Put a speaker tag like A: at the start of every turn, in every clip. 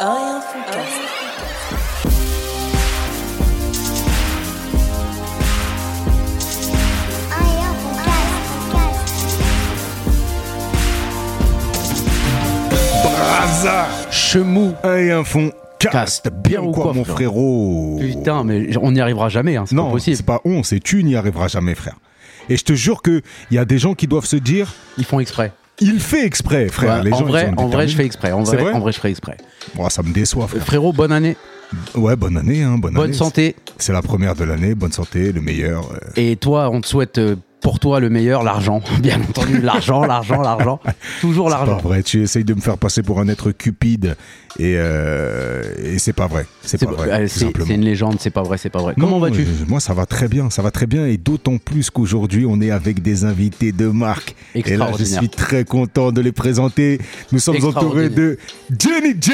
A: Rien Foodcast.
B: Braza, Chemou, un et un fond. Cast,
C: Cast.
B: bien ou quoi, mon
C: frère
B: frérot
C: Putain, mais j- on n'y arrivera jamais, hein, c'est pas
B: Non,
C: possible.
B: c'est pas on, c'est tu n'y arriveras jamais, frère. Et je te jure que il y a des gens qui doivent se dire,
C: Ils font exprès.
B: il fait exprès, frère.
C: Ouais,
B: les
C: en
B: gens, ils
C: vrai,
B: sont
C: en vrai, je fais exprès. En
B: C'est
C: vrai,
B: vrai
C: en vrai, je fais exprès.
B: déterminés. Oh, ça me déçoit,
C: Euh,
B: frère.
C: Frérot, bonne année,
B: Ouais, bonne année, hein, bonne,
C: bonne
B: année.
C: santé.
B: C'est la première de l'année, bonne santé, le meilleur. euh.
C: Et toi, on te souhaite euh, pour toi le meilleur, l'argent. Bien entendu, l'argent, l'argent, l'argent. Toujours
B: C'est pas
C: l'argent.
B: vrai, tu essayes de me faire passer pour un être cupide et, euh, et c'est pas vrai. C'est
C: C'est
B: pas
C: euh,
B: vrai. tout
C: c'est-
B: simplement.
C: c'est une légende, c'est pas vrai, c'est pas vrai.
B: Non,
C: Comment vas-tu
B: euh, Moi, ça va très bien, ça va très bien, et d'autant plus qu'aujourd'hui, on est avec des invités de marque. Et là, je
C: Extraordinaire.
B: suis très content de les présenter. Nous sommes entourés de Jenny J.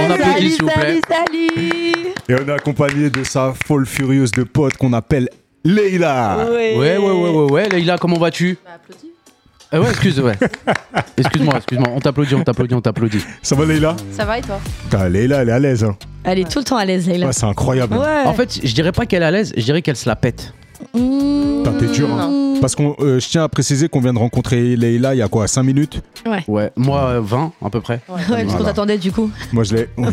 C: On applaudit, s'il vous plaît.
D: salut
B: Et on est accompagné de sa folle furieuse de pote qu'on appelle Leila.
D: Ouais,
C: Ouais, ouais, ouais, ouais, ouais. Leïla, comment vas-tu Ah ouais, excuse, ouais. Excuse-moi, excuse-moi. On t'applaudit, on t'applaudit, on t'applaudit.
B: Ça va, Leila
E: Ça va et toi
B: Putain, Leila, elle est à l'aise. hein.
D: Elle est tout le temps à l'aise, Leïla.
B: Ouais, c'est incroyable.
D: Ouais.
C: En fait, je dirais pas qu'elle est à l'aise, je dirais qu'elle se la pète.
D: Mmh.
B: Putain, t'es dur. hein.
E: Mm.
D: Non.
B: Parce qu'on, euh, je tiens à préciser qu'on vient de rencontrer Leila il y a quoi, 5 minutes
C: Ouais, moi, euh, 20 à peu près.
D: Ouais, parce qu'on
B: Voilà.
D: t'attendait du coup.
B: Moi, je l'ai. oui.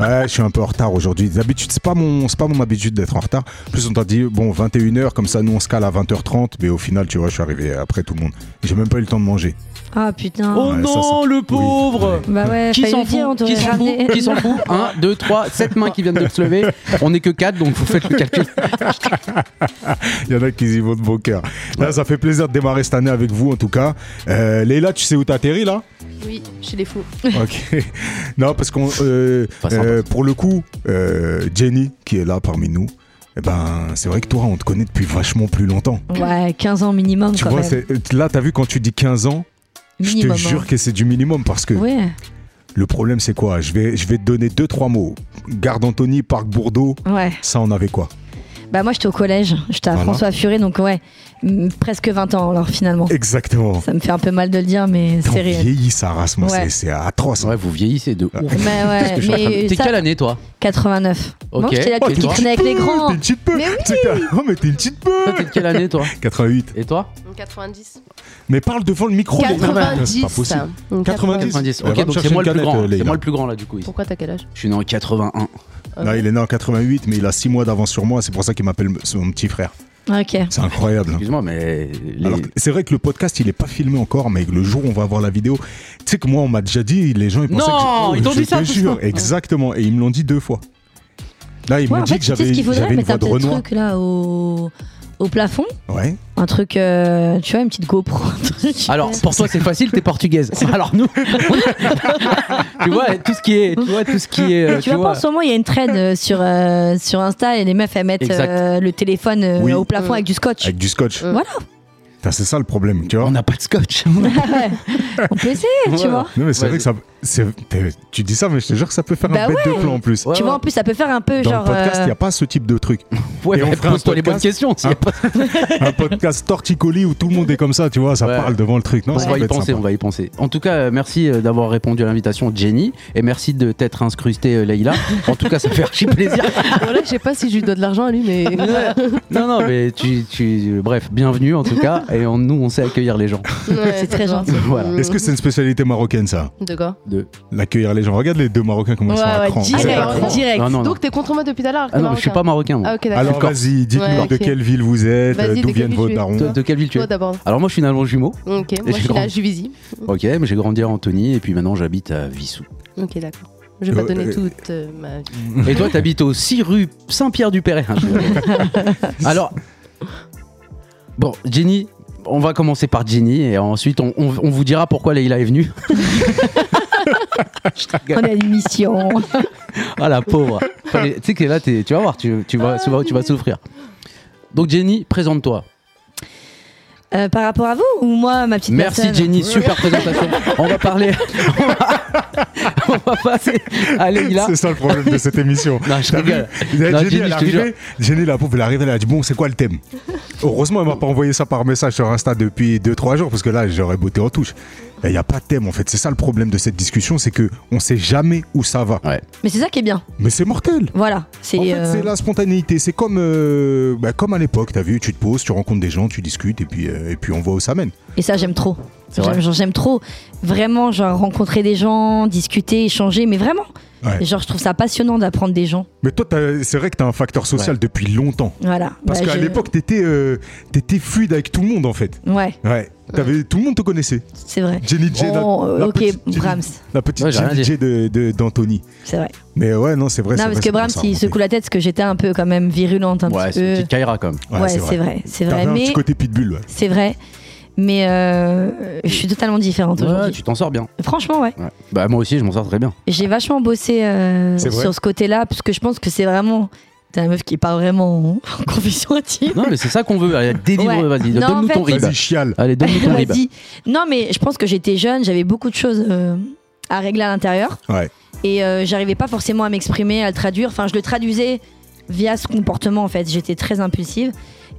B: Ouais, je suis un peu en retard aujourd'hui. D'habitude, c'est pas mon, c'est pas mon habitude d'être en retard. En plus, on t'a dit, bon, 21h, comme ça, nous, on se cale à 20h30. Mais au final, tu vois, je suis arrivé après tout le monde. J'ai même pas eu le temps de manger.
D: Ah putain.
C: Oh
B: Ouais, ça,
C: non, le pauvre
D: Bah ouais,
C: Qui
D: fallait
C: s'en
D: le dire, on
C: fout
D: t'aurait
C: Qui s'en
D: ramené.
C: fout Qui s'en fout 1, 2, 3, 7 mains qui viennent de se lever. On n'est que 4, donc vous faites le calcul.
B: Il y en a qui y vont de bon cœur. Là, ça fait plaisir de démarrer cette année avec vous, en tout cas. Euh, Léla, tu sais où t'atterris, là
E: Oui, chez les fous.
B: Ok. Non, parce qu'on. euh,
C: Pas sympa.
B: euh, pour le coup, euh, Jenny, qui est là parmi nous, eh ben, c'est vrai que toi, on te connaît depuis vachement plus longtemps.
D: Ouais, 15 ans minimum
B: Tu
D: quand
B: vois,
D: même.
B: c'est- euh, là, t'as vu quand tu dis 15 ans,
D: Minimum,
B: je te
D: hein.
B: jure que c'est du minimum parce que
D: Ouais,
B: le problème c'est quoi je vais, je vais te donner deux, trois mots. Garde Anthony, Parc Bourdeau,
D: ouais.
B: ça on avait quoi
D: Bah moi j'étais au collège, j'étais à
B: Voilà.
D: François Furet, donc ouais, mm, presque 20 ans alors finalement.
B: Exactement.
D: Ça me fait un peu mal de le dire, mais
B: On
D: c'est réel.
B: vieillit ça, race, moi,
D: Ouais.
B: c'est- c'est atroce.
C: Ouais, vous vieillissez de ouf.
D: Mais ouais,
C: Je suis en train de-
D: mais
C: T'es
D: ça-
C: quelle année, toi
D: 89.
C: Ok.
D: Non, j'étais la
C: Oh,
D: petite
C: t'es
D: qui
C: une
D: traînait avec les grands.
B: T'es une petite peu
D: Mais oui.
B: Tu sais, t'as- Oh, mais t'es une petite peu
C: Toi, t'es de quelle année, toi
B: 88.
C: Et toi
E: En 90.
B: Mais parle devant le micro, mon grand. C'est pas possible.
E: 90.
B: 90.
C: 90.
B: Elle va
C: Ok,
B: me
C: donc
B: chercher
C: c'est moi
B: une
C: le
B: canette,
C: plus
B: euh,
C: grand.
B: Leïla.
C: C'est moi le plus grand, là, du coup. ici.
E: Pourquoi t'as quel âge
C: Je suis né en 81.
B: Non, il est né en 88, mais il a 6 mois d'avance sur moi, c'est pour ça qu'il m'appelle son petit frère.
D: Ok.
B: C'est incroyable. hein.
C: Excuse-moi, mais. les-
B: Alors, c'est vrai que le podcast, il est pas filmé encore, mais le jour où on va avoir la vidéo, tu sais que moi, on m'a déjà dit, les gens, ils pensaient
C: Non,
B: que
C: ils t'ont
B: je
C: dit ça,
B: te
C: tout
B: jure,
C: ça.
B: exactement, et ils me l'ont dit deux fois. Là, ils
D: Ouais,
B: m'ont
D: en
B: dit
D: fait,
B: que
D: tu sais ce
B: j'avais
D: qu'il faudrait
B: j'avais une
D: mettre
B: voix
D: un
B: de
D: petit
B: Renoir.
D: truc là au, au plafond.
B: Ouais.
D: Un truc, euh, tu vois, une petite GoPro. un truc.
B: Ah,
C: Alors, pour toi, c'est facile, t'es portugaise. Alors, nous. tu vois, tout ce qui est. Tu vois, tout ce qui est. euh,
D: tu, vois, pas en ce moment, il y a une trend euh, sur, euh, sur Insta et les meufs, elles mettent
C: Exact.
D: euh, le téléphone euh,
B: Oui.
D: au plafond
E: Mm.
D: avec du scotch.
B: Avec du scotch.
E: Mm.
D: Voilà,
B: Putain, C'est ça le problème, tu vois.
C: On n'a pas de scotch.
D: on peut essayer, tu
C: Voilà.
D: vois.
B: Non, mais c'est
C: Ouais,
B: vrai que ça. c'est- t'es- Tu dis ça, mais je te jure que ça peut faire
D: Bah
B: un bête de plan en plus.
C: Ouais,
D: tu vois, en plus, ça peut faire un peu
B: Dans
D: genre.
B: le podcast, il
D: euh,
B: n'y a pas ce type de truc.
C: Ouais,
B: Et on
C: mais
B: fera un
C: pose-toi les bonnes
B: podcast.
C: questions. s'il y a pas-
B: Un podcast torticolis où tout le monde est comme ça, tu vois, ça
C: Ouais.
B: parle devant le truc. Non,
C: on
B: ça
C: va
B: peut
C: y
B: être
C: penser,
B: sympa.
C: on va y penser. En tout cas, euh, merci euh, d'avoir répondu à l'invitation, Jenny, et merci de t'être inscrustée, euh, Leïla. En tout cas, ça fait archi plaisir.
E: Ah, Voilà, je sais pas si je lui dois de l'argent à lui, mais.
C: Non, non, mais tu, tu- bref, bienvenue en tout cas, et on- nous, on sait accueillir les gens.
E: Ouais,
D: C'est très
E: d'accord.
D: gentil.
C: Voilà.
B: Est-ce que c'est une spécialité marocaine, ça
E: De quoi
C: De...
B: L'accueillir les gens. Regarde les deux Marocains comment ils sont à cran.
E: Ah, direct,
B: C'est à cran.
D: direct.
C: Non, non, non.
E: Donc t'es contre moi depuis tout à l'heure
C: ah non, mais je suis pas marocain. moi.
E: Ah ok, d'accord.
B: Alors
C: D'accord.
B: vas-y, dites-nous
E: Ouais,
B: de
E: ok.
B: quelle ville vous êtes,
E: Vas-y,
B: d'où
E: de
B: viennent
E: quelle
B: vos
E: ville tu es
B: darons.
C: Toi, de quelle ville tu es
E: Toi d'abord.
C: Alors moi, je suis un jumeau.
E: Ok,
C: je
E: moi
C: suis
E: je suis
C: grand.
E: là, Juvisy.
C: Ok, mais j'ai grandi à Antony, et puis maintenant, j'habite à Vissou.
E: Ok, d'accord. Je vais
B: Euh,
E: pas donner
B: euh,
E: toute euh, ma vie.
C: Et toi, t'habites au 6 rue Saint-Pierre-du-Perret. Hein, je- Alors, bon, Jenny, on va commencer par Jenny et ensuite on, on- on vous dira pourquoi Leïla est venue. Je
D: euh, On
C: rigole.
D: a une mission.
C: ah la pauvre. Fallait- Tu sais que là, t'es- tu vas voir, tu, tu vas, tu, vas, tu vas souffrir. Donc Jenny, présente-toi.
D: Euh, par rapport à vous ou moi, ma petite
C: Merci
D: personne
C: Jenny, super présentation. On va parler. On va, on va passer à Leïla.
B: C'est ça le problème de cette émission.
C: Non, je
B: T'as vu
C: rigole.
B: Il y a
C: Non,
B: Jenny,
C: Jenny,
B: elle est
C: je te
B: arrivée. Jenny, la pauvre, elle est arrivée, elle a dit Bon, c'est quoi le thème Heureusement, elle m'a pas envoyé ça par message sur Insta depuis 2-3 jours, parce que là, j'aurais botté en touche. Il n'y a pas de thème, en fait. C'est ça le problème de cette discussion, c'est que on sait jamais où ça va.
D: Mais c'est ça qui est bien.
B: Mais c'est mortel.
D: Voilà. C'est
B: En fait,
D: euh,
B: c'est la spontanéité. C'est comme, euh, bah, comme à l'époque, t'as vu, tu te poses, tu rencontres des gens, tu discutes, et puis, euh, et puis on voit où ça mène.
D: Et ça, j'aime trop.
C: C'est vrai.
D: J'aime genre, j'aime trop. Vraiment, genre, rencontrer des gens, discuter, échanger, mais vraiment.
B: Ouais.
D: Genre, je trouve ça passionnant d'apprendre des gens.
B: Mais toi, t'as- c'est vrai que t'as un facteur social
C: Ouais.
B: depuis longtemps.
D: Voilà.
B: Parce
D: Bah,
B: qu'à
D: je-
B: l'époque, t'étais euh, t'étais fluide avec tout le monde, en fait.
D: Ouais,
B: Ouais. T'avais- tout le monde te connaissait.
D: c'est vrai.
B: Jenny J, la-
D: Oh,
B: la,
D: ok,
B: petite, Jenny-
D: Brahms,
B: la petite
C: Ouais, j'ai rien
B: Jenny
C: dit.
B: J de- de- d'Anthony.
D: c'est vrai.
B: Mais ouais, non, c'est vrai.
D: non, parce
B: c'est vrai,
D: que
B: c'est
D: Brahms,
B: pour ça,
D: il
B: remonter.
D: secoue la tête parce que j'étais un peu quand même virulente un
C: Ouais,
D: petit
C: c'est une
D: peu.
C: petite Kaira quand même.
D: Ouais, c'est vrai, c'est vrai.
B: T'avais un
D: Mais
B: petit côté pitbull. ouais.
D: c'est vrai. Mais euh, je suis totalement différente
C: Ouais,
D: aujourd'hui.
C: tu t'en sors bien.
D: Franchement, ouais.
C: Ouais. Bah, moi aussi, je m'en sors très bien.
D: J'ai vachement bossé euh,
B: C'est vrai
D: sur ce côté-là parce que je pense que c'est vraiment. T'es la meuf qui parle vraiment en en confession intime.
C: Non, mais c'est ça qu'on veut. Allez, délivre,
D: Ouais.
C: vas-y,
D: Non, en
C: donne-nous ton
D: fait-
C: rib.
B: Vas-y, chiale.
C: Allez, donne-nous ton rib.
D: Vas-y. Non, mais je pense que j'étais jeune, j'avais beaucoup de choses euh, à régler à l'intérieur.
B: Ouais.
D: Et euh, j'arrivais pas forcément à m'exprimer, à le traduire. Enfin, je le traduisais via ce comportement, en fait. J'étais très impulsive.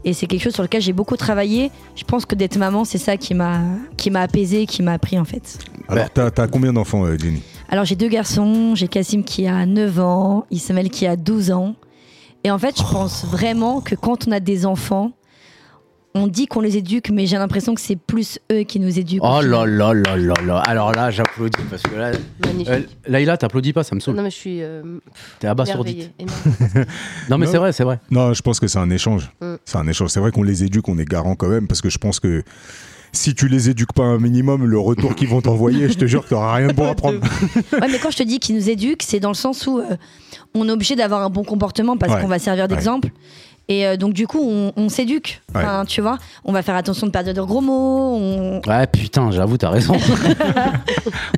D: Et c'est quelque chose sur lequel j'ai beaucoup travaillé. Je pense que d'être maman, c'est ça qui m'a qui m'a apaisée, qui m'a appris, en fait.
C: Bah.
B: Alors, t'as t'as combien d'enfants, euh, Jenny
D: Alors, j'ai deux garçons. J'ai Cassim qui a 9 ans, Ismaël qui a 12 ans. Et en fait, je pense vraiment que quand on a des enfants, on dit qu'on les éduque, mais j'ai l'impression que c'est plus eux qui nous éduquent. au
C: Oh
D: final.
C: là là là là là. Alors là, j'applaudis parce que là.
E: Magnifique.
C: Euh, Laïla, t'applaudis pas, ça me saoule.
E: non, mais je suis euh,
C: T'es abasourdie.
E: merveillée. émerveillée.
C: Non, mais
B: Non.
C: c'est vrai, c'est vrai.
B: Non, je pense que c'est un échange.
E: Mm.
B: C'est un échange. C'est vrai qu'on les éduque, on est garant quand même, parce que je pense que si tu les éduques pas un minimum, le retour qu'ils vont t'envoyer, je te jure que t'auras rien pour apprendre.
D: Ouais, mais quand je te dis qu'ils nous éduquent, c'est dans le sens où euh, on est obligé d'avoir un bon comportement parce
B: Ouais.
D: qu'on va servir d'exemple. Et euh, donc, du coup, on, on s'éduque.
B: Ouais.
D: Enfin, tu vois, on va faire attention de pas dire de gros mots. On,
C: Ouais, putain, j'avoue, t'as raison.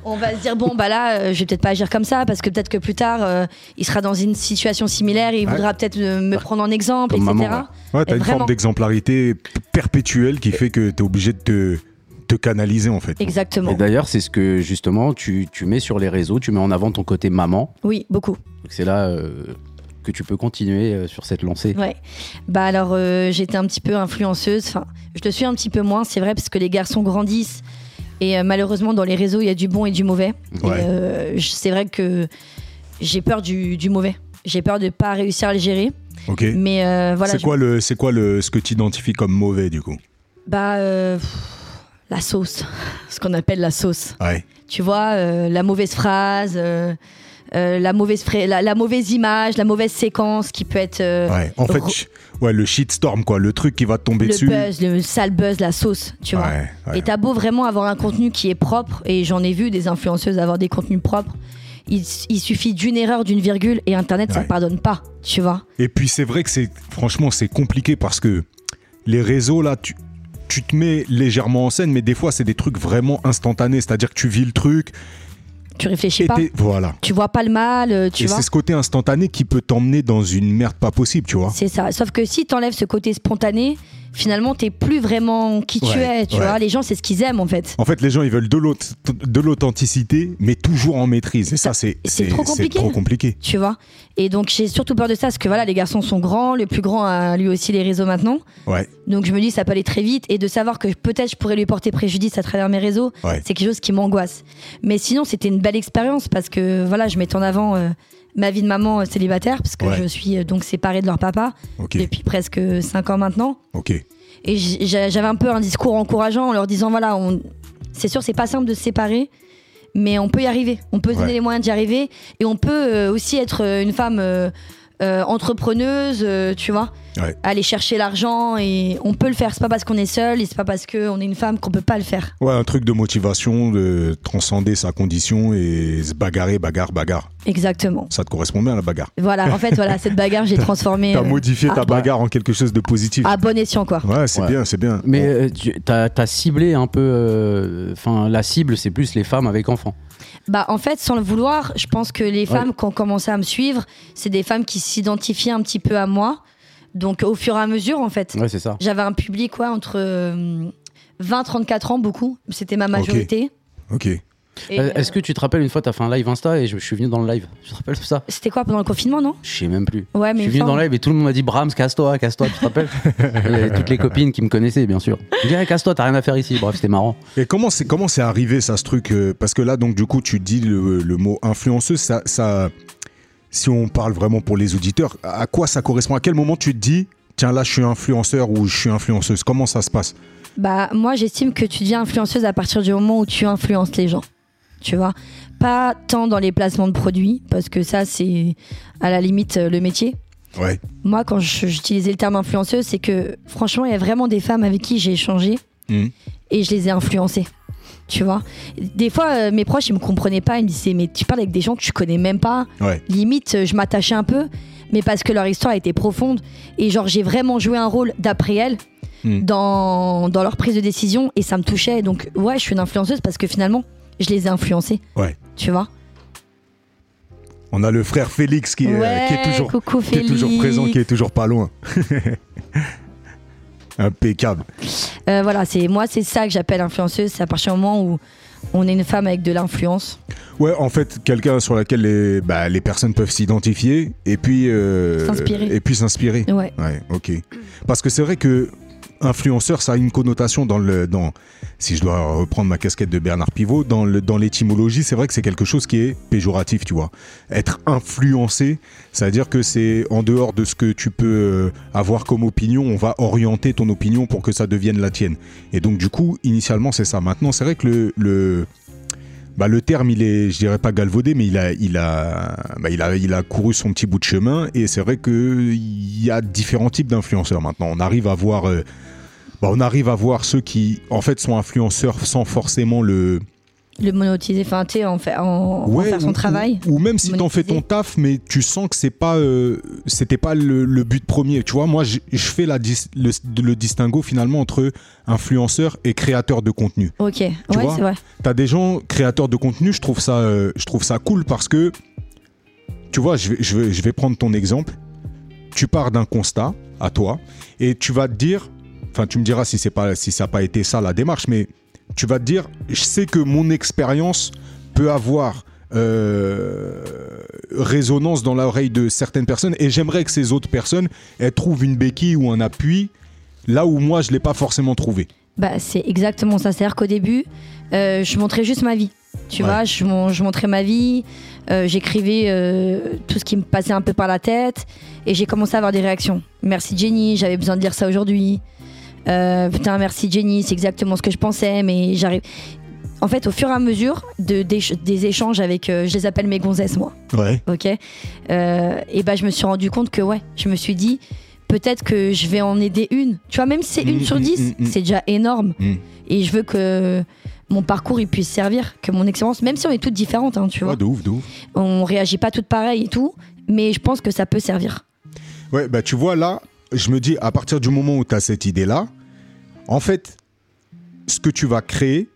D: on va se dire, bon, bah là, euh, je vais peut-être pas agir comme ça parce que peut-être que plus tard, euh, il sera dans une situation similaire et il
B: Ouais.
D: voudra peut-être euh, me prendre en exemple,
C: Comme
D: etc.
C: maman, ouais.
B: Ouais, t'as
D: Et
B: une
D: vraiment.
B: forme d'exemplarité p- perpétuelle qui fait que t'es obligé de te, te canaliser, en fait.
D: Exactement.
C: Et d'ailleurs, c'est ce que justement tu, tu mets sur les réseaux, tu mets en avant ton côté maman.
D: Oui, beaucoup.
C: Donc c'est là euh, que tu peux continuer euh, sur cette lancée.
D: Ouais. Bah alors euh, j'étais un petit peu influenceuse. Enfin, je le suis un petit peu moins, c'est vrai, parce que les garçons grandissent et euh, malheureusement dans les réseaux il y a du bon et du mauvais. Et,
B: Ouais.
D: euh, je- c'est vrai que j'ai peur du, du mauvais. J'ai peur de pas réussir à le gérer.
B: Ok
D: Mais euh, voilà.
B: c'est
D: je-
B: quoi, le, c'est quoi le, ce que tu identifies comme mauvais du coup
D: Bah euh, pff, la sauce, ce qu'on appelle la sauce.
B: Ouais.
D: Tu vois, euh, la mauvaise phrase. euh, euh, la, mauvaise fra- la, la mauvaise image, la mauvaise séquence qui peut être euh,
B: ouais. En fait,
D: ro-
B: ch- ouais, le shitstorm, quoi. Le truc qui va te tomber
D: le
B: dessus.
D: buzz, le sale buzz, la sauce, tu vois.
B: Ouais, ouais.
D: Et t'as beau vraiment avoir un contenu qui est propre, et j'en ai vu des influenceuses avoir des contenus propres, il, il suffit d'une erreur, d'une virgule, et Internet, ça
B: Ouais.
D: pardonne pas, tu vois.
B: Et puis c'est vrai que c'est franchement c'est compliqué parce que les réseaux là tu tu te mets légèrement en scène mais des fois c'est des trucs vraiment instantanés, c'est-à-dire que tu vis le truc
D: Tu réfléchis
B: et
D: pas,
B: t'es- voilà.
D: tu vois pas le mal, euh, tu
B: et
D: vois.
B: c'est ce côté instantané qui peut t'emmener dans une merde pas possible, tu vois.
D: C'est ça. Sauf que si t'enlèves ce côté spontané, finalement, t'es plus vraiment qui tu
B: Ouais,
D: es, tu
B: ouais.
D: vois. Les gens, c'est ce qu'ils aiment, en fait.
B: En fait, les gens ils veulent de l'aut- de l'authenticité mais toujours en maîtrise et ça c'est
D: c'est trop compliqué.
B: trop compliqué.
D: Tu vois Et donc, j'ai surtout peur de ça, parce que voilà, les garçons sont grands, le plus grand a lui aussi les réseaux maintenant.
B: Ouais,
D: Donc je me dis ça peut aller très vite et de savoir que peut-être je pourrais lui porter préjudice à travers mes réseaux,
B: Ouais.
D: c'est quelque chose qui m'angoisse. Mais sinon c'était une belle expérience parce que voilà je mets en avant euh, ma vie de maman euh, célibataire parce que
B: Ouais.
D: je suis euh, donc séparée de leur papa
B: OK,
D: depuis presque 5 ans maintenant
B: OK.
D: et j- j'a- j'avais un peu un discours encourageant en leur disant voilà on... c'est sûr c'est pas simple de se séparer mais on peut y arriver on peut se
B: Ouais.
D: donner les moyens d'y arriver et on peut euh, aussi être euh, une femme euh, euh, entrepreneuse euh, tu vois
B: Ouais.
D: aller chercher l'argent et on peut le faire c'est pas parce qu'on est seul et c'est pas parce qu'on est une femme qu'on peut pas le faire
B: Ouais, un truc de motivation, de transcender sa condition et se bagarrer, bagarre, bagarre.
D: exactement
B: Ça te correspond bien la bagarre.
D: voilà en fait voilà cette bagarre j'ai transformé
B: T'as
D: euh,
B: modifié
D: ah,
B: ta bagarre en quelque chose de positif.
D: à bon escient quoi
B: Ouais, c'est
C: Ouais.
B: bien, c'est bien.
C: Mais euh, tu as, ciblé un peu. euh, Enfin, la cible, c'est plus les femmes avec enfants.
D: Bah, en fait, sans le vouloir, je pense que les femmes qui ont commencé à me suivre, c'est des femmes qui s'identifiaient un petit peu à moi. Donc, au fur et à mesure, en fait,
C: Ouais, c'est ça.
D: j'avais un euh, public ouais, entre 20-34 ans, beaucoup. C'était ma majorité.
B: Ok.
D: Et,
C: Euh, Est-ce que tu te rappelles une fois, t'as fait un live Insta et je, je suis venu dans le live Tu te rappelles de ça
D: euh, C'était quoi pendant le confinement, non
C: Je sais même plus.
D: Ouais,
C: Je
D: Ah, mais il
C: suis
D: me
C: venu dans
D: semble.
C: le live et tout le monde m'a dit Brahms, casse-toi, casse-toi, tu te rappelles Il y avait Toutes les copines qui me connaissaient, bien sûr. Je dis, Ah, casse-toi, t'as rien à faire ici. Bref, c'était marrant.
B: Et comment c'est comment c'est arrivé ça ce truc euh, parce que là donc du coup tu dis le, le mot influenceuse ça ça si on parle vraiment pour les auditeurs à quoi ça correspond à quel moment tu te dis tiens là je suis influenceur ou je suis influenceuse comment ça se passe
D: Bah, moi, j'estime que tu deviens influenceuse à partir du moment où tu influences les gens. Tu vois Pas tant dans les placements de produits, parce que ça, c'est à la limite euh, le métier.
B: ouais
D: Moi, quand je- j'utilisais le terme influenceuse, c'est que franchement, il y a vraiment des femmes avec qui j'ai échangé
B: Mhm.
D: et je les ai influencées. Tu vois Des fois, euh, mes proches, ils me comprenaient pas. Ils me disaient, mais tu parles avec des gens que tu connais même pas.
B: ouais
D: Limite, euh, je m'attachais un peu, mais parce que leur histoire était profonde. Et genre, j'ai vraiment joué un rôle d'après elles
B: Mhm.
D: dans, dans leur prise de décision et ça me touchait. Donc, ouais, je suis une influenceuse parce que finalement, je les ai influencées.
B: Ouais.
D: Tu vois
B: on a le frère Félix qui, est, euh,
D: Ouais,
B: qui est toujours
D: coucou
B: qui est toujours
D: Félix.
B: présent qui est toujours pas loin impeccable
D: Euh, voilà, c'est moi, c'est ça que j'appelle influenceuse. C'est à partir du moment où on est une femme avec de l'influence.
B: Ouais, en fait, quelqu'un sur laquelle les, bah, les personnes peuvent s'identifier et puis euh,
D: S'inspirer.
B: Et puis s'inspirer.
D: Ouais.
B: Ouais, ok. Parce que c'est vrai que influenceur, ça a une connotation dans le dans. Si je dois reprendre ma casquette de Bernard Pivot, dans le dans l'étymologie, c'est vrai que c'est quelque chose qui est péjoratif, tu vois. Être influencé, ça veut dire que c'est en dehors de ce que tu peux euh, avoir comme opinion, on va orienter ton opinion pour que ça devienne la tienne. Et donc du coup, initialement, c'est ça. Maintenant, c'est vrai que le, le bah, le terme, il est, je dirais pas galvaudé, mais il a, il a, bah, il a, il a couru son petit bout de chemin. Et c'est vrai que il y a différents types d'influenceurs maintenant. On arrive à voir, euh, bah, on arrive à voir ceux qui, en fait, sont influenceurs sans forcément le,
D: Le monétiser, enfin, tu sais, en, fait, en, en
B: Ouais,
D: faire son
B: ou-
D: travail.
B: Ou, ou même si t'en fais
D: Monétiser.
B: ton taf, mais tu sens que c'est pas, euh, c'était pas le, le but premier. Tu vois, moi, je je fais la dis- le, le distinguo finalement entre influenceur et créateur de contenu.
D: Ok, ouais,
B: euh, vois
D: c'est vrai.
B: T'as des gens créateurs de contenu, je trouve ça, euh, je trouve ça cool parce que, tu vois, je vais, je vais, je vais prendre ton exemple. Tu pars d'un constat à toi et tu vas te dire, enfin, tu me diras si c'est pas, si ça n'a pas été ça la démarche, mais tu vas te dire, je sais que mon expérience peut avoir euh, résonance dans l'oreille de certaines personnes et j'aimerais que ces autres personnes, elles trouvent une béquille ou un appui là où moi je l'ai pas forcément trouvé.
D: Bah, c'est exactement ça. C'est-à-dire qu'au début, euh, je montrais juste ma vie. Tu
B: Ouais.
D: vois, je, mon- je montrais ma vie, euh, j'écrivais euh, tout ce qui me passait un peu par la tête et j'ai commencé à avoir des réactions. Merci Jenny, j'avais besoin de dire ça aujourd'hui. Euh, putain, merci Jenny, c'est exactement ce que je pensais, mais j'arrive. En fait, au fur et à mesure de, des, des échanges avec, euh, je les appelle mes gonzesses, moi
B: Ouais.
D: ok Euh, et ben je me suis rendu compte que ouais je me suis dit peut-être que je vais en aider une tu vois même si c'est
B: Mm,
D: une sur
B: mm,
D: dix
B: mm, mm.
D: c'est déjà énorme
B: Mm.
D: et je veux que mon parcours il puisse servir que mon expérience même si on est toutes différentes hein, tu vois
B: de ouf, de ouf.
D: on réagit pas toutes pareilles et tout mais je pense que ça peut servir
B: Ouais, bah tu vois là, je me dis à partir du moment où tu as cette idée là, en fait, ce que tu vas créer,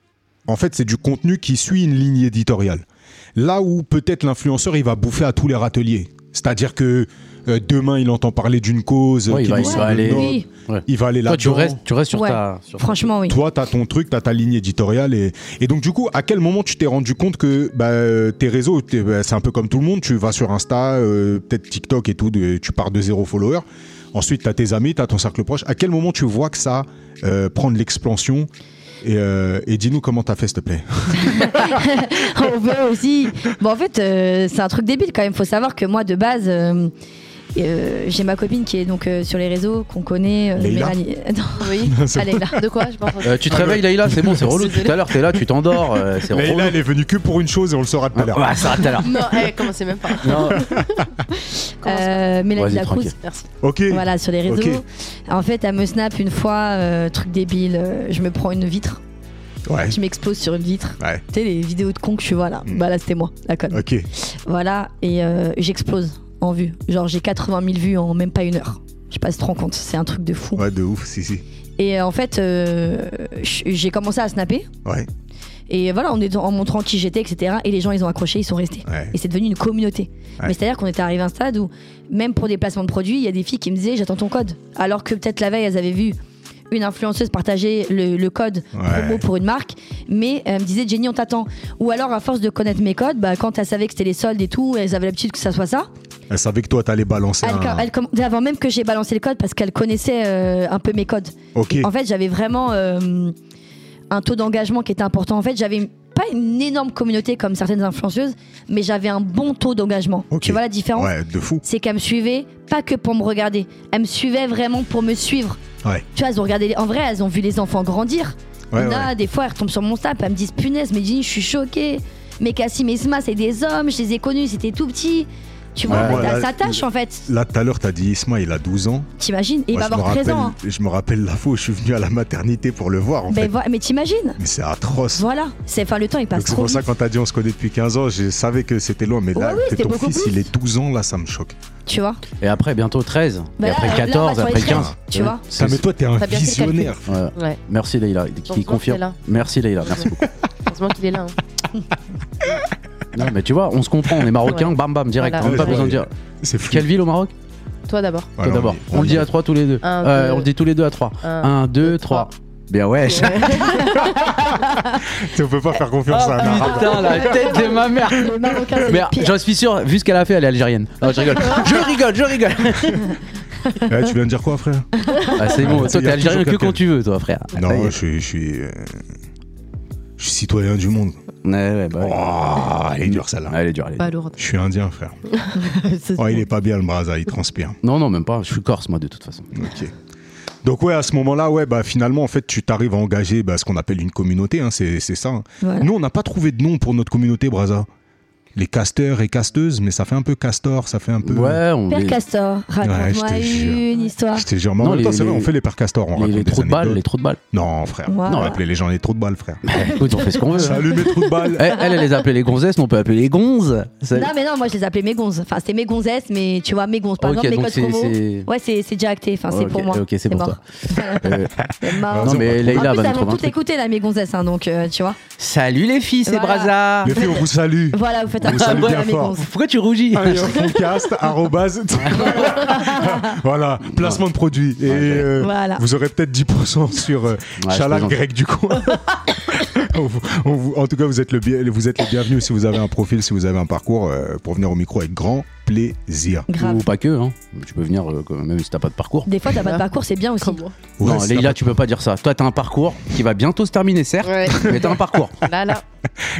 B: en fait, c'est du contenu qui suit une ligne éditoriale. Là où peut-être l'influenceur, il va bouffer à tous les râteliers. C'est-à-dire que euh, demain, il entend parler d'une cause,
C: Ouais, il
B: qu'il
C: va-
B: lui
C: il va
B: semble
C: aller-
B: noble,
D: oui
B: il va aller
C: Toi, tu
B: là-dedans.
C: restes, tu restes sur
D: Ouais.
C: ta. sur ta-
D: franchement oui
B: Toi, t'as ton truc, t'as ta ligne éditoriale. Et, et donc, du coup, à quel moment tu t'es rendu compte que bah, euh, tes réseaux, t'es- bah, c'est un peu comme tout le monde, tu vas sur Insta, euh, peut-être TikTok et tout, de- tu pars de zéro follower. Ensuite, t'as tes amis, t'as ton cercle proche. À quel moment tu vois que ça euh, prend de l'expansion et, euh, et dis-nous comment t'as fait, s'il te plaît.
D: on veut aussi. Bon, en fait, euh, c'est un truc débile quand même. Faut savoir que moi, de base, euh, euh, j'ai ma copine qui est donc euh, sur les réseaux, qu'on connaît. euh,
B: Leïla
D: Mélanie. Non,
E: Oui.
D: elle est là.
E: De quoi Je pense.
C: Euh, tu te réveilles, Leïla, c'est bon, c'est relou. Tout à l'heure, t'es là, tu t'endors, euh, c'est relou.
B: elle est venue que pour une chose et on le saura tout à l'heure.
C: Ouais, ça va, tout à l'heure.
E: Non, eh, commencez même pas.
C: Non,
E: Commence pas.
D: Euh, Mélanie
C: Vas-y,
D: Lacrouse,
C: tranquille.
E: Merci.
B: Ok.
D: voilà, sur les réseaux.
B: Ok.
D: En fait, elle me snap une fois, euh, truc débile, euh, je me prends une vitre,
B: Ouais.
D: je m'expose sur une vitre.
B: Ouais.
D: Tu sais, les vidéos de con que tu vois là.
B: Mm.
D: Bah là, c'était moi, la conne.
B: Ok.
D: Voilà, et euh, j'explose en vue. Genre, j'ai 80 000 vues en même pas une heure. Je sais pas si tu te rends compte, c'est un truc de fou.
B: Ouais, de ouf, si, si.
D: Et euh, en fait, euh, j- j'ai commencé à snapper.
B: Ouais.
D: Et voilà, on est en montrant qui j'étais, etc. Et les gens, ils ont accroché, ils sont restés.
B: Ouais.
D: Et c'est devenu une communauté.
B: Ouais.
D: Mais c'est-à-dire qu'on était arrivé à un stade où, même pour des placements de produits, il y a des filles qui me disaient j'attends ton code. Alors que peut-être la veille, elles avaient vu une influenceuse partageait le, le code
B: Ouais.
D: promo pour une marque, mais elle me disait Jenny, on t'attend. Ou alors, à force de connaître mes codes, bah, quand elle savait que c'était les soldes et tout, elles avaient l'habitude que ça soit ça.
B: Elle savait que toi, t'allais balancer
D: Elle,
B: un...
D: elle commandait avant même que j'ai balancé le code parce qu'elle connaissait euh, un peu mes codes.
B: Ok.
D: En fait, j'avais vraiment euh, un taux d'engagement qui était important. En fait, j'avais une- pas une énorme communauté comme certaines influenceuses, mais j'avais un bon taux d'engagement.
B: Ok.
D: Tu vois la différence
B: Ouais, de fou.
D: C'est qu'elle me suivait pas que pour me regarder, elle me suivait vraiment pour me suivre.
B: Ouais.
D: Tu vois, elles ont regardé. les- En vrai, elles ont vu les enfants grandir.
B: Ouais,
D: Il y en
B: ouais.
D: a, des fois, elles retombent sur mon snap, elles me disent punaise, mais Jenny, je suis choquée. Mais Cassim et Sma, c'est des hommes, je les ai connus, c'était tout petit. Tu vois,
B: Ouais, moi,
D: elles
B: là,
D: s'attachent en fait,
B: Là, tout à l'heure, t'as dit Isma, il a 12 ans.
D: t'imagines Et il
B: Moi,
D: va
B: je me
D: avoir 13 ans. hein.
B: rappelle- Je me rappelle la fois où je suis venu à la maternité pour le voir, en
D: Ben
B: fait.
D: voilà, mais t'imagines
B: Mais c'est atroce.
D: Voilà, c'est enfin le temps il passe
B: Donc c'est
D: trop
B: pour ça
D: vite,
B: quand t'as dit on se connaît depuis 15 ans, je savais que c'était loin, mais là,
D: Ouais, oui,
B: que
D: c'était
B: ton
D: beaucoup
B: fils
D: plus.
B: il est 12 ans, là ça me choque.
D: tu vois.
C: Et après, bientôt 13.
D: Bah
C: et
D: là,
C: après
D: là, on va
C: 14,
D: sur les
C: après
D: 13,
C: 15.
D: Tu vois
C: C'est-
B: Putain, mais toi t'es un
E: T'as bien fait le calcul.
B: visionnaire.
C: Ouais.
E: Ouais.
C: Merci Leïla qui
E: Heureusement qu'il est
C: confirme.
E: là.
C: Merci Leïla, merci beaucoup.
E: Heureusement qu'il est là. hein.
C: non mais tu vois, on se comprend, on est marocains, bam bam direct,
E: Voilà.
C: on n'a pas
B: Ouais.
C: besoin de dire.
B: C'est fou.
C: Quelle ville au Maroc
E: Toi d'abord.
B: Bah
C: Toi d'abord. On, le dit à trois tous les deux.
E: Un,
C: Euh,
E: deux.
C: on le dit tous les deux à trois.
E: Un.
C: 1 2 3. Bien ouais.
B: On peut pas faire confiance
D: Oh,
B: à un arabe.
C: Oh, putain, la tête de ma mère.
E: Les Marocains, c'est
C: Mais
E: les pires.
C: j'en suis sûr, vu ce qu'elle a fait, elle est algérienne. Non, je rigole. Je rigole, je rigole.
B: Eh, tu viens de dire quoi frère
C: Ah, c'est bon,
B: Ouais,
C: toi
B: il y
C: t'es
B: a
C: algérien que
B: toujours
C: quand tu veux, toi frère. Ouais,
B: Non, je suis. Je suis, euh, je suis citoyen du monde.
C: ouais, bah, ouais.
B: Oh, elle est dure celle-là.
C: Ah, elle est dure, elle est dure.
E: Pas lourde.
B: Je suis indien frère.
E: C'est-
B: Oh, il est pas bien le brasa, il transpire.
C: Non, non, même pas. Je suis corse, moi, de toute façon.
B: Ok. Donc ouais, à ce moment-là, ouais, bah finalement, en fait, tu t'arrives à engager bah, ce qu'on appelle une communauté, hein, c'est c'est ça. hein.
D: Voilà.
B: Nous, on n'a pas trouvé de nom pour notre communauté, Braza. Les casteurs et casteuses, mais ça fait un peu castor, ça fait un peu...
C: Ouais, on
D: Père
C: les,
D: Castor, raconte-moi
B: Ouais, je te jure.
D: une histoire.
B: Je te jure, mais en
C: Non,
B: même
C: les-
B: temps, c'est vrai,
C: les-
B: on fait les pères castors, on
C: les-
B: raconte
C: les
B: des
C: trous de balles, les
B: anecdotes.
C: trous de balles.
B: Non, frère,
D: Wow.
B: on va appeler les gens les trous de balles, frère.
C: Écoute, on fait ce qu'on veut. hein.
B: Salut mes trous de balles
C: Elle, elle, elle les appelait les gonzesses, mais on peut appeler les gonzes. Ça-
D: Non, mais non, moi je les appelais mes gonzes. Enfin, c'était mes gonzesses, mais tu vois, mes gonzes. Par
C: Ok,
D: exemple,
C: donc
D: les
C: c'est.
D: codes promo.
C: c'est-
D: Ouais, c'est c'est déjà acté. Enfin, c'est
C: Ok,
D: pour moi.
C: Ok, c'est pour
D: mort.
C: toi. Euh,
D: Ah, C'est mort.
B: Non,
C: non,
B: c'est bon.
C: mais
D: En
C: Leïla
D: plus,
C: va nous
D: elles
C: trouver
D: vont
C: un
D: toutes
C: truc.
D: écouter, là, mes gonzesses, hein, donc euh, tu vois.
C: Salut les filles, c'est
D: Voilà.
C: Braza.
B: Les filles, on vous salue
D: Voilà, vous faites un
B: vous
D: petit
B: salue
D: peu
B: bien
D: à mes
B: fort.
D: gonzes.
C: Pourquoi tu rougis
B: Allez, on podcast, arrobase. voilà, placement de produit. Et
C: Ouais, ouais.
B: euh,
D: Voilà.
B: vous aurez peut-être 10% sur euh,
C: Ouais, je
B: Chalak
C: plaisante.
B: grec du coin. On vous- on vous- en tout cas, vous êtes, le, bien- vous êtes les bienvenus si vous avez un profil, si vous avez un parcours, euh, pour venir au micro avec grand plaisir.
D: Grave.
C: Ou pas que, hein. Tu peux venir euh, quand même si t'as pas de parcours.
D: Des fois, t'as pas de parcours, c'est bien aussi.
E: Comme moi.
B: Ouais,
C: non,
B: c'est
C: Leïla, tu peux pas dire ça. Toi, t'as un parcours qui va bientôt se terminer, certes,
E: Ouais.
C: mais t'as un parcours.
E: Là, là.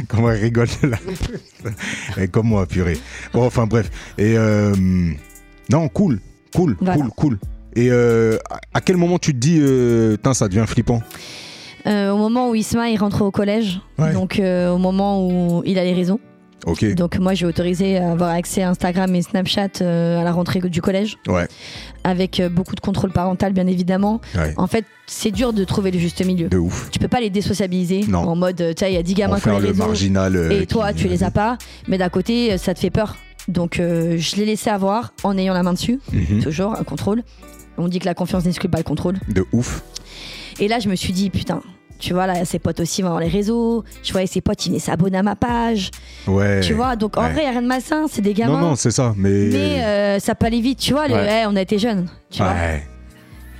B: Comment elle rigole là Et Comme moi, purée. Bon, enfin bref. Et euh, non, cool, cool,
D: Voilà.
B: cool, cool. Et euh, à- à quel moment tu te dis, euh, Tain, ça devient flippant
D: Euh, au moment où Isma il rentre au collège,
B: Ouais.
D: donc euh, au moment où il a les raisons.
B: Ok,
D: Donc moi j'ai autorisé à avoir accès à Instagram et Snapchat euh, à la rentrée du collège,
B: ouais.
D: avec euh, beaucoup de contrôle parental bien évidemment.
B: ouais.
D: En fait c'est dur de trouver le juste milieu.
B: De ouf.
D: Tu peux pas les désociabiliser
B: Non.
D: en mode euh, tu sais il y a 10
B: On
D: gamins qui ont
B: faire
D: les
B: le
D: réseaux
B: marginal. euh,
D: et toi
B: qui-
D: tu les as pas, mais d'un côté euh, ça te fait peur. Donc euh, je l'ai laissé avoir en ayant la main dessus,
B: Mhm.
D: toujours un contrôle. On dit que la confiance n'exclut pas le contrôle.
B: De ouf.
D: Et là, je me suis dit, putain, tu vois, là, ses potes aussi vont dans les réseaux. Je voyais ses potes, ils s'abonnent à ma page.
B: Ouais.
D: Tu vois, donc en
B: Eh, ouais.
D: vrai, y a rien de malsain, c'est des gamins.
B: Non, non, c'est ça, mais.
D: mais euh, ça peut aller vite, tu vois. le-
C: Ouais.
D: hey, on a été jeunes, tu vois.
B: Ouais,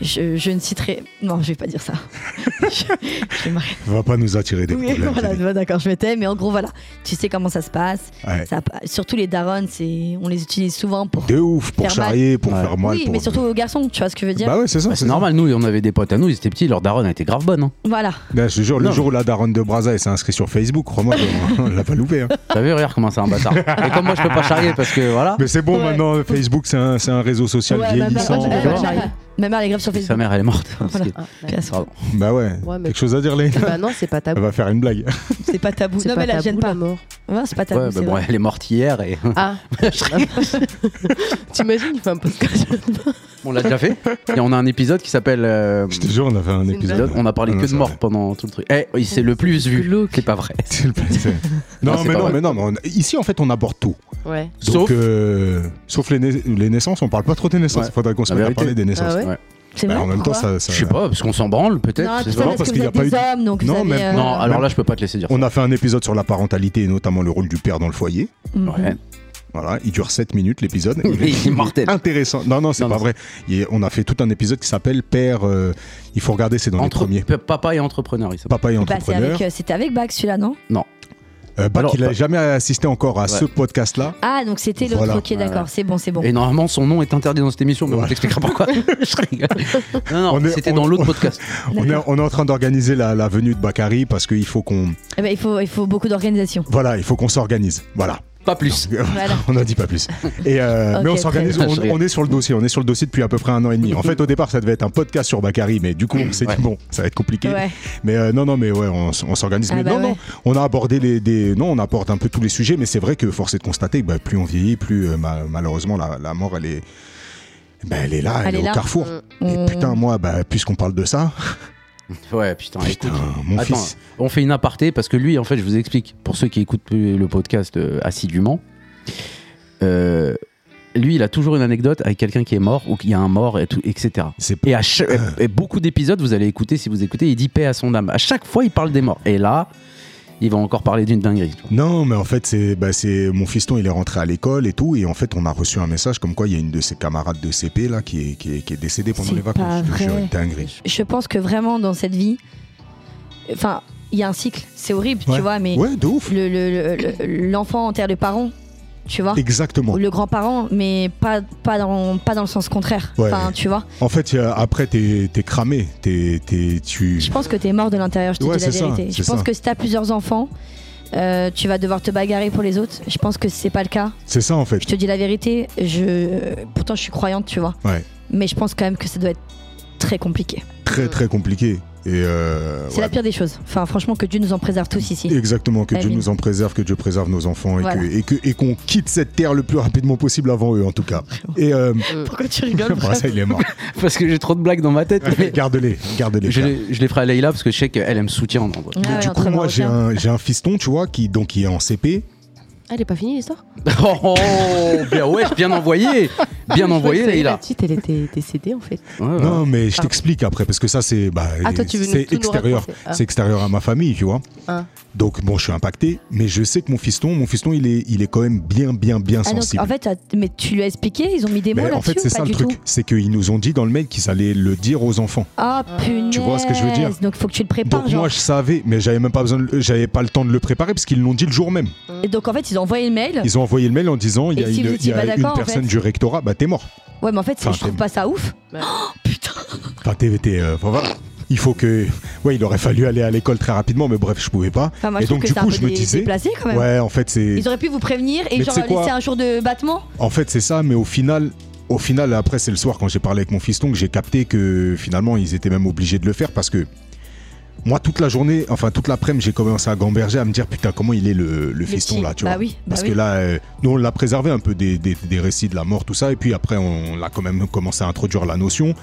D: Je, je ne citerai. Non, je vais pas dire ça. je, je vais m'arrêter.
B: va pas nous attirer des
D: Oui,
B: problèmes.
D: voilà,
B: Kelly.
D: ouais, d'accord, je m'étais. Mais en gros, voilà. Tu sais comment ça se passe.
B: Ouais.
D: Ça, surtout les darons, c'est, on les utilise souvent pour.
B: De ouf, pour
D: Faire mal.
B: charrier, pour
C: Ouais.
B: faire mal.
D: oui,
B: pour-
D: mais surtout aux garçons, tu vois ce que je veux dire.
B: Bah ouais, c'est ça.
C: Bah,
B: c'est
C: c'est
B: ça.
C: normal, nous, on avait des potes à nous, ils étaient petits, leur daronne a été grave bonne. Hein.
D: Voilà.
B: Là, Bah, je te jure, le
C: Non,
B: jour où la daronne de Braza elle s'est inscrite sur Facebook, crois-moi, on on l'a pas loupé. hein.
C: T'as vu, regarde comment c'est un bâtard. Et comme moi, je peux pas charrier parce que voilà.
B: Mais c'est bon,
D: Ouais.
B: maintenant, Facebook, c'est un, c'est un réseau social
D: Ouais, bah, ma, mère,
B: vieillissant.
D: ma,
C: tu vois.
D: mère, ma mère, elle est grave sur
C: Sa
D: Facebook.
C: mère, elle est morte. Parce que-
E: Ah, ouais.
D: Bien sûr.
C: Pardon.
B: bah ouais.
E: Ouais, mais-
B: Quelque chose à dire, Léna
E: Bah non, c'est pas
B: Elle
E: tabou.
B: va faire une blague.
D: C'est pas tabou.
E: C'est
D: Non,
E: pas
D: mais la
E: tabou,
D: gêne
E: la
D: pas.
E: mort.
D: Ouais, c'est pas tabou.
C: Ouais, bah
D: c'est
C: bon,
D: vrai.
C: elle est morte hier et
E: Ah. T'imagines, il fait un podcast.
C: on l'a déjà fait. Et on a un épisode qui s'appelle. euh,
B: Je te jure, on a fait un
E: C'est une
B: épisode.
C: épisode, on a parlé
B: Ah non,
C: que de
B: c'est
C: mort
B: vrai.
C: pendant tout le truc. Eh, il s'est le plus vu.
E: Glauque.
C: C'est pas vrai.
B: C'est le passé.
C: Non,
B: Non,
C: c'est
B: mais
C: pas
B: non,
C: vrai.
B: mais non, mais on- ici, en fait, on aborde tout.
E: Ouais.
B: Sauf,
C: Sauf-
B: euh, sauf les, nais- les naissances, on parle pas trop des naissances.
C: Ouais.
B: Il faudrait qu'on se
C: La
B: mette à
C: vérité.
B: parler des naissances.
E: Ah ouais
D: C'est
B: Bah,
D: vrai,
B: en même temps,
D: pourquoi
B: ça. ça-
C: Je sais pas, parce qu'on s'en branle peut-être.
D: Non,
C: je
D: tout
C: sais
D: ça parce
C: pas.
D: que
B: parce
D: vous
B: qu'il y a
D: êtes
B: pas
D: des
B: eu de-
D: hommes, donc vous
B: Non,
D: avez.
B: même-
D: euh,
C: Non, ah, alors là, je peux pas te laisser dire ça.
B: On a fait un épisode sur la parentalité et notamment le rôle du père dans le foyer.
D: mhm.
C: Ouais.
B: Voilà, il dure 7 minutes l'épisode.
C: Il est immortel.
B: Intéressant. Non, non, c'est
C: Non,
B: pas
C: non.
B: vrai. Il est- on a fait tout un épisode qui s'appelle Père. euh, il faut regarder, c'est dans
C: Entre-
B: les premiers.
C: p- Papa et entrepreneur, il s'appelle.
B: Papa et
D: Bah, c'est
B: entrepreneur.
D: avec, euh, c'était avec Bach celui-là, non
B: Euh, Bach,
C: Alors, bah-
B: il n'a
C: pa-
B: jamais assisté encore à ce podcast-là.
D: Ah, donc c'était l'autre.
B: Voilà.
D: Ok, d'accord, c'est bon, c'est bon.
C: Et normalement, son nom est interdit dans cette émission, mais on
B: Voilà.
C: t'expliquera pourquoi. Je rigole. Non,
B: On
C: non,
B: est-
C: c'était
B: on-
C: dans l'autre
B: on-
C: podcast.
B: On est, on est en train d'organiser la, la venue de Bakary parce qu'il faut qu'on
D: Eh ben, il, faut, il faut beaucoup d'organisation.
B: voilà, il faut qu'on s'organise. Voilà.
C: Pas plus.
D: Voilà.
B: On n'en dit pas plus. Et euh,
D: Ok,
B: mais on
D: très
B: s'organise,
C: bien.
B: on, on est sur le dossier, on est sur le dossier depuis à peu près un an et demi. En fait, au départ, ça devait être un podcast sur Bakary, mais du coup, on s'est
C: Ouais.
B: dit bon, ça va être compliqué.
D: Ouais.
B: Mais euh, non, non, mais ouais, on, s- on s'organise.
D: Ah
B: mais
D: bah
B: non, non,
D: ouais.
B: on a abordé les, des, non, on aborde un peu tous les sujets, mais c'est vrai que force est de constater que bah, plus on vieillit, plus euh, ma- malheureusement la, la mort, elle est, bah, elle est là, elle,
D: Elle
B: est,
D: est là. Mm. Ah,
B: au carrefour. Et
D: On-
B: putain, moi, bah, puisqu'on parle de ça,
C: Ouais, putain,
B: putain,
C: écoute.
B: mon
C: Attends,
B: fils.
C: on fait une aparté parce que lui, en fait, je vous explique, pour ceux qui écoutent le podcast euh, assidûment, euh, lui, il a toujours une anecdote avec quelqu'un qui est mort ou qu'il y a un mort, et tout, etc.
B: C'est
C: Et à chaque- et beaucoup d'épisodes, vous allez écouter, si vous écoutez, il dit paix à son âme. À chaque fois, il parle des morts. Et là, il va encore parler d'une dinguerie. tu vois.
B: Non, mais en fait, c'est bah, c'est- mon fiston, il est rentré à l'école et tout. Et en fait, on a reçu un message comme quoi il y a une de ses camarades de CP là, qui, est, qui, est, qui est décédée pendant
D: C'est
B: les
D: pas
B: vacances. Je te jure,
D: vrai.
B: une dinguerie.
D: Je pense que vraiment dans cette vie, enfin, il y a un cycle. C'est horrible,
B: Ouais.
D: tu vois, mais
B: Ouais, de ouf.
D: le- le- le- le- l'enfant enterre le parent, tu vois,
B: Exactement.
D: ou le grand-parent, mais pas, pas, dans, pas dans le sens contraire.
B: Ouais.
D: Enfin, tu vois,
B: En fait, euh, après, t'es es cramé. T'es- t'es- tu...
D: je pense que t'es mort de l'intérieur, je te
B: Ouais,
D: dis la
B: c'est ça,
D: vérité.
B: c'est
D: je pense
B: ça.
D: que si t'as plusieurs enfants, euh, tu vas devoir te bagarrer pour les autres. Je pense que c'est pas le cas.
B: C'est ça, en fait.
D: Je te dis la vérité, je... pourtant je suis croyante, tu vois.
B: Ouais.
D: Mais je pense quand même que ça doit être très compliqué.
B: Très, très compliqué. Et euh,
D: C'est
B: ouais,
D: la pire des choses. Enfin, franchement, que Dieu nous en préserve tous ici.
B: Exactement, que
D: La
B: Dieu
D: vie.
B: nous en préserve, que Dieu préserve nos enfants et
D: Voilà.
B: que- et que- et qu'on quitte cette terre le plus rapidement possible avant eux, en tout cas. Et euh,
D: Pourquoi tu rigoles
B: bon, ça, il est mort.
C: Parce que j'ai trop de blagues dans ma tête. mais
B: Garde-les, garde-les.
C: je,
B: frère.
C: les, je les ferai à Leïla parce que je sais qu'elle, elle me soutient. en vrai.
D: Ah,
B: Donc, du coup, moi, j'ai un, j'ai un fiston, tu vois, qui, donc, qui est en CP.
E: Ah, elle est pas finie l'histoire
C: Oh, oh, bien, ouais, bien envoyé. Bien envoyé,
E: La
C: Leïla.
E: petite, elle était décédée en fait.
C: Ouais, ouais.
B: Non, mais
D: Ah.
B: je t'explique après, parce que ça, c'est bah,
E: Ah, toi, tu veux nous-
B: c'est
E: tout nous
B: extérieur.
E: raconter. Ah.
B: C'est extérieur à ma famille, tu vois.
E: Ah.
B: Donc, bon, je suis impacté, mais je sais que mon fiston, mon fiston, il est, il est quand même bien, bien, bien
D: Ah,
B: sensible.
D: en fait, t'as- mais tu lui as expliqué, ils ont mis des mots
B: mais en
D: là-dessus.
B: fait, c'est
D: ou pas
B: ça le
D: du
B: truc,
D: tout
B: c'est qu'ils nous ont dit dans le mail qu'ils allaient le dire aux enfants.
D: Ah, punaise.
B: Tu vois ce que je veux dire
D: Donc, faut que tu le prépares.
B: Donc
D: genre.
B: moi, je savais, mais j'avais même pas besoin, de- j'avais pas le temps de le préparer parce qu'ils l'ont dit le jour même.
D: Et donc, en fait, ils ont envoyé le mail.
B: Ils ont envoyé le mail en disant il y
D: Ah. Et
B: a
D: si vous
B: une, il
D: étiez
B: y a
D: pas
B: une
D: d'accord, en
B: personne
D: fait
B: du rectorat, bah t'es mort.
D: Ouais, mais en fait,
B: Enfin,
D: je trouve
B: t'es-
D: pas ça ouf.
E: Ouais.
D: Oh, putain.
B: Enfin, t'es, t'es, euh, enfin, voilà. Il faut que. Ouais, il aurait fallu aller à l'école très rapidement, mais bref, je pouvais pas.
D: Enfin, moi,
B: Et
D: je trouve
B: donc,
D: que
B: du
D: c'est un
B: coup,
D: peu
B: je me
D: dé-
B: disais-
D: déplacé quand même.
B: Ouais, en fait, c'est.
D: Ils auraient pu vous prévenir et
B: Mais
D: genre
B: tu sais quoi
D: laisser un jour de battement.
B: En fait, c'est ça, mais au final. Au final, après, c'est le soir quand j'ai parlé avec mon fiston que j'ai capté que finalement, ils étaient même obligés de le faire parce que. Moi, toute la journée, enfin toute l'après-midi, j'ai commencé à gamberger, à me dire putain, comment il est le, le fiston
D: petit.
B: là, tu
D: Bah
B: vois.
D: oui, bah
B: Parce
D: oui.
B: que là, euh, nous, on l'a préservé un peu des, des- des récits de la mort, tout ça. Et puis après, on l'a quand même commencé à introduire la notion.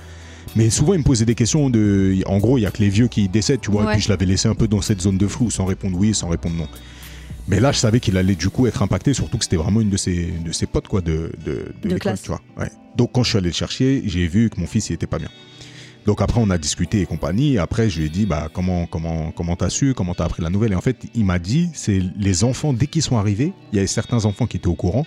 B: Mais souvent, il me posait des questions de. En gros, il n'y a que les vieux qui décèdent, tu vois. Et
D: Ouais.
B: puis, je l'avais laissé un peu dans cette zone de flou, sans répondre oui, sans répondre non. Mais là, je savais qu'il allait du coup être impacté, surtout que c'était vraiment une de ses, une de ses potes, quoi, de, de, de l'école,
D: classe.
B: tu vois. Ouais. Donc, quand je suis allé le chercher, j'ai vu que mon fils, il était pas bien. Donc après, on a discuté et compagnie. Après, je lui ai dit, bah, comment comment comment t'as su, comment t'as appris la nouvelle. Et en fait, il m'a dit, c'est les enfants dès qu'ils sont arrivés, il y avait certains enfants qui étaient au courant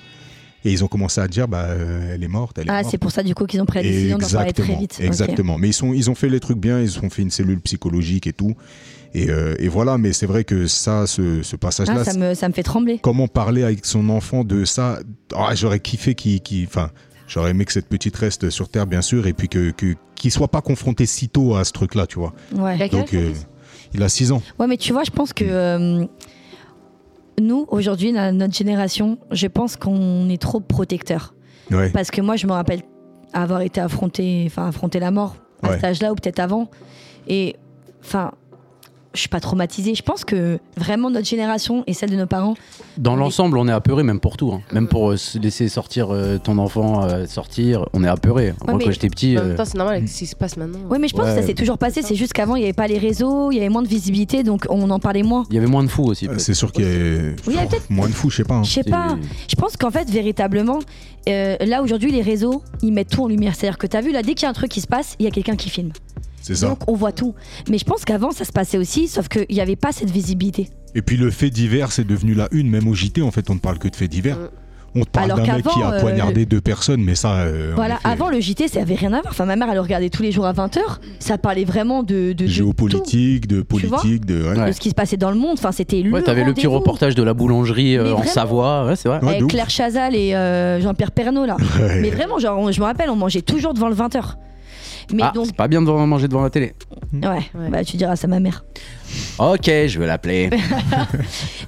B: et ils ont commencé à dire, bah, euh, elle est morte, elle est
D: Ah,
B: morte.
D: c'est pour ça du coup qu'ils ont pris la décision d'en parler très
B: Exactement,
D: vite. Ok.
B: exactement. Mais ils sont ils ont fait les trucs bien, ils ont fait une cellule psychologique et tout. Et, euh, et voilà, mais c'est vrai que ça, ce, ce
D: Ah,
B: passage-là,
D: ça, me, ça me fait trembler.
B: comment parler avec son enfant de ça Ah, J'aurais kiffé qu'il. qu'il- Enfin, j'aurais aimé que cette petite reste sur Terre, bien sûr, et puis que, que, qu'il soit pas confronté si tôt à ce truc-là, tu vois.
D: Ouais.
E: Laquelle,
B: Donc, euh, il a 6 ans.
D: Ouais, mais tu vois, je pense que euh, nous, aujourd'hui, na- notre génération, je pense qu'on est trop protecteur.
B: Ouais.
D: Parce que moi, je me rappelle avoir été affronté, enfin, affronter la mort à
B: Ouais.
D: cet âge-là ou peut-être avant. Et enfin, je suis pas traumatisée. Je pense que vraiment notre génération et celle de nos parents,
C: Dans l'ensemble, on est apeuré, même pour tout. hein. Même pour euh, se laisser sortir euh, ton enfant, euh, sortir, on est apeuré. Moi,
D: mais-
C: quand j'étais petit.
E: En
C: euh,
E: même temps, c'est normal avec ce qui se passe maintenant. hein.
D: ouais, mais je pense
C: Ouais.
D: que ça s'est toujours passé. C'est juste qu'avant, il n'y avait pas les réseaux, il y avait moins de visibilité, donc on en parlait moins.
C: Il y avait moins de fous aussi.
B: Euh, C'est sûr qu'il y a
D: Bah, Oui, il y a
B: Oh,
D: peut-être-
B: moins de fou, je sais pas. hein.
D: Je sais
C: C'est-
D: pas. Je pense qu'en fait, véritablement, euh, là aujourd'hui, les réseaux, ils mettent tout en lumière. C'est-à-dire que t'as vu, là, dès qu'il y a un truc qui se passe, il y a quelqu'un qui filme.
B: C'est ça.
D: Donc on voit tout. Mais je pense qu'avant, ça se passait aussi, sauf qu'il n'y avait pas cette visibilité.
B: Et puis le fait divers, c'est devenu la une, même au JT, en fait, on ne parle que de faits divers.
E: Mm.
B: On te parle
D: Alors
B: d'un mec qui
D: qu'avant,
B: a
D: euh,
B: poignardé deux personnes, mais ça. euh, en
D: Voilà,
B: effet,
D: avant le JT, ça avait rien à voir. Enfin, ma mère, elle le regardait tous les jours à 20h. Ça parlait vraiment de, de, de
B: Géopolitique, de
D: Tu vois
B: politique, de. ouais.
D: tout,
C: Ouais.
D: de ce qui se passait dans le monde. Enfin, c'était
C: Ouais, t'avais le petit
D: rendez-vous
C: reportage de la boulangerie euh,
D: Mais
C: en
D: vraiment.
C: Savoie, ouais, c'est vrai.
B: Ouais, de
D: Avec
B: ouf.
D: Claire Chazal et euh, Jean-Pierre Pernaud, là.
B: Ouais.
D: Mais vraiment, genre, on- je me rappelle, on mangeait toujours devant le 20h. Mais
C: Ah,
D: donc,
C: c'est pas bien de manger devant la télé.
D: ouais,
E: Ouais.
D: Bah, tu diras ça à ma mère.
C: Ok, je vais l'appeler.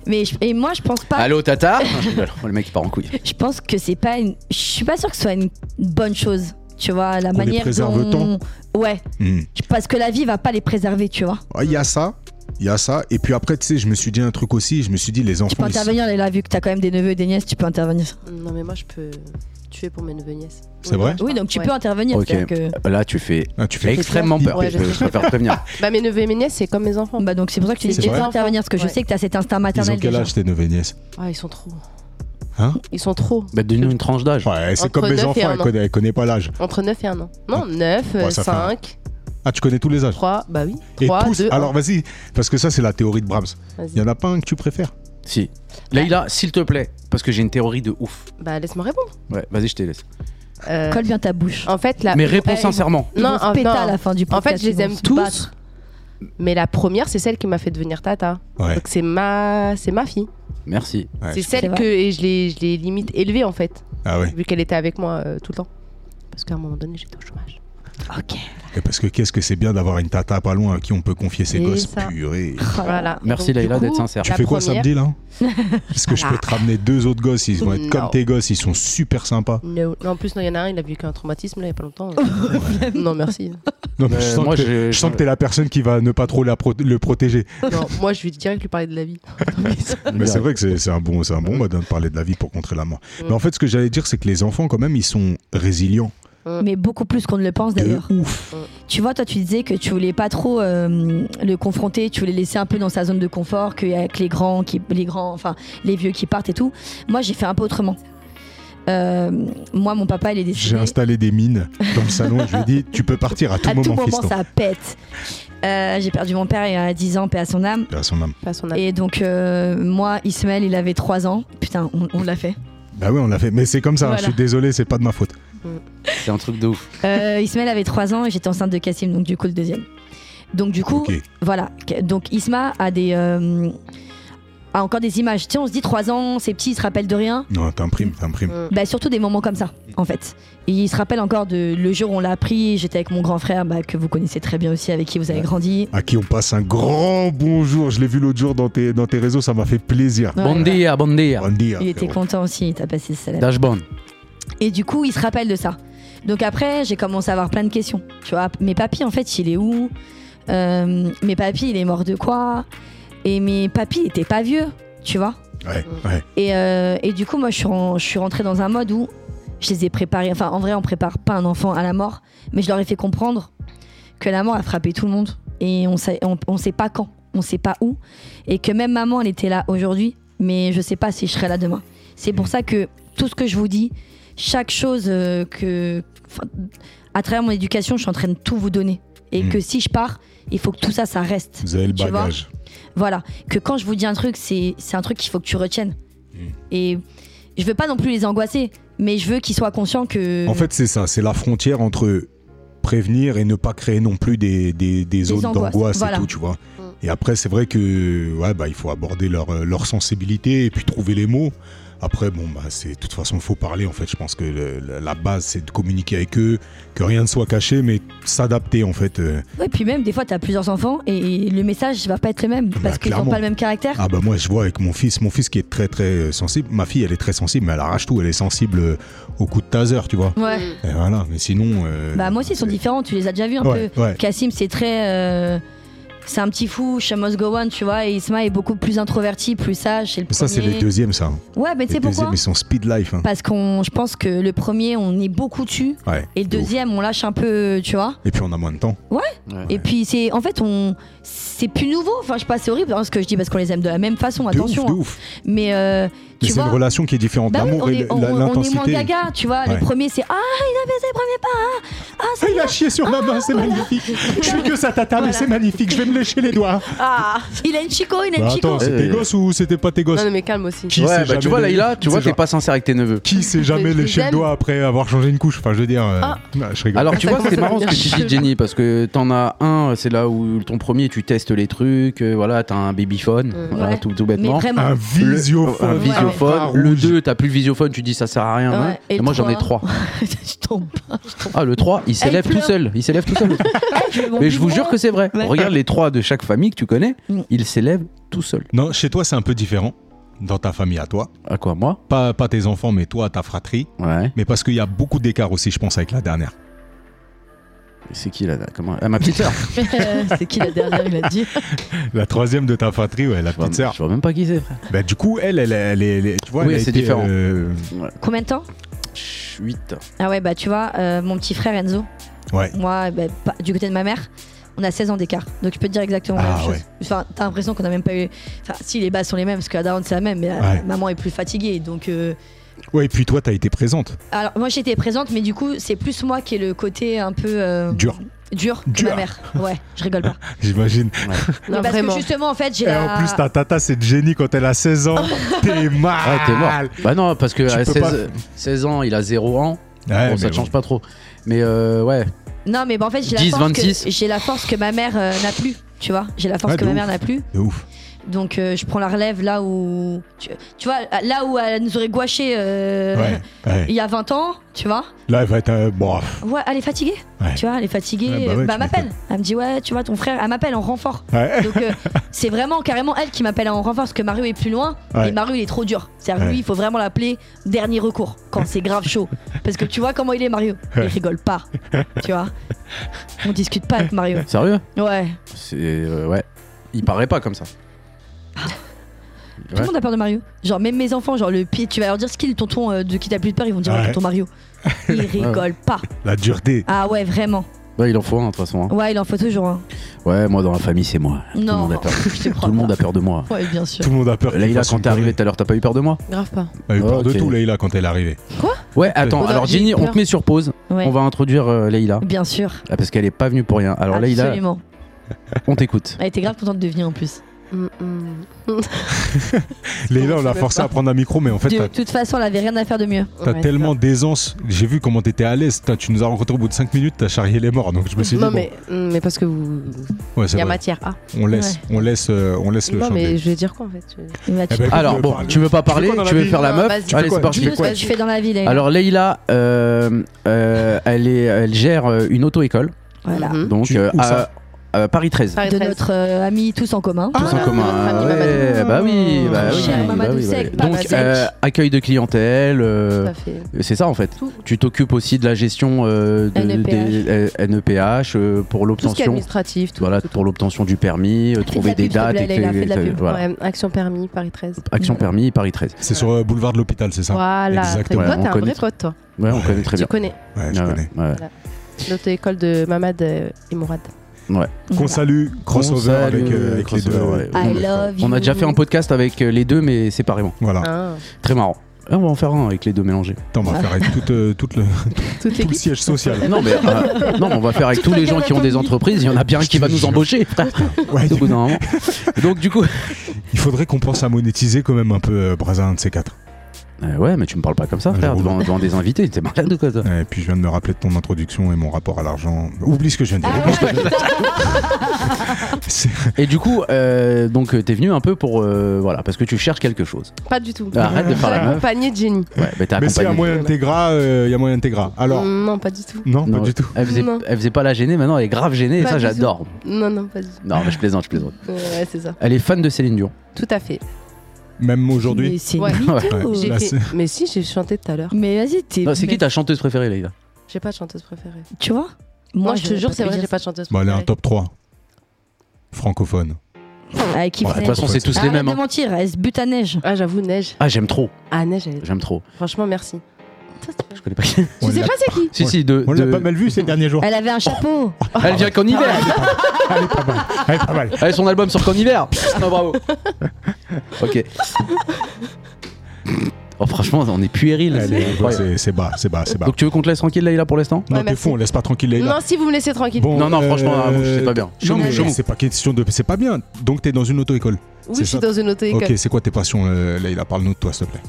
D: Mais je- et moi, je pense pas.
C: Allô, tata Je rigole. Oh, Le mec, il part en couille.
D: Je pense que c'est pas une. Je suis pas sûre que ce soit une bonne chose. Tu vois, la
B: Qu'on les
D: manière
B: préserve
D: dont. Ouais,
B: Hmm.
D: je- parce que la vie va pas les préserver, tu vois.
B: Ah, Il y a ça, il y a ça. Et puis après, tu sais, je me suis dit un truc aussi. Je me suis dit, les
D: Tu peux
B: enfants. ils-
D: intervenir, là, vu que t'as quand même des neveux et des nièces, tu peux intervenir.
E: Non, mais moi, je peux tuer pour mes neveux nièces.
B: C'est vrai
D: Oui, donc tu
E: Ouais.
D: peux intervenir.
C: Ok.
D: c'est-à-dire
C: Là, tu fais
B: Ah, tu fais.
C: extrêmement peur.
E: Ouais,
C: je,
E: je
C: je préfère prévenir.
E: Bah, mes neveux et mes nièces, c'est comme mes enfants.
D: que... bah, donc c'est pour ça que tu dis
E: C'est
D: que tu peux
B: vrai
D: intervenir, parce que je
E: Ouais.
D: sais que t'as cet instinct
B: Ils ont
D: maternel.
B: quel
D: déjà.
B: âge tes neveux et nièces
E: Ah, ils sont trop.
B: Hein
E: Ils sont trop.
C: Bah, Donne-nous une tranche d'âge.
B: Ouais, c'est
E: Entre
B: comme mes
E: neuf et
B: enfants,
E: un
B: elle
E: an.
B: connaît, elle connaît pas l'âge.
E: Entre 9 et 1 an. Non, 9,
B: Ouais, ça fait un-
E: 5,
B: Ah, tu connais tous les âges
E: 3, bah oui.
B: Et
E: 3,
B: tous.
E: 2,
B: Alors vas-y, parce que ça, c'est la théorie de Brahms.
E: Vas-y.
B: Il y en a pas un que tu préfères
C: Si. Leïla, s'il te plaît, parce que j'ai une théorie de ouf.
E: Bah, laisse-moi répondre.
C: Ouais, vas-y, je te laisse.
E: Euh,
D: Colle bien ta bouche.
E: En fait, la.
C: Mais réponds
E: Eh,
C: sincèrement.
D: Ils
E: Non,
D: vont se
E: en-
D: péter
E: non.
D: à la fin du
E: En
D: podcast.
E: fait, je les
D: ils vont
E: aime
D: se
E: tous.
D: battre.
E: Mais la première, c'est celle qui m'a fait devenir tata.
B: Ouais.
E: Donc, c'est ma... c'est ma fille.
C: Merci.
B: Ouais,
E: c'est
B: je-
D: C'est
E: celle
D: vrai.
E: que. Et je l'ai je l'ai limite élevée, en fait.
B: Ah ouais.
E: Vu qu'elle était avec moi euh, tout le temps. Parce qu'à un moment donné, j'étais au chômage.
D: Ok.
B: Et parce que qu'est-ce que c'est bien d'avoir une tata pas loin à qui on peut confier ses
E: Et
B: gosses.
E: ça.
B: Purée.
E: Voilà.
C: Merci
E: Donc, du
C: Leïla
E: coup,
C: d'être sincère.
B: Tu
E: La
B: fais quoi
E: première.
B: samedi là hein Parce que je peux te ramener deux autres gosses, ils vont être comme
E: Non.
B: tes gosses, ils sont super sympas.
E: No. Non, en plus, non, il y en a un, il a vu qu'un traumatisme là, il n'y a pas longtemps. non, merci.
B: Non, mais
C: Euh,
B: je sens
C: moi,
B: que
C: je-
B: t'es- je sens
C: je-
B: que t'es la personne qui va ne pas trop la pro- le protéger.
E: Non, moi, je lui dis direct lui parler de la vie.
B: Mais c'est vrai que c'est c'est un bon, c'est un bon mode hein, de parler de la vie pour contrer la mort.
E: Mm.
B: Mais en fait, ce que j'allais dire, c'est que les enfants, quand même, ils sont résilients
D: Mais beaucoup plus qu'on ne le pense
B: de
D: d'ailleurs.
B: ouf.
D: Tu vois, toi, tu disais que tu voulais pas trop euh, le confronter, tu voulais laisser un peu dans sa zone de confort, qu'avec les grands, qui, les grands, enfin, les vieux qui partent et tout. Moi, j'ai fait un peu autrement. Euh, moi, mon papa, il est décédé.
B: J'ai installé des mines dans le salon. Je lui ai dit, tu peux partir à tout
D: à
B: moment,
D: tout moment,
B: fiston.
D: ça pète. Euh, j'ai perdu mon père et à 10 ans, paix à son âme.
B: À Bah, son âme.
E: Pas son âme.
D: Et donc, euh, moi, Ismaël, il avait 3 ans. Putain, on, on l'a fait.
B: Bah oui, on l'a fait. Mais c'est comme ça. hein,
D: Voilà.
B: Je suis désolé, c'est pas de ma faute.
C: C'est un truc de ouf.
D: Euh, Ismaël avait 3 ans et j'étais enceinte de Cassim, donc du coup, le deuxième. Donc, du coup,
B: Ok.
D: Voilà. Donc Isma a des euh, a encore des images. Tu sais, on se dit 3 ans, c'est petit, il se rappelle de rien.
B: Non, t'imprimes, t'imprimes.
E: Mm.
D: Bah surtout des moments comme ça, en fait. Et il se rappelle encore de le jour où on l'a appris. J'étais avec mon grand frère, bah, que vous connaissez très bien aussi, avec qui vous avez grandi.
B: À qui on passe un grand bonjour. Je l'ai vu l'autre jour dans tes, dans tes réseaux, ça m'a fait plaisir.
D: Ouais.
C: Bon dia, bon dia.
B: Bon dia,
D: Il était
B: frérot.
D: content aussi, il t'a passé le salade.
C: Dashbone.
D: Et du coup, il se rappelle de ça. Donc après, j'ai commencé à avoir plein de questions. Tu vois, mes papis, en fait, il est où Euh, Mes papis, il est mort de quoi Et mes papis, ils étaient pas vieux, tu vois
B: Ouais, ouais.
D: Et, euh, et du coup, moi, je suis, ren- je suis rentrée dans un mode où je les ai préparés. Enfin, en vrai, on prépare pas un enfant à la mort, mais je leur ai fait comprendre que la mort a frappé tout le monde. Et on sait, on, on sait pas quand, on sait pas où. Et que même maman, elle était là aujourd'hui, mais je sais pas si je serai là demain. C'est pour ça que tout ce que je vous dis, chaque chose euh, que. enfin, À travers mon éducation, je suis en train de tout vous donner. Et
B: Mm.
D: que si je pars, il faut que tout ça, ça reste.
B: Vous avez le
D: Tu vois
B: bagage.
D: Voilà, que quand je vous dis un truc, c'est c'est un truc qu'il faut que tu retiennes.
B: Mm.
D: Et je veux pas non plus les angoisser, mais je veux qu'ils soient conscients que.
B: En fait, c'est ça. C'est la frontière entre prévenir et ne pas créer non plus des, des, des zones
D: angoisses,
B: d'angoisse
D: voilà.
B: et tout, tu vois.
E: Mm.
B: Et après, c'est vrai que ouais, bah, il faut aborder leur, euh, leur sensibilité et puis trouver les mots. Après, bon, bah, c'est de toute façon, faut parler. En fait, je pense que le- le- la base, c'est de communiquer avec eux, que rien ne soit caché, mais s'adapter, en fait. euh.
D: Ouais, puis même, des fois, t'as plusieurs enfants et le message va pas être le même parce qu'ils ont
B: Bah, clairement.
D: pas le même caractère.
B: Ah bah moi je vois avec mon fils, mon fils qui est très très euh, sensible, ma fille elle est très sensible, mais elle arrache tout, elle est sensible euh, au coup de taser, tu vois.
D: Ouais.
B: Et voilà, mais sinon... euh,
D: Bah, moi aussi, ils sont
B: c'est-
D: différents, tu les as déjà vus un
B: Ouais,
D: peu.
B: ouais.
D: Cassim, c'est très. euh, C'est un petit fou, Shamos Gowan, tu vois, et Isma est beaucoup plus introverti, plus sage. c'est le
B: Mais ça c'est
D: premier.
B: les deuxièmes ça. hein.
D: Ouais, mais tu
B: Les
D: sais pourquoi
B: deuxièmes ils sont speed life. hein.
D: Parce qu'on, je pense que le premier, on est beaucoup dessus,
B: Ouais,
D: et le
B: de ouf.
D: deuxième, on lâche un peu, tu vois.
B: Et puis on a moins de temps.
D: Et puis c'est en fait on c'est plus nouveau. Enfin je sais pas c'est horrible hein, ce que je dis parce qu'on les aime de la même façon.
B: De
D: attention.
B: ouf, de
D: hein.
B: ouf.
D: Mais euh, Tu
B: Mais c'est une
D: vois
B: relation qui est différente.
D: Bah oui,
B: L'amour
D: on,
B: et
D: est, on-
B: la-
D: on- on est moins
B: l'intensité.
D: gaga, tu vois.
B: Ouais.
D: Les premiers, c'est Ah, il a baisé les premiers pas. Ah, ah,
B: Ah,
D: c'est
B: il a chié sur ma main, c'est magnifique. Je suis que sa tata, mais c'est magnifique. Je vais me lécher les doigts.
E: Ah
D: Il a une chico, il a une
B: Bah,
D: chico.
B: attends, c'était
C: Euh.
B: gosse ou c'était pas tes gosses
E: Non, non, mais calme aussi.
B: Qui
C: ouais,
B: sait
C: bah, tu
B: jamais
C: vois,
B: les-
C: Laïla, tu vois,
B: c'est
C: t'es
B: genre-
C: pas sincère avec tes neveux.
B: Qui s'est jamais
E: Je
B: léché le
E: t'aime.
B: doigt après avoir changé une couche Enfin, je veux dire. euh,
E: Ah.
B: ouais, je rigole.
C: Alors, tu
E: Ça
C: vois, c'est
E: commence à
C: marrant ce que tu
E: devenir
C: dis,
E: chelou.
C: Jenny, parce que t'en as un, c'est là où ton premier, tu testes les trucs, euh, voilà, t'as un babyphone,
E: Euh,
C: voilà,
D: ouais.
C: tout, tout
D: Mais
C: bêtement.
D: vraiment.
B: un visiophone.
C: Un visiophone.
B: Ouais.
C: Le 2, t'as plus le visiophone, tu dis ça sert à rien.
D: Ouais.
C: hein.
D: Et
C: Et moi, j'en ai
D: trois.
C: 3.
D: je tombe.
C: Ah, le 3, il s'élève
D: pleure.
C: tout seul. Il s'élève tout seul. Mais je vous jure que c'est vrai.
D: Ouais.
C: Regarde les 3 de chaque famille que tu connais,
D: Mm.
C: ils s'élèvent tout seul.
B: Non, chez toi, c'est un peu différent. Dans ta famille à toi.
C: À quoi, moi
B: Pas, pas tes enfants, mais toi, ta fratrie.
C: Ouais.
B: Mais parce qu'il y a beaucoup d'écart aussi, je pense, avec la dernière.
C: C'est qui là Comment Ah, ma petite sœur.
D: c'est qui la dernière, il a dit
B: La troisième de ta fratrie, ouais, la
C: Je vois-
B: petite sœur.
C: Je vois même pas qui c'est, frère.
B: Bah, du coup, elle, elle, elle, elle- elle- tu vois,
C: Oui,
B: elle a
C: c'est
B: été,
C: différent.
B: euh,
D: Combien de temps
C: 8.
D: Ah ouais, bah tu vois, euh, mon petit frère Enzo,
B: ouais.
D: moi, bah, pas- du côté de ma mère, on a 16 ans d'écart. Donc je peux te dire exactement la
B: Ah
D: même
B: ouais.
D: chose. Enfin, t'as l'impression qu'on a même pas eu. Enfin, si les bases sont les mêmes, parce que la daronne c'est la même, mais la-
B: Ouais.
D: maman est plus fatiguée. Donc. euh,
B: Ouais, et puis toi, t'as été présente.
D: Alors moi j'étais présente, mais du coup c'est plus moi qui ai le côté un peu euh,
B: Dur.
D: dur que
B: Dur.
D: ma mère. Ouais, je rigole pas.
B: J'imagine.
E: Non,
D: parce
E: vraiment.
D: que justement en fait j'ai
B: Et
D: la.
B: en plus, ta tata, c'est de génie quand elle a 16 ans. T'es mal.
C: Ah, t'es mort. Bah non, parce que
B: Tu
C: à
B: peux
C: 16,
B: pas-
C: 16 ans, il a 0 ans.
B: Ouais,
C: Bon, ça
B: Eh, mais
C: te
B: bon.
C: change pas trop. Mais euh, ouais,
D: Non mais bah, en fait j'ai la
C: 10,
D: force
C: 26.
D: que j'ai la force que ma mère euh, n'a plus. Tu vois, j'ai la force
B: Ouais,
D: que
B: de
D: ma
B: ouf.
D: mère n'a plus.
B: De ouf.
D: Donc euh, je prends la relève là où tu, tu vois là où elle nous aurait gouaché euh,
B: Ouais. ouais.
D: il y a 20 ans, tu vois.
B: Là, elle va être. euh, bon,
D: Ouais, elle est fatiguée.
B: Ouais.
D: Tu vois, elle est fatiguée.
B: Ouais, bah
D: bah,
B: ouais, tu
D: elle m'appelle. Elle me dit ouais, tu vois ton frère, elle m'appelle en renfort.
B: ouais.
D: Donc euh, c'est vraiment carrément elle qui m'appelle en renfort parce que Mario est plus loin
B: Ouais.
D: et Mario il est trop dur. C'est-à-dire
B: Ouais.
D: lui il faut vraiment l'appeler dernier recours quand c'est grave chaud. Parce que tu vois comment il est Mario. Il
B: Ouais.
D: rigole pas. Tu vois. On discute pas avec Mario.
C: sérieux
D: Ouais.
C: C'est euh, ouais, il paraît pas comme ça.
D: Tout
C: Ouais.
D: le monde a peur de Mario. Genre même mes enfants, genre le pire, tu vas leur dire ce qu'il est tonton euh, de qui t'as plus de peur, ils vont dire
B: Ouais.
D: ouais, tonton Mario. Il rigole pas.
B: La dureté.
D: Ah ouais vraiment.
C: Ouais, il en faut un de toute façon. hein.
D: Ouais il en faut toujours un.
C: Ouais, moi dans la famille c'est moi. Tout le
D: Non.
C: monde a peur.
D: Je te crois
C: Tout le monde
D: pas.
C: a peur de moi.
D: Ouais bien sûr.
B: Tout le monde a peur.
C: Leïla, quand t'es arrivée
B: arrivé
C: tout à l'heure, t'as pas eu peur de moi
E: Grave pas.
B: Elle a eu peur de
C: Ok.
B: tout, Leïla, quand elle est arrivée.
C: Ouais, attends.
E: Ouais,
C: alors
E: j'ai eu
C: Jenny, on
E: peur.
C: te met sur pause.
D: Ouais.
C: On va introduire euh, Leïla
D: Bien sûr.
C: Ah, parce qu'elle est pas venue pour rien. Alors Leïla,
D: Absolument.
C: on t'écoute.
D: Elle était grave contente de venir en plus.
E: Mm, mm.
B: Leïla, on
E: Je
B: l'a
E: savais
B: forcée
E: pas.
B: à prendre un micro, mais en fait,
D: De
B: t'as-
D: toute façon, elle avait rien à faire de mieux.
B: t'as
E: Ouais,
B: tellement d'aisance. J'ai vu comment t'étais à l'aise. T'as- Tu nous as rencontrés au bout de 5 minutes, t'as charrié les morts. Donc je me suis dit,
E: Non,
B: bon,
E: mais, mm, mais parce que vous.
B: ouais, c'est
E: Il y a
B: vrai.
E: matière. Ah.
B: on laisse, on laisse, euh, on laisse le
E: Non,
B: champ
E: mais
B: libre.
E: je vais dire quoi en fait je-
D: Et bah, tu-
B: Eh ben, écoute,
C: Alors
B: euh,
C: bon,
B: parle.
C: tu veux pas parler,
B: quoi dans la
C: tu veux
B: vie
C: faire la
E: Non, vas-y.
C: meuf
E: Tu
C: Allez,
B: fais
C: c'est
B: quoi
C: parti.
D: Dis-nous ce que
E: Vas-y.
D: tu fais dans la vie, Leïla.
C: Alors Leïla, euh, euh, elle est, elle gère euh, une auto-école,
D: voilà.
E: Mhm.
C: donc
B: Tu-
C: euh,
B: où
C: à,
B: ça
C: à Paris 13.
E: Pareil,
D: De
E: très-
D: notre euh, ami Tous en commun.
C: Tous en
E: Ah,
C: commun.
E: notre ami
C: ouais,
E: Mamadou.
C: bah oui, bah oui,
D: Cher
C: bah
D: Mamadou
C: oui, bah
D: Sec,
C: oui.
D: Papa
C: Donc
D: Sec.
C: euh, accueil de clientèle, euh,
E: Tout à fait.
C: c'est ça en fait.
E: Tout.
C: Tu t'occupes aussi de la gestion euh, de-
D: NEPH.
C: des euh, NEPH euh, pour
E: E Tout ce qui est
C: l'obtention.
E: administratif, tout.
C: Voilà,
E: tout, tout.
C: pour l'obtention du permis, euh, trouver
D: la pub,
C: des
D: s'il te
C: dates,
D: plaît, Leïla, fais de la
C: etc.
D: pub.
C: Voilà.
E: Ouais, mm. action permis, Paris 13.
C: Action
E: Voilà.
C: permis, Paris 13.
B: C'est sur euh, boulevard de l'hôpital, c'est ça
E: Voilà, très-
B: Exactement.
E: toi,
C: Ouais, on
E: t'es un
C: connaît.
E: vrai pote, toi.
C: Ouais, on
B: Ouais.
C: connaît très
E: Tu
C: bien.
E: connais
B: Ouais, je
C: Ah Ouais,
B: connais.
C: ouais.
E: l'auto-école de Mamad euh, et Mourad.
B: Qu'on
D: Voilà.
B: salue, crossover
C: On salue,
B: avec, euh, avec
C: crossover,
B: les deux.
C: ouais.
D: I love you.
C: On a déjà fait un podcast avec euh, les deux, mais séparément.
B: Voilà,
E: Ah.
C: Très marrant. Ah, on va en faire un avec les deux mélangés.
B: Attends, on va faire avec toute, euh, toute le,
E: Toute
B: tout le
E: l'équipe.
B: siège social.
C: Non, mais euh, non, mais on va faire avec
D: Toute
C: tous les
D: la
C: gens qui ont
D: galaxie.
C: des entreprises. Il y en a bien un qui va nous embaucher. frère,
B: Ouais,
C: au bout d'un moment. Donc du coup,
B: il faudrait qu'on pense à monétiser quand même un peu euh, Brazza, un de ces quatre.
C: Euh, ouais, mais tu me parles pas comme ça,
B: Ah,
C: frère,
B: j'avoue.
C: devant, devant des invités. T'es malade ou quoi toi
B: Et puis je viens de me rappeler de ton introduction et mon rapport à l'argent. Oublie ce que je viens de dire.
D: Ah
B: Oublie
D: ouais,
E: Ah.
B: C'est-
C: Et du coup, euh, donc euh, t'es venu un peu pour euh, voilà parce que tu cherches quelque chose.
E: Pas du tout.
C: Ah, Arrête de faire la meuf.
E: Accompagné de Jenny.
C: Ouais, mais t'es
B: Mais s'il y a
C: accompagné.
B: moyen d'intégrer, euh, il y a moyen d'intégrer. Alors,
E: Mm, Non, pas du tout.
B: non,
C: Non,
B: pas du tout.
C: Elle faisait,
E: Non.
C: elle faisait pas la gêner. Maintenant, elle est grave gênée. Et
E: Pas
C: ça,
E: du tout.
C: j'adore.
E: Non, non, pas du tout.
C: Non, mais je plaisante, je plaisante.
E: Euh, Ouais, c'est ça.
C: Elle est fan de Céline Dion.
E: Tout à fait.
B: Même
D: Mais
B: aujourd'hui.
D: c'est
E: Ouais.
D: mytho.
B: Ouais.
E: J'ai
B: Là,
E: fait-
B: c'est-
E: Mais si, j'ai chanté tout à l'heure.
D: Mais vas-y, t'es.
C: Non, c'est qui
D: mais-
C: ta chanteuse préférée, Leïla
E: J'ai pas de chanteuse préférée.
D: Tu vois
E: Moi, je te
D: vais
E: jure,
D: pas
E: c'est vrai,
D: dire
E: j'ai pas de chanteuse
B: Bah, elle est un
E: préférée.
B: top 3 francophone.
D: ça. Avec qui Ah,
B: Ouais, de
D: Fred
C: De toute façon, c'est tous les
D: Arrête
C: mêmes.
D: de
C: hein.
D: mentir, elle se bute à neige.
E: Ah, j'avoue, Neige.
C: Ah, j'aime trop.
E: Ah, Neige, elle est.
C: J'aime trop.
E: Franchement, merci.
C: Je connais pas.
B: On
E: Je sais
B: l'a-
E: pas c'est qui.
C: si, si, de.
B: On l'a
C: de-
B: pas mal vu ces derniers jours.
D: Elle avait un chapeau.
B: Ah,
C: Elle vient qu'en hiver.
B: Elle est pas mal.
C: Ah.
B: Elle est pas mal.
C: Allez, son album sort qu'en hiver. Non, bravo. Ok. Oh, franchement, on est puéril.
B: Elle
C: c'est
B: est-
C: incroyable.
B: c'est- C'est bas, c'est bas, c'est bas.
C: Donc tu veux qu'on te laisse tranquille Leïla pour l'instant
B: non,
E: Ouais,
B: t'es
E: merci.
B: fou, on laisse pas tranquille les
E: Non, si vous me laissez tranquille.
B: Bon,
C: Non, non,
B: euh,
C: franchement, ah, moi, je sais pas bien. Je
B: non,
E: m'en-
B: mais
E: je m'en-
B: c'est pas question de. C'est pas bien. Donc, t'es dans une auto-école.
E: oui,
B: c'est
E: je suis
B: ça.
E: dans une auto-école.
B: Ok, c'est quoi tes passions, euh, Leïla Parle-nous de toi, s'il te plaît.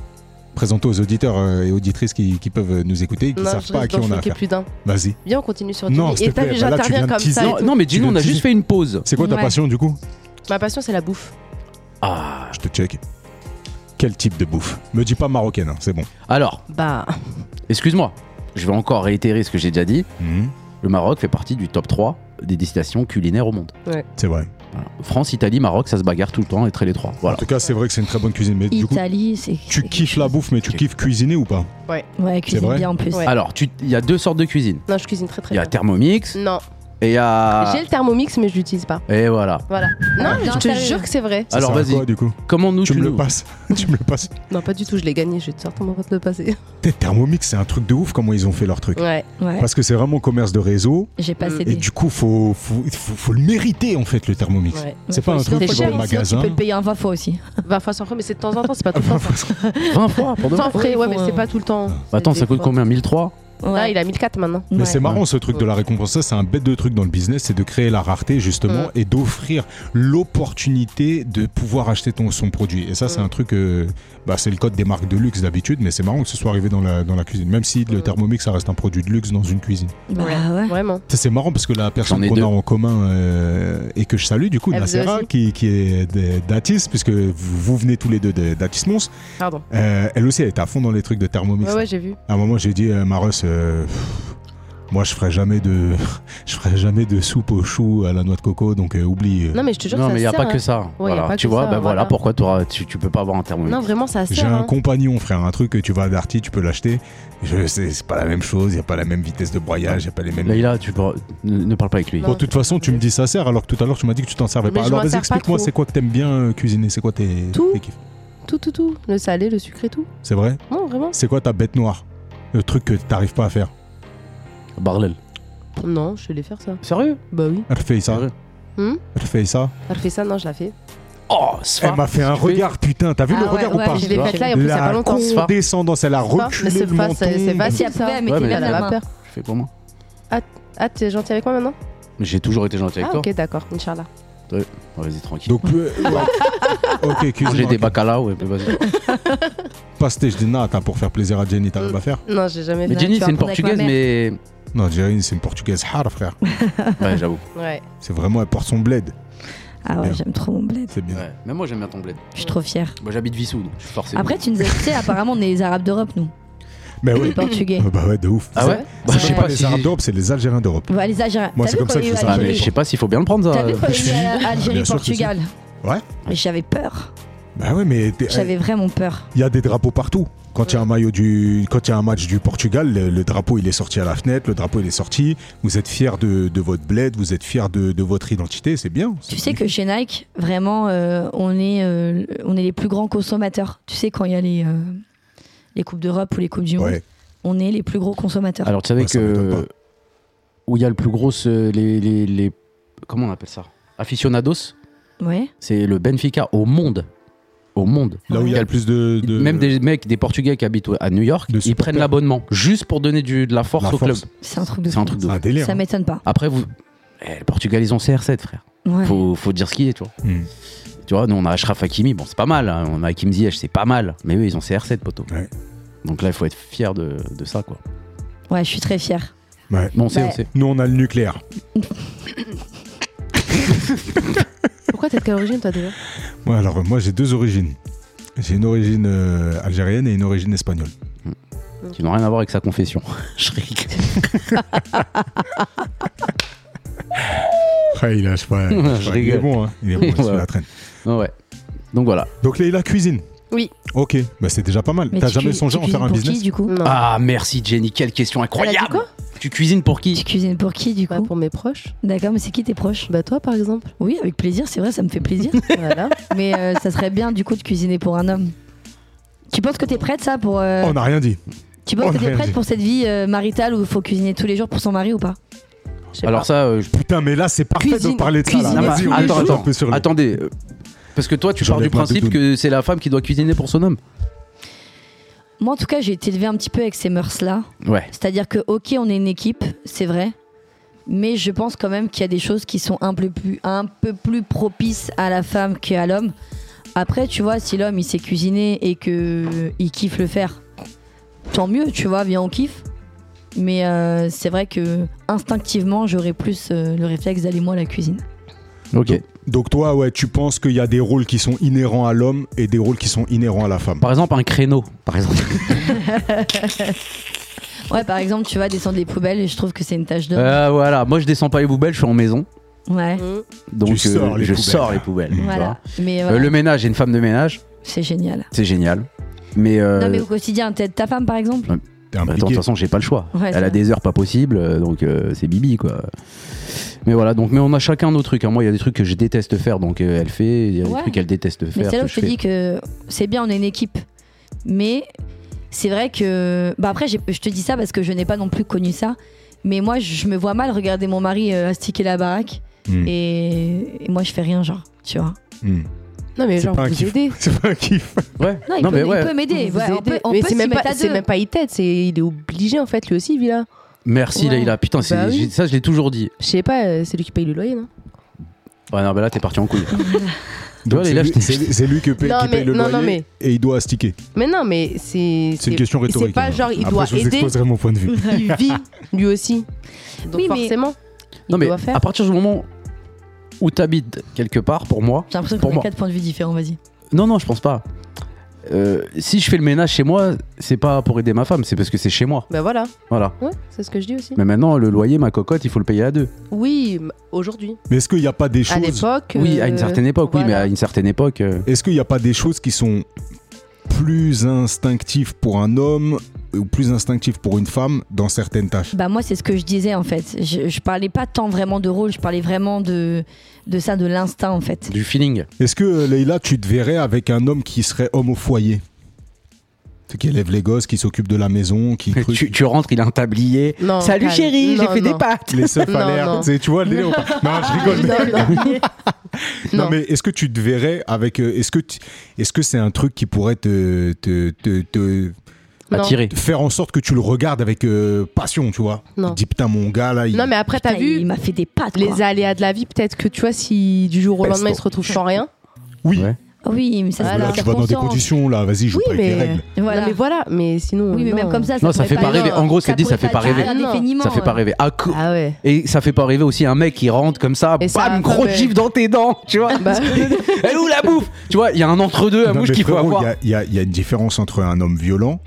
B: Présente aux auditeurs euh, et auditrices qui, qui peuvent nous écouter et qui
E: Non,
B: savent
E: je
B: pas à
E: risque
B: qui
E: d'en
B: on a
E: choquer
B: affaire.
E: plus d'un.
B: Vas-y.
E: Viens, on continue sur
B: Non,
E: Jimmy.
B: s'il
E: Et
B: te
E: t'as
B: plaît,
E: vu,
B: bah là, tu viens
E: j'interviens
B: de
E: comme
B: teaser.
E: ça. et
C: Non,
E: tout.
C: non, mais Gino,
B: Tu
C: on a
B: le dis.
C: juste fait une pause.
B: C'est quoi ta
D: Ouais.
B: passion du coup
E: Ma passion, c'est la bouffe.
C: Ah.
B: Je te check. Quel type de bouffe Me dis pas marocaine, hein, c'est bon.
C: Alors,
E: Bah,
C: excuse-moi, je vais encore réitérer ce que j'ai déjà dit.
B: Mhm,
C: Le Maroc fait partie du top 3 des destinations culinaires au monde.
B: C'est vrai.
C: Voilà. France, Italie, Maroc, ça se bagarre tout le temps et très les trois.
B: En
C: Voilà.
B: tout cas, c'est vrai que c'est une très bonne cuisine. Mais du coup,
D: Italie, c'est.
B: tu kiffes la bouffe, mais tu
C: Ok.
B: kiffes cuisiner ou pas
D: Ouais, cuisine
B: vrai
D: bien en plus.
E: Ouais.
C: Alors, tu- il y a deux sortes de cuisine.
E: non, je cuisine très très
C: Il y a
E: bien. Mm.
C: Thermomix
E: Non,
C: et il y
B: Ah.
C: a.
E: j'ai le Thermomix, mais je l'utilise pas.
C: Et voilà.
E: Voilà. Non,
D: Non,
E: je te
D: sérieux.
E: jure que c'est vrai.
B: Ça
C: Alors,
B: sert à
C: vas-y.
B: quoi, du coup
C: Comment nous
B: Tu me le
C: nous-
B: passes. tu me le passes.
E: Non, pas du tout, je l'ai gagné, je vais te sortir mon pote le passer.
B: T'es Thermomix, c'est un truc de ouf comment ils ont fait leur truc.
E: Ouais.
D: Ouais,
B: Parce que c'est vraiment commerce de réseau.
D: j'ai pas
E: Et
B: Et
D: cédé.
B: du coup, faut, faut, faut, faut le mériter en fait, le Thermomix.
E: ouais.
B: C'est pas un
D: Sinon,
B: truc
D: faut
E: c'est
B: tu vas
E: cher,
B: au
E: sinon
B: magasin.
D: Tu peux le payer un 20 fois aussi.
E: 20 fois sans frais, mais c'est de temps en temps, c'est
B: Ah,
E: pas tout le temps. ça.
C: 20 fois pour demain.
E: Sans frais, ouais, mais
D: Ouais.
E: c'est pas tout le temps.
C: Bah Attends, ça coûte combien 1003
E: Là,
D: Ouais.
E: Ah, il a 1004 maintenant.
B: Mais
D: Ouais.
B: c'est marrant ce truc de la récompense. Ça, c'est un bête de truc dans le business, c'est de créer la rareté justement
E: Mm.
B: et d'offrir l'opportunité de pouvoir acheter ton, son produit. Et ça, c'est
E: Mm.
B: un truc, euh, bah, c'est le code des marques de luxe d'habitude, mais c'est marrant que ce soit arrivé dans la, dans la cuisine. Même si le
E: Mm.
B: Thermomix, ça reste un produit de luxe dans une cuisine.
D: Bah ouais.
E: Vraiment.
B: Ça, C'est marrant parce que la personne
C: ai
B: qu'on
C: deux.
B: a en commun euh, et que je salue du coup,
E: Elle vous a
B: Nacera,
E: aussi
B: qui, qui est de- d'Atis, puisque vous, vous venez tous les deux de- d'Atis Mons,
E: Pardon.
B: euh, elle aussi elle était à fond dans les trucs de Thermomix.
E: Ouais, ouais, j'ai vu.
B: À un moment, j'ai dit à Maros, euh, pff, moi je ferai jamais de, je ferai jamais de soupe au chou à la noix de coco, donc euh, oublie. euh.
E: Non, mais je te jure,
C: Non,
E: ça
C: mais il n'y a
E: sert,
C: pas
E: hein.
C: que ça.
E: Ouais, y a
C: voilà.
E: pas
C: tu
E: que
C: vois,
E: ça,
C: bah voilà
E: voilà.
C: pourquoi t'auras- tu, tu peux pas avoir un Thermomix.
E: Non, vraiment, ça
B: J'ai
E: sert.
B: un
E: hein.
B: compagnon, frère, un truc que tu vas à Darty, tu peux l'acheter. Je sais, c'est pas la même chose, il y a pas la même vitesse de broyage, il y a pas les mêmes.
C: Leïla, tu peux... ne, ne parle pas avec lui.
B: Bon, de toute façon, tu me dis ça sert, alors que tout à l'heure tu m'as dit que tu t'en servais
E: Mais
B: pas.
E: je
B: Alors
E: m'en
B: vas-y,
E: sers pas
B: explique-moi,
E: trop.
B: c'est quoi que t'aimes bien euh, cuisiner C'est quoi tes,
E: Tout.
B: tes kiffs
E: Tout, tout, tout. Le salé, le sucré, tout.
B: C'est vrai
E: Non, vraiment.
B: C'est quoi ta bête noire Le truc que t'arrives pas à faire
C: Barlel.
E: Non, je vais faire ça.
C: Sérieux
E: Bah oui.
B: Refais ça,
C: Sérieux
E: Hmm?
B: refais ça.
E: Elle fait ça, non, je la fais.
C: Oh, ça.
B: Elle m'a fait un
C: tu fais-
B: regard, putain, t'as vu
E: Ah
B: le
E: ouais,
B: regard
D: ouais,
B: ou pas
E: Je l'ai
C: Ah,
E: faite là, et en plus, il y a pas
B: bah, La
E: longtemps.
C: Spa.
B: condescendance, elle a
E: Spa. Mais
B: reculé
E: c'est
B: le
E: pas- c'est- c'est
B: menton.
E: facile.
D: Si
E: C'est
D: elle
E: ça.
D: pouvait, mais
C: Ouais,
D: t'es
C: mais
E: Elle
D: là
C: elle
D: la
E: a pas
D: main.
E: peur.
C: Je fais pour moi.
E: Ah, t'es gentil avec moi maintenant
C: J'ai toujours été gentil avec toi.
E: Ah, ok, d'accord, Inch'Allah.
C: Oh, Vas-y, tranquille.
B: Donc, euh, ouais. ok, cuisine.
C: J'ai des
B: ok.
C: bacalao, ouais, mais vas-y.
B: Pastèche de nata pour faire plaisir à Jenny,
E: Mm.
B: t'arrives à faire
E: Non, j'ai jamais fait.
C: Mais Jenny,
D: tu
C: c'est une
D: vas apprendre avec
C: portugaise,
D: ma
C: mais.
B: Non, Jenny, c'est une portugaise hard, frère.
C: Ouais, j'avoue.
E: Ouais.
B: C'est vraiment, elle porte son bled.
D: Ah ouais, j'aime trop mon bled.
B: C'est bien.
C: Ouais. Même moi, j'aime bien ton bled.
D: Je suis trop fière.
C: Moi, j'habite Vissou, donc je suis forcé.
D: Après, tu nous as tu sais, apparemment, on est les Arabes d'Europe, nous.
B: Mais
D: Les
B: ouais.
D: Portugais.
B: bah ouais, de ouf.
C: Ah ouais Bah, Je
B: C'est
C: sais
B: pas
C: pas
B: les
C: si.
B: Arabes d'Europe, c'est les Algériens d'Europe.
D: Ouais, les Algériens.
B: Moi,
D: T'as
B: c'est
D: vu
B: comme ça
D: quand
B: que
D: il y
B: je
D: a eu
B: fais ça.
C: Ah, mais
D: Algérie
C: je sais pas s'il faut bien le prendre, ça.
D: T'as vu quand il y a eu
B: Bien sûr que si.
D: Algérie-Portugal
B: Ouais.
D: Mais j'avais peur.
B: Bah ouais, mais t'es-
D: J'avais vraiment peur.
B: il y a des drapeaux partout. Quand il y a un maillot du, quand il y a un match du Portugal, le, le drapeau il est sorti à la fenêtre, le drapeau il est sorti. Vous êtes fiers de, de votre bled, vous êtes fiers de, de votre identité, c'est bien.
D: Tu sais que chez Nike, vraiment, euh, on, est, euh, on est les plus grands consommateurs. Tu sais, quand il y a les, euh, les Coupes d'Europe ou les Coupes du Monde,
B: Ouais.
D: on est les plus gros consommateurs.
C: Alors, tu savais
B: Ouais, ça m'étonne
C: que. Où il y a le plus gros. ce- Les, les, les- Comment on appelle ça Aficionados
D: ouais.
C: C'est le Benfica au monde. Au monde.
B: Là où il y a le plus de, de-
C: Même des mecs, des Portugais qui habitent à New York,
B: De
C: ils
B: supporters.
C: prennent l'abonnement juste pour donner du, de la force
B: La
C: au
B: force.
C: club.
D: C'est un truc de
C: C'est un
D: fou.
C: truc de.
B: C'est un
C: fou.
B: délire.
D: Ça
B: hein.
D: m'étonne pas.
C: Après, vous. Eh, le Portugal, ils ont CR7, frère.
D: Ouais.
C: Faut, faut dire ce qu'il est, tu vois.
B: Hmm.
C: Tu vois, nous on a Ashraf Hakimi, bon c'est pas mal, hein. on a Hakim Ziyech, c'est pas mal, mais eux ils ont CR7 poteau.
B: Ouais.
C: Donc là il faut être fier de, de ça quoi.
D: Ouais, je suis très fière.
B: Ouais.
C: Bon on sait,
D: Ouais.
C: on sait.
B: Nous on a le nucléaire.
E: Pourquoi t'es de quelle origine, toi, déjà
B: Ouais, alors euh, moi j'ai deux origines. J'ai une origine euh, algérienne et une origine espagnole.
C: Tu n'as rien à voir avec sa confession. Je rigole.
B: Ouais, Ah, il lâche pas. il lâche
C: Je
B: pas. il est
C: rigole.
B: bon, hein. Il est bon, c'est
C: Ouais.
B: la traîne.
C: Ouais, ouais. Donc voilà.
B: Donc là, il a cuisine.
E: Oui.
B: Ok, bah c'est déjà pas mal.
D: Mais
B: T'as
D: tu
B: jamais
D: cu-
B: songé
D: tu
B: à en faire
D: cuisines
B: un
D: pour
B: business
D: qui, du coup
E: Non.
C: Ah merci Jenny, quelle question
E: Elle a dit
C: incroyable
E: quoi
C: Tu cuisines pour
D: Tu
C: qui
D: cuisines pour qui, du
E: Bah,
D: coup
E: Pour mes proches.
D: D'accord, mais c'est qui tes proches
E: Bah, toi, par exemple.
D: Oui, avec plaisir, c'est vrai, ça me fait plaisir.
E: Voilà.
D: mais euh, ça serait bien, du coup, de cuisiner pour un homme. Tu penses que t'es prête, ça, pour. euh,
B: On n'a rien dit.
D: tu penses
B: on
D: que
B: a
D: t'es prête
B: réagi.
D: pour cette vie euh, maritale où il faut cuisiner tous les jours pour son mari ou pas
E: Je sais
C: Alors
E: pas.
C: ça, euh, je-
B: Putain, mais là, c'est parfait de
E: Cuisine-
B: parler de ça. là.
E: cuisiner
B: Vas-y,
E: tous
B: on
E: les
B: joue
C: attends,
B: un
C: attends,
B: peu sur le-
C: attendez. euh, Parce que toi tu pars
B: J'enlève
C: du
B: ma
C: principe
B: doudoune.
C: que c'est la femme qui doit cuisiner pour son homme.
D: Moi, en tout cas, j'ai été élevée un petit peu avec ces mœurs-là.
C: Ouais.
D: C'est-à-dire que, ok, on est une équipe, c'est vrai. Mais je pense quand même qu'il y a des choses qui sont un peu plus, un peu plus propices à la femme qu'à l'homme. Après, tu vois, si l'homme il sait cuisiner et que il kiffe le faire, tant mieux, tu vois, viens on kiffe. Mais euh, c'est vrai que instinctivement, j'aurais plus euh, le réflexe d'aller moi à la cuisine.
C: Ok.
B: Donc toi, ouais, tu penses qu'il y a des rôles qui sont inhérents à l'homme et des rôles qui sont inhérents à la femme.
C: Par exemple, un créneau. Par exemple.
D: Ouais, par exemple, tu vois, descendre des poubelles et je trouve que c'est une tâche de.
C: Euh, voilà. Moi, je descends pas les poubelles, je suis en maison.
D: Ouais,
E: Mmh.
C: Donc, euh,
B: Tu sors les
C: je
B: poubelles.
C: sors les poubelles. tu vois.
D: voilà. Mais
C: Euh,
D: voilà,
C: le ménage, j'ai une femme de ménage.
D: c'est génial.
C: C'est génial. Mais. euh,
D: Non, mais au quotidien, t'aides ta femme par exemple
B: T'es
C: Bah, attends, de
B: impliqué.
C: toute façon, j'ai pas le choix.
D: Ouais, c'est
C: Elle a
D: vrai.
C: des heures pas possibles, euh, donc euh, c'est Bibi quoi. Mais voilà, donc mais on a chacun nos trucs. hein. Moi, il y a des trucs que je déteste faire, donc euh, elle fait. Il y a des
D: Ouais.
C: trucs qu'elle déteste faire.
D: Mais c'est là
C: que
D: où je te dis que c'est bien, on est une équipe. Mais c'est vrai que. Bah après, j'ai- je te dis ça parce que je n'ai pas non plus connu ça. Mais moi, je me vois mal regarder mon mari euh, astiquer la baraque.
B: Hmm,
D: Et, et moi, je fais rien, genre, tu vois.
B: hmm.
E: Non, mais
B: C'est
E: genre,
B: pas un
E: vous
B: kiff.
E: aidez.
B: C'est pas un kiff.
C: Ouais.
D: Non, il
C: Non,
D: peut,
C: mais
D: il
C: ouais.
D: peut m'aider.
E: Vous
D: Ouais, on
E: aidez.
D: peut, on
E: mais
D: peut
E: c'est
D: s'y
E: même,
D: mettre
E: pas-
D: à
E: c'est
D: deux.
E: même pas il t'aide, c'est- il est obligé en fait lui aussi, Villa.
C: Merci
E: Ouais.
C: Leïla. Putain, c'est-
E: Bah oui.
C: j'ai- ça je l'ai toujours dit.
E: Je sais pas, euh, c'est lui qui paye le loyer, non
C: Ouais, non, bah là t'es parti en couille. Tu vois,
B: Donc, C'est
C: Leïla, je
B: lui,
C: t'ai-
B: c'est- c'est lui qui paye,
E: Non,
B: qui paye
E: mais-
B: le
E: non,
B: loyer
E: non, mais-
B: et il doit astiquer.
E: Mais non, mais c'est.
B: C'est une question rhétorique.
E: C'est pas
B: hein.
E: genre il
B: Après,
E: doit
B: je vous
E: aider,
B: exposerai mon point de vue.
E: il vit lui aussi. Donc
D: Oui, mais-
E: forcément, il
C: Non mais
E: doit faire.
C: à partir du moment où t'habites quelque part, pour moi,
D: J'ai l'impression
C: Pour
D: qu'on a
C: moi.
D: quatre points de vue différents, vas-y.
C: non non, je pense pas. Euh, si je fais le ménage chez moi, c'est pas pour aider ma femme, c'est parce que c'est chez moi.
E: Bah voilà,
C: Voilà.
E: ouais, c'est ce que je dis aussi.
C: Mais maintenant, le loyer, ma cocotte, il faut le payer à deux.
E: Oui, m- aujourd'hui.
B: Mais est-ce qu'il n'y a pas des
E: À
B: choses
E: l'époque.
C: Oui,
E: euh,
C: à une certaine époque, oui, mais
E: voilà.
C: à une certaine époque. euh,
B: Est-ce qu'il n'y a pas des choses qui sont plus instinctives pour un homme ou plus instinctives pour une femme dans certaines tâches
D: Bah moi c'est ce que je disais en fait. Je, je parlais pas tant vraiment de rôle, je parlais vraiment de, de ça, de l'instinct en fait.
C: du feeling.
B: Est-ce que euh, Leïla, tu te verrais avec un homme qui serait homme au foyer C'est qui élève les gosses, qui s'occupe de la maison, qui truc-
C: Tu, tu rentres, il a un tablier.
E: Non,
C: Salut
E: calme.
C: chérie, j'ai
E: Non,
C: fait
E: non.
C: des pâtes.
B: les seufs à
E: Non,
B: l'air.
E: non.
B: Tu sais, Tu vois le délire ou pas Non, je rigole. mais-
E: Non, non.
B: Non,
E: Non.
B: mais est-ce que tu te verrais avec. euh, Est-ce que tu- est-ce que c'est un truc qui pourrait te, te, te- te-
E: Non.
C: Attiré.
B: te faire en sorte que tu le regardes avec euh, passion, tu vois
E: Non.
B: Tu te Dis putain, mon gars là, il.
E: Non, mais après, t'as
D: Putain, Il
E: vu
D: m'a fait des pattes. quoi.
E: les aléas de la vie, peut-être que tu vois, si du jour au
B: Pesto.
E: lendemain il se retrouve sans rien.
B: Oui,
C: Ouais.
D: Ah Oui, mais ça
E: Voilà,
D: c'est
B: là,
D: la
B: tu vas dans des
D: circonstance.
B: conditions là, vas-y, je joue
E: Oui,
B: pas avec
E: mais-
B: les règles.
D: Voilà.
E: Non, mais voilà, mais sinon.
D: Oui, mais
E: non.
D: même comme ça, ça
C: Non, ça
D: pourrait
C: fait pas rêver. En gros, ce
D: ça
C: qu'elle dit, ça
D: pourrait
C: fait pas
D: être
C: rêver.
D: un
E: Non.
D: définiment,
C: Ça fait pas
D: euh.
C: rêver. Ah, co-
E: Ah ouais.
C: Et ça fait pas rêver aussi un mec qui rentre comme ça,
E: Et ça
C: bam,
E: va
C: gros
E: pas,
C: gifle
E: mais-
C: dans tes dents, tu vois.
E: Bah,
C: Elle est où la bouffe Tu vois, il y a un entre-deux à
B: Non,
C: mouche
B: mais
C: qu'il faut
B: frérot,
C: avoir.
B: il y a- Il y, a- il y a une différence entre un homme violent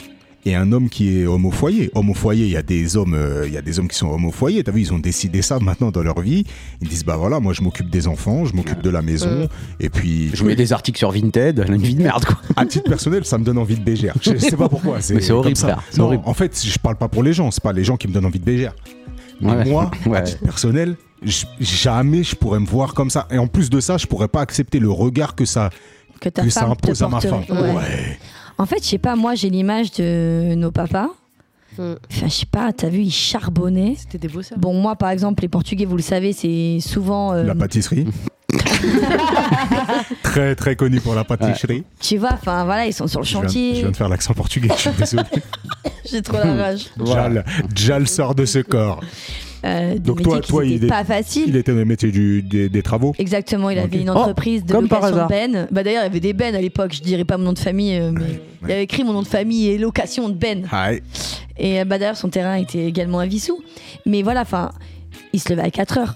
B: et un homme qui est homme au foyer. Homme au foyer, il y a des hommes, euh, il y a des hommes qui sont hommes au foyer. T'as vu, ils ont décidé ça maintenant dans leur vie. Ils disent bah voilà, moi je m'occupe des enfants, je m'occupe de la
D: Euh.
B: maison, et puis
C: Je mets des articles sur Vinted, elle a une vie de merde, quoi.
B: à titre personnel, ça me donne envie de bégère. Je sais pas pourquoi.
C: Mais c'est
B: comme
C: horrible,
B: ça.
C: frère, c'est
B: Non,
C: horrible.
B: En fait, je parle pas pour les gens. C'est pas les gens qui me donnent envie de bégère. Mais
C: Ouais.
B: Moi, à
C: Ouais.
B: titre personnel, j- jamais je pourrais me voir comme ça. Et en plus de ça, je pourrais pas accepter le regard que ça,
D: que ta
B: que ça
D: femme te
B: impose à ma femme.
D: porterait. Ouais. En fait, je sais pas, moi j'ai l'image de nos papas.
E: Mm.
D: Enfin, je sais pas, t'as vu, ils charbonnaient.
E: C'était des beaux sœurs.
D: Bon, moi par exemple, les Portugais, vous le savez, c'est souvent. euh,
B: La pâtisserie. très très connu pour la pâtisserie.
D: tu vois, enfin voilà, ils sont sur le
B: Je, viens, je
D: chantier.
B: viens de faire l'accent portugais, je suis désolé.
D: J'ai trop la rage.
B: Jal, Jal sort de ce corps.
D: Euh, des
B: Donc, toi-
D: métiers qui
B: toi, il
D: étaient
B: est-
D: pas facile.
B: Il était dans le métier du- des, des travaux.
D: Exactement, il avait
B: Ok.
D: une entreprise de
C: Oh, comme par
D: location
C: hasard.
D: de Ben. Bah d'ailleurs, il y avait des Ben à l'époque, je dirais pas mon nom de famille, euh, mais il y avait écrit mon nom de famille et location de Ben.
B: Ah, et-
D: Et euh, bah d'ailleurs, son terrain était également à Vissou. Mais voilà, enfin, il se levait à 4 heures.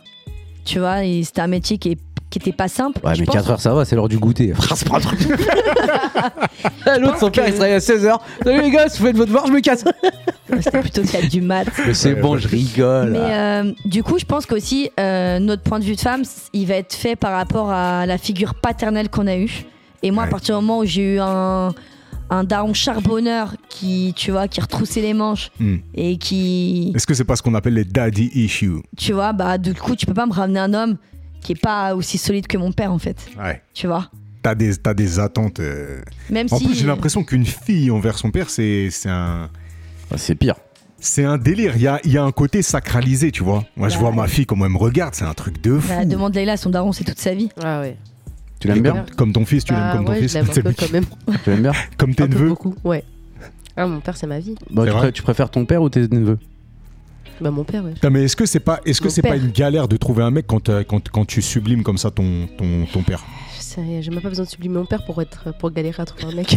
D: Tu vois, et c'était un métier qui, est- qui était pas simple.
C: Ouais,
D: Je
C: mais
D: pense-
C: 4 heures, ça va, c'est l'heure du goûter. Frère, c'est pas un truc. Ah, L'autre, son père, il travaille à 16h. Salut les gars, si vous faites votre devoir, je me casse.
D: C'était plutôt 4 du mat.
C: Mais c'est bon, je
B: Oh
C: rigole.
D: Mais euh, du coup, je pense qu'aussi, euh, notre point de vue de femme, c- il va être fait par rapport à la figure paternelle qu'on a eue. Et moi,
B: Ouais.
D: à partir du moment où j'ai eu un, un daron charbonneur qui, tu vois, qui retroussait les manches
B: Hmm.
D: et qui,
B: Est-ce que c'est pas ce qu'on appelle les daddy issues
D: tu vois, bah, du coup, tu peux pas me ramener un homme qui est pas aussi solide que mon père, en fait.
B: Ouais.
D: Tu vois
B: T'as des, t'as des attentes. euh.
D: Même
B: En
D: si.
B: plus, j'ai l'impression qu'une fille envers son père, c'est c'est un,
C: Bah, c'est pire.
B: c'est un délire. Il y a, il y a un côté sacralisé, tu vois. Moi, je
D: Bah,
B: vois
D: ouais.
B: ma fille comment elle me regarde, c'est un truc de fou.
D: Bah, demande Leïla, à son daron, c'est toute sa vie.
E: Ah ouais.
C: Tu l'aimes
B: Et
C: bien
B: comme, comme ton fils, tu l'aimes
E: Bah
B: comme ton
E: ouais,
B: fils.
E: je l'aime un
B: C'est
E: peu
B: lui
E: quand
B: qui-
E: même.
C: Tu l'aimes bien
B: Comme tes
E: Un peu
B: neveux.
E: beaucoup. Ouais. Ah, mon père, c'est ma vie.
C: Bah,
B: C'est
C: tu,
B: vrai
C: pré- tu préfères ton père ou tes neveux
E: Bah, mon père, ouais.
B: Non, mais est-ce que c'est pas, est-ce que
E: Mon
B: c'est pas
E: père.
B: une galère de trouver un mec quand, euh, quand, quand tu sublimes comme ça ton, ton, ton père
E: C'est- J'ai même pas besoin de sublimer mon père pour, être, pour galérer à trouver un mec.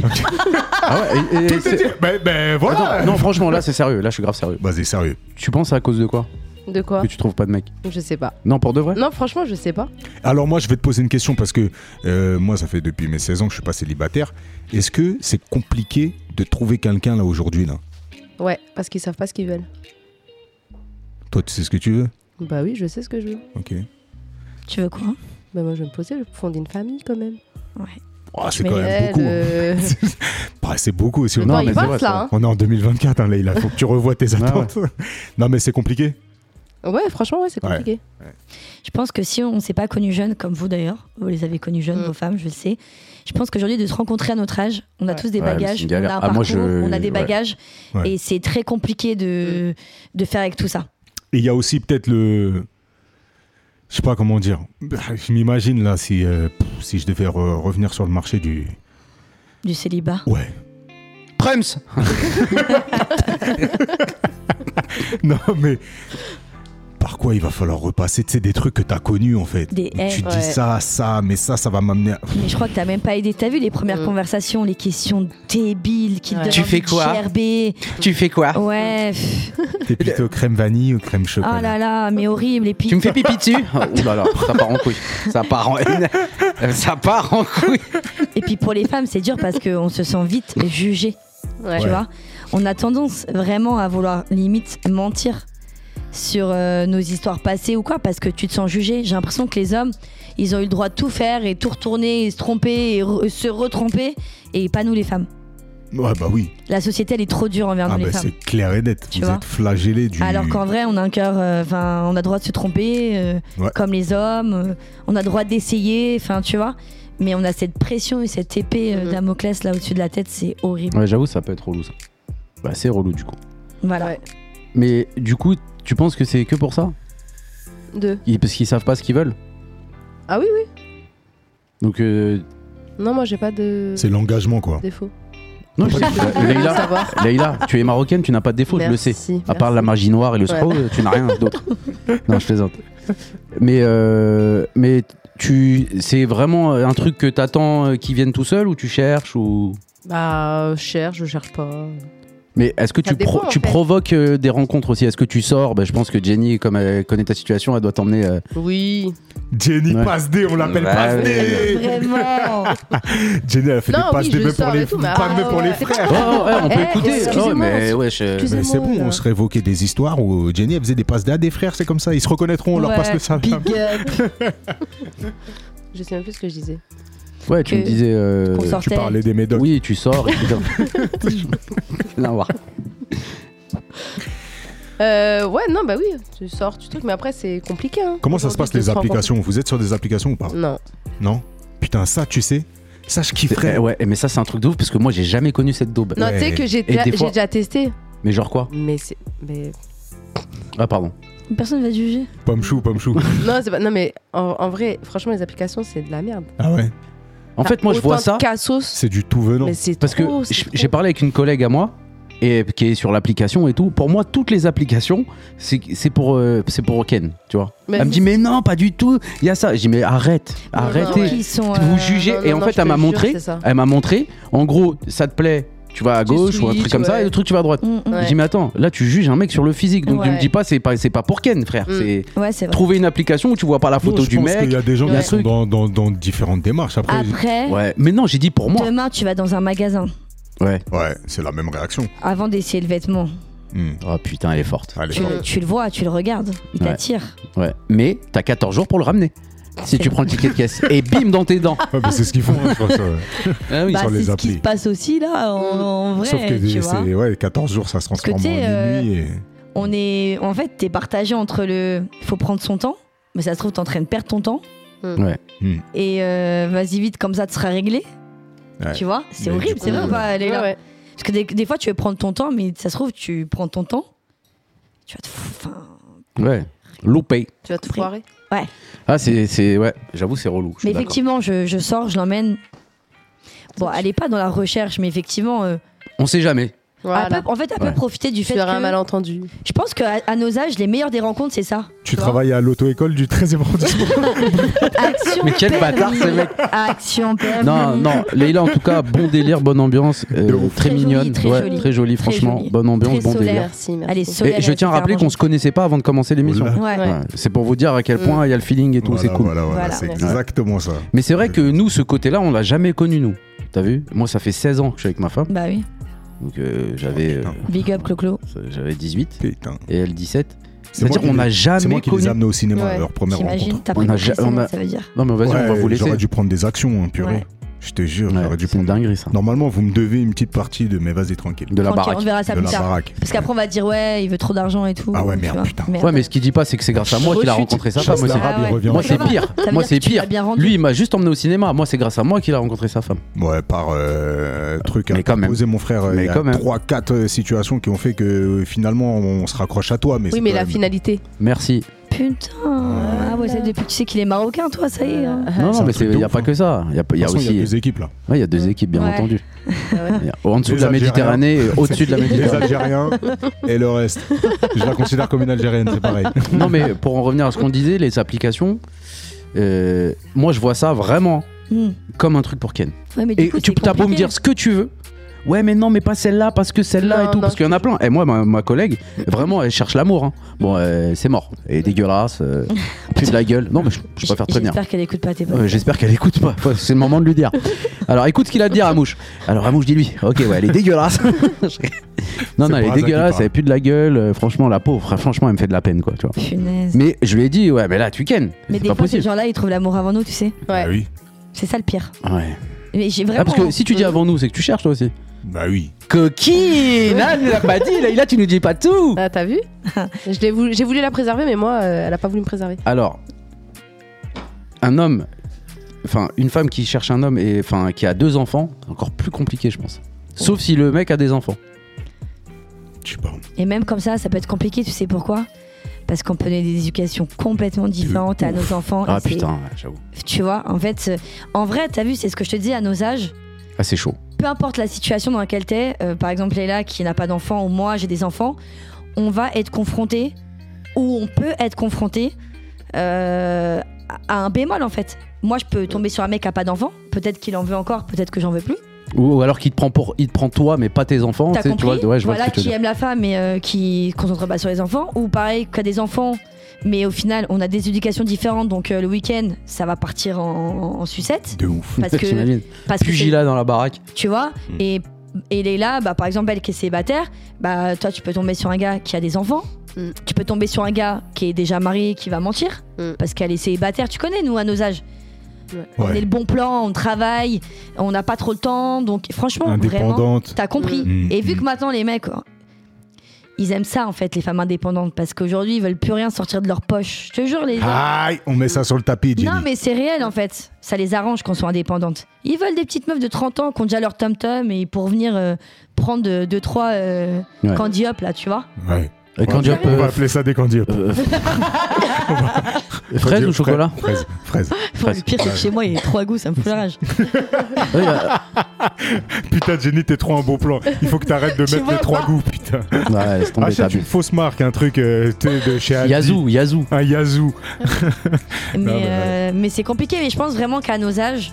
C: Ah ouais et- et c'est-
B: Ben, ben
C: Attends, non, franchement, là, c'est sérieux. Là, je suis grave sérieux.
B: Vas-y, sérieux.
C: Tu penses à cause de quoi
E: De quoi
C: que tu trouves pas de mec
E: Je sais pas.
C: Non, pour de vrai
E: Non, franchement, je sais pas.
B: Alors moi, je vais te poser une question parce que euh, moi, ça fait depuis mes 16 ans que je suis pas célibataire. Est-ce que c'est compliqué de trouver quelqu'un là aujourd'hui là
E: Ouais, parce qu'ils savent pas ce qu'ils veulent.
B: Toi, tu sais ce que tu veux
E: Bah oui, je sais ce que je veux.
B: Ok.
D: Tu veux quoi
E: Bah moi, je vais me poser, je vais fonder une famille quand même.
B: Oh, c'est
E: Mais
B: quand même
E: elle,
B: beaucoup. hein.
E: euh,
B: Bah, c'est beaucoup aussi.
E: le
C: Non,
E: temps,
B: On,
C: mais
E: il
C: c'est vrai,
E: passe
C: c'est
E: là.
B: on est en 2024, hein, Leïla. Faut que tu revoies tes
C: ouais.
B: attentes. non, mais c'est compliqué.
E: hein. Ouais, franchement, ouais, c'est
B: Ouais.
E: compliqué.
D: Je pense que si on ne s'est pas connu jeune, comme vous d'ailleurs, vous les avez connus jeunes,
E: Mm.
D: vos femmes, je le sais. Je pense qu'aujourd'hui, de se rencontrer à notre âge, on a
E: Ouais.
D: tous des
C: Ouais, c'est
D: bagages,
C: une
D: on a un
C: galère. Ah,
D: parcours,
C: moi, je-
D: on a des
C: ouais.
D: bagages,
B: Ouais.
D: et c'est très compliqué de,
E: Mm.
D: de faire avec tout ça.
B: Et il y a aussi peut-être le. Je sais pas comment dire. Je m'imagine là si, euh, pff, si je devais re- revenir sur le marché du.
D: Du célibat.
B: Ouais.
C: Prems
B: Non mais. Par quoi il va falloir repasser Tu sais, des trucs que t'as connus en fait.
D: Des
B: Où tu te dis
E: Ouais.
B: ça, ça, mais ça, ça va m'amener à.
D: Mais je crois que t'as même pas aidé. T'as vu les premières
E: Mm.
D: conversations, les questions débiles qui te
E: Ouais.
D: donnent
C: Tu fais
D: envie de
C: quoi Ah.
D: gerber.
C: Tu fais quoi
D: Ouais. pff,
B: T'es plutôt crème vanille ou
E: Ah,
B: crème
D: Oh
B: chocolat
D: là là, mais horrible. Et puis,
C: Tu me fais pipi dessus Oh, Ouh là là, ça part en couille. Ça part en... ça part en couille.
D: et puis pour les femmes, c'est dur parce qu'on se sent vite jugé.
E: Ouais.
D: tu vois. On a tendance vraiment à vouloir limite mentir sur euh, nos histoires passées ou quoi parce que tu te sens jugé. J'ai l'impression que les hommes, ils ont eu le droit de tout faire et tout retourner et se tromper et re- se retromper et pas nous les femmes.
B: Ouais, bah oui.
D: La société elle est trop dure envers
B: Ah,
D: nous
B: bah
D: les femmes.
B: c'est clair et net.
D: Tu
B: Vous
D: vois
B: êtes flagellés du.
D: Alors qu'en vrai, on a un cœur, euh, enfin, on a droit de se tromper, euh,
B: Ouais.
D: comme les hommes, euh, on a droit d'essayer, enfin, tu vois. Mais on a cette pression et cette épée euh,
E: Mhm.
D: Damoclès là au-dessus de la tête, c'est horrible.
C: Ouais, j'avoue, ça peut être relou ça. Bah, c'est relou du coup.
D: Voilà.
E: Ouais.
C: Mais du coup, tu penses que c'est que pour ça
E: Deux.
C: Ils- Parce qu'ils savent pas ce qu'ils veulent
E: Ah oui, oui.
C: Donc, euh...
E: Non, moi, j'ai pas de
B: C'est l'engagement quoi.
E: défaut.
C: non, je sais pas.
E: Faut
C: Leïla,
E: savoir.
C: Leïla, tu es marocaine, tu n'as pas de défaut, je le sais.
E: Merci,
C: À part la
E: merci.
C: magie noire et le
E: Ouais.
C: scroll, tu n'as rien d'autre. non, je plaisante. Mais, euh, mais tu, c'est vraiment un truc que t'attends euh, qui vienne tout seul ou tu cherches ou.
E: Bah, je cherche, je cherche pas.
C: Mais est-ce que
E: Ça
C: tu,
E: dépend,
C: pro-
E: en
C: tu
E: fait.
C: provoques euh, des rencontres aussi Est-ce que tu sors Bah, Je pense que Jenny, comme elle connaît ta situation, elle doit t'emmener. euh,
E: Oui.
B: Jenny
C: Ouais.
B: passe D, on l'appelle
C: Ouais,
B: passe
C: ouais,
B: D.
D: Vraiment.
B: Jenny elle fait
E: Non,
B: des passes
E: oui,
B: D
E: je
B: même pour
E: sors
B: les
E: et tout, mais
B: pas même
E: ah
B: pour les
E: ouais.
B: frères.
C: Oh, ouais, on peut
E: Eh,
C: écouter.
E: excusez-moi,
C: Oh, mais
E: on-
C: ouais, je-
E: excusez-
B: Mais c'est
E: Excusez-moi,
B: bon,
E: là.
B: on se révoquait des histoires où euh, Jenny elle faisait des passes D à des frères, c'est comme ça, ils se reconnaîtront, on leur
D: Ouais,
B: passe le salut.
D: big up.
E: Je sais même plus ce que je disais.
C: ouais, tu
D: que
C: me disais. euh,
D: on sort.
B: Tu parlais des médocs.
C: Oui, tu sors. et puis- Rien à voir.
E: Euh, ouais, non, bah oui, tu sors du truc, mais après, c'est compliqué. hein,
B: Comment ça se
E: aujourd'hui,
B: passe
E: de
B: les
E: rencontrer.
B: applications Vous êtes sur des applications ou pas
E: Non.
B: Non Putain, ça, tu sais, ça, je
C: Eh,
B: kifferais.
C: ouais, mais ça, c'est un truc de ouf parce que moi, j'ai jamais connu cette daube.
E: Non,
B: Ouais.
E: tu sais que j'ai déjà,
C: des fois-
E: j'ai déjà testé,
C: Mais genre quoi
E: mais c'est. Mais...
C: Ah, pardon.
D: Personne va te juger.
B: Pomme chou, pomme chou.
E: Non, c'est pas... non, mais en, en vrai, franchement, les applications, c'est de la merde.
B: Ah ouais
E: Bah,
C: En fait, moi, je vois ça.
E: Cassos,
B: C'est du tout venant.
E: mais c'est
C: Parce que
E: trop, c'est
C: j-
E: trop.
C: j'ai parlé avec une collègue à moi et qui est sur l'application et tout. Pour moi, toutes les applications, c'est c'est pour euh, c'est pour Ken, tu vois.
E: Mais
C: elle me dit mais non, pas du tout. Il y a ça. Je dis mais arrête,
E: Non,
C: arrêtez.
E: non, ouais.
D: Qui sont, euh,
C: Vous jugez
E: non,
C: et en
E: non,
C: fait
E: je
C: elle
E: te
C: m'a
E: jure,
C: montré,
E: c'est ça.
C: elle m'a montré. En gros, ça te plaît, tu vas à
E: Tu
C: gauche ou un truc
E: switches,
C: comme ça
E: ouais.
C: et le truc tu vas à droite.
D: Mm, mm.
E: Ouais.
C: Je dis mais attends, là tu juges un mec sur le physique, donc tu me
E: Ouais.
C: dis pas c'est pas c'est pas pour Ken, frère.
E: Mm.
C: C'est
D: Ouais, c'est vrai.
C: trouver une application où tu vois pas la photo
B: Non, je
C: du
B: pense
C: mec.
B: qu'il y a des gens
E: il y a
B: qui
E: un
B: sont
C: truc.
B: dans, dans- dans différentes démarches. Après,
D: Après,
C: Ouais, mais non, j'ai dit pour moi.
D: demain, tu vas dans un magasin
C: Ouais.
B: ouais, c'est la même réaction.
D: avant d'essayer le vêtement.
B: Hmm.
C: Oh putain, elle est forte.
B: Allez.
D: Tu, le- tu le vois, tu le regardes, il
C: Ouais.
D: t'attire.
C: Ouais. Mais t'as 14 jours pour le ramener. Si tu prends le ticket de caisse et bim dans tes dents.
B: Ouais, bah, c'est ce qu'ils font, hein, je pense. ouais.
C: Ah oui.
D: Bah,
B: sur les
D: c'est ce qui
B: applis.
D: se passe aussi là, en, en vrai.
B: Sauf que
D: tu
B: c'est-
D: vois.
B: c'est ouais, 14 jours, ça se
D: Parce que,
B: transforme
D: tu sais,
B: en
D: euh,
B: minuit. et-
D: On est, en fait, t'es partagé entre le, faut prendre son temps, mais ça se trouve t'es en train de perdre ton temps.
E: Mm.
C: Ouais.
B: Mm.
D: Et euh, vas-y vite, comme ça, te sera réglé.
B: Ouais.
D: Tu vois, c'est
B: Mais
D: horrible,
B: du
D: c'est
B: coup,
D: vrai ou
B: euh,
D: pas elle est
E: Ouais,
D: là
E: ouais.
D: Parce que des, des fois, tu veux prendre ton temps, mais ça se trouve, tu prends ton temps, tu vas te, fou- enfin,
C: Ouais. Loupé.
E: Tu vas te
D: Après.
E: foirer.
C: Ah c'est c'est ouais. J'avoue c'est relou. je suis
D: Mais
C: d'accord.
D: effectivement, je, je sors, je l'emmène. Bon, elle est pas dans la recherche, mais effectivement, euh,
C: On sait jamais.
D: Un peu-
E: Voilà.
D: en fait, un peu
B: Ouais.
D: profiter du
E: Tu
D: fait
E: auras un
D: que.
E: malentendu.
D: Je pense qu'à à nos âges, les meilleures des rencontres, c'est ça.
B: Tu
D: vois
B: travailles à l'auto-école du 13e arrondissement.
A: Action
C: Mais quel
A: permis.
C: bâtard, ce mec.
A: Action
D: Ah
A: permis.
C: Non, non, Leïla en tout cas, bon délire, bonne ambiance, euh,
B: De ouf.
D: Très
C: très,
D: jolie,
C: mignonne,
D: très
C: ouais,
D: jolie.
C: très jolie,
D: Très
C: franchement,
D: jolie.
C: bonne ambiance,
D: Très
C: bon
D: solaire.
C: délire.
E: Merci,
D: Elle est
E: merci.
D: solaire.
C: Et je tiens à rappeler qu'on se connaissait pas avant de commencer l'émission.
B: Oula.
D: Ouais. Mm.
E: Ouais.
C: Ouais, C'est pour vous dire à quel point il y a le feeling et tout,
B: Voilà,
C: c'est cool.
B: Voilà, voilà,
D: Voilà.
B: c'est
E: Ouais.
B: exactement ça.
C: Mais c'est vrai que nous, ce côté-là, on l'a jamais connu, nous. T'as vu Moi, ça fait 16 ans que je suis avec ma femme.
D: Bah oui.
C: Donc
B: Oh,
C: euh, j'avais euh,
D: Big up, Clo-Clo.
C: j'avais 18
B: Putain.
C: et elle 17.
B: C'est moi
C: C'est-à-dire
B: qui
C: on n'a
B: les- C'est moi
C: jamais
B: qui les
C: Ah, connu.
B: ai amenés au cinéma à
E: Ouais,
B: leur première rencontre.
D: T'imagines, t'as pris
C: On a
D: le
C: ja-
D: précédent,
C: on a-
D: ça veut dire.
C: Non mais vas-y, on va
B: Ouais,
C: vous laisser.
B: J'aurais dû prendre des actions, hein, purée.
D: Ouais.
B: Je te jure,
C: Ouais,
B: j'aurais dû
C: c'est une
B: prendre.
C: dinguerie ça.
B: Normalement, vous me devez une petite partie de mes vas-y tranquille.
C: De la
D: Tranquille,
C: baraque.
D: On verra ça
B: de
D: plus
B: la
D: tard.
B: baraque.
D: Parce qu'après, on va dire, ouais, il veut trop d'argent et tout.
B: Ah ouais,
D: tu
B: merde,
D: vois.
B: putain.
C: Ouais mais ce qu'il dit pas c'est que c'est grâce à moi qu'il a rencontré sa
B: Chasse
C: femme aussi.
B: l'arabe, il
D: Ah ouais.
B: revient.
C: Moi
D: Ça
C: c'est
D: va.
C: pire.
D: Ça veut
C: Moi
D: dire
C: c'est
D: que tu l'as
C: pire.
D: bien rendu.
C: Lui il m'a juste emmené au cinéma. Moi c'est grâce à moi qu'il a rencontré sa femme.
B: Ouais, par euh, truc.
C: Mais quand même.
B: Poser mon frère, euh,
C: Mais
B: il y a
C: quand même.
B: 3-4 situations qui ont fait que euh, finalement on se raccroche à toi. Mais
E: Oui,
B: c'est
E: mais
B: quand
E: la
B: même-
E: finalité.
C: Merci.
D: Putain. Ah ouais, c'est depuis que tu sais qu'il est marocain, toi, ça y est.
E: euh,
D: hein.
C: Non
B: c'est
C: non
B: un
C: mais
B: truc
C: il
B: de
C: n'y a
B: ouf,
C: pas
B: hein.
C: que ça. Il y a, il y
B: De
C: a
B: toute façon, Il y a
C: aussi. euh,
B: deux équipes là.
C: Ouais, Il y a deux équipes bien
D: Ouais.
C: entendu.
E: ouais.
C: Il y a- En dessous
B: Les
C: de la
B: Algériens.
C: Méditerranée, et au-dessus de la
B: Les
C: Méditerranée.
B: Algériens et le reste. Je la considère comme une Algérienne, c'est pareil.
C: Non, mais pour en revenir à ce qu'on disait, les applications, euh, moi je vois ça vraiment
D: Hmm.
C: comme un truc pour Ken.
D: Ouais, mais du
C: Et
D: coup,
C: tu
D: c'est
C: as beau me
D: compliqué.
C: dire ce que tu veux. Ouais, mais non, mais pas celle-là, parce que celle-là
E: Non,
C: et tout,
E: non.
C: parce qu'il y en a plein. Et moi, ma, ma collègue, vraiment, elle cherche l'amour. hein. Bon, euh, c'est mort. Elle est dégueulasse, euh, pue de la gueule. Non, mais je, je préfère
D: J-
C: prévenir.
D: J'espère qu'elle écoute pas tes
C: Euh,
D: potes.
C: J'espère qu'elle écoute pas. Faut- C'est le moment de lui dire. Alors écoute ce qu'il a à te dire, Amouche. Alors Amouche, dis-lui. Ok, ouais, elle est dégueulasse. non, non, elle est
B: Braza qui
C: dégueulasse.
B: parle.
C: Elle pue de la gueule. euh, Franchement, la pauvre. Franchement, elle me fait de la peine, quoi. Tu vois.
D: Punaise.
C: Mais je lui ai dit, ouais, mais là, tu ken.
D: Mais
C: C'est
D: des
C: pas
D: fois, ces
C: possible.
D: gens-là, ils trouvent l'amour avant nous, tu sais.
B: Bah oui.
D: C'est ça le pire.
C: Ouais.
D: Mais j'ai
C: Ah,
D: vraiment.
C: parce que si tu dis avant nous, c'est que tu cherches toi aussi.
B: Bah oui.
C: Coquine Là, tu l'as pas dit. Là, tu nous dis pas tout.
E: Ah, t'as vu Je l'ai voulu- J'ai voulu la préserver, mais moi, euh, elle a pas voulu me préserver.
C: Alors, un homme, enfin, une femme qui cherche un homme et enfin, qui a deux enfants, c'est encore plus compliqué, je pense. Sauf si le mec a des enfants.
B: Je sais pas.
D: Et même comme ça, ça peut être compliqué, tu sais pourquoi Parce qu'on peut donner des éducations complètement différentes à nos enfants.
C: Ah
D: et c'est-
C: putain, ouais, j'avoue.
D: Tu vois, en fait, euh, en vrai, t'as vu, c'est ce que je te dis à nos âges.
C: Ah, c'est chaud.
D: Peu importe la situation dans laquelle t'es, euh, par exemple Leila qui n'a pas d'enfants ou moi j'ai des enfants, on va être confronté ou on peut être confronté euh, à à un bémol en fait. Moi, je peux tomber sur un mec qui a pas d'enfants. Peut-être qu'il en veut encore, peut-être que j'en veux plus.
C: Ou alors qu'il te prend pour, il te prend toi, mais pas tes enfants.
D: T'as
C: tu sais, tu
D: compris
C: vois, ouais, je vois
D: Voilà
C: ce que tu veux
D: qui
C: dire.
D: aime la femme et euh, qui se concentre pas sur les enfants. Ou pareil, qui a des enfants, mais au final, on a des éducations différentes. Donc euh, le week-end, ça va partir en, en- en sucette.
B: De ouf.
D: Parce que,
C: T'imagines
D: parce que c'est-
C: Pugilat dans la baraque.
D: tu vois.
B: Mm.
D: Et, et Leila, bah, par exemple, elle qui est célibataire, bah, toi, tu peux tomber sur un gars qui a des enfants.
E: Mm.
D: Tu peux tomber sur un gars qui est déjà marié, qui va mentir.
E: Mm.
D: Parce qu'elle est célibataire. Tu connais, nous, à nos âges. On est
B: Ouais.
D: le bon plan, on travaille, on n'a pas trop le temps. Donc, franchement, vraiment.
B: Indépendante.
D: T'as compris.
B: Mm.
D: Et vu
B: Mm.
D: que maintenant les mecs, oh, ils aiment ça en fait, les femmes indépendantes, parce qu'aujourd'hui ils veulent plus rien sortir de leur poche. Je te jure,
B: Ah,
D: les.
B: Aïe, on met ça sur le tapis, Jenny.
D: non, mais c'est réel en fait. Ça les arrange qu'on soit indépendantes. Ils veulent des petites meufs de 30 ans qui ont déjà leur tom-tom et pour venir euh, prendre 2-3 euh,
C: Ouais.
D: Candy Hop là, tu vois.
B: Ouais.
C: Et
B: On
C: quand
B: va-
C: Diop,
B: on va
C: euh,
B: appeler ça des candy up.
C: euh, Fraise ou chocolat
B: Fraise, fraise.
C: Presque.
D: le pire, c'est que chez moi il y a trois goûts, ça me fout la rage.
C: Oui, bah,
B: Putain, Jenny, t'es trop un bon plan. Il faut que t'arrêtes de
D: Tu
B: mettre
D: vois
B: les trois
D: pas
B: goûts, putain.
C: Ouais, laisse tomber,
B: Achète
C: t'abuses.
B: une fausse marque, un truc euh, tu sais, de chez Aldi.
C: Yazoo, Yazoo.
B: Un Yazoo.
D: Mais,
B: Non, mais ouais.
D: euh, mais c'est compliqué, mais je pense vraiment qu'à nos âges,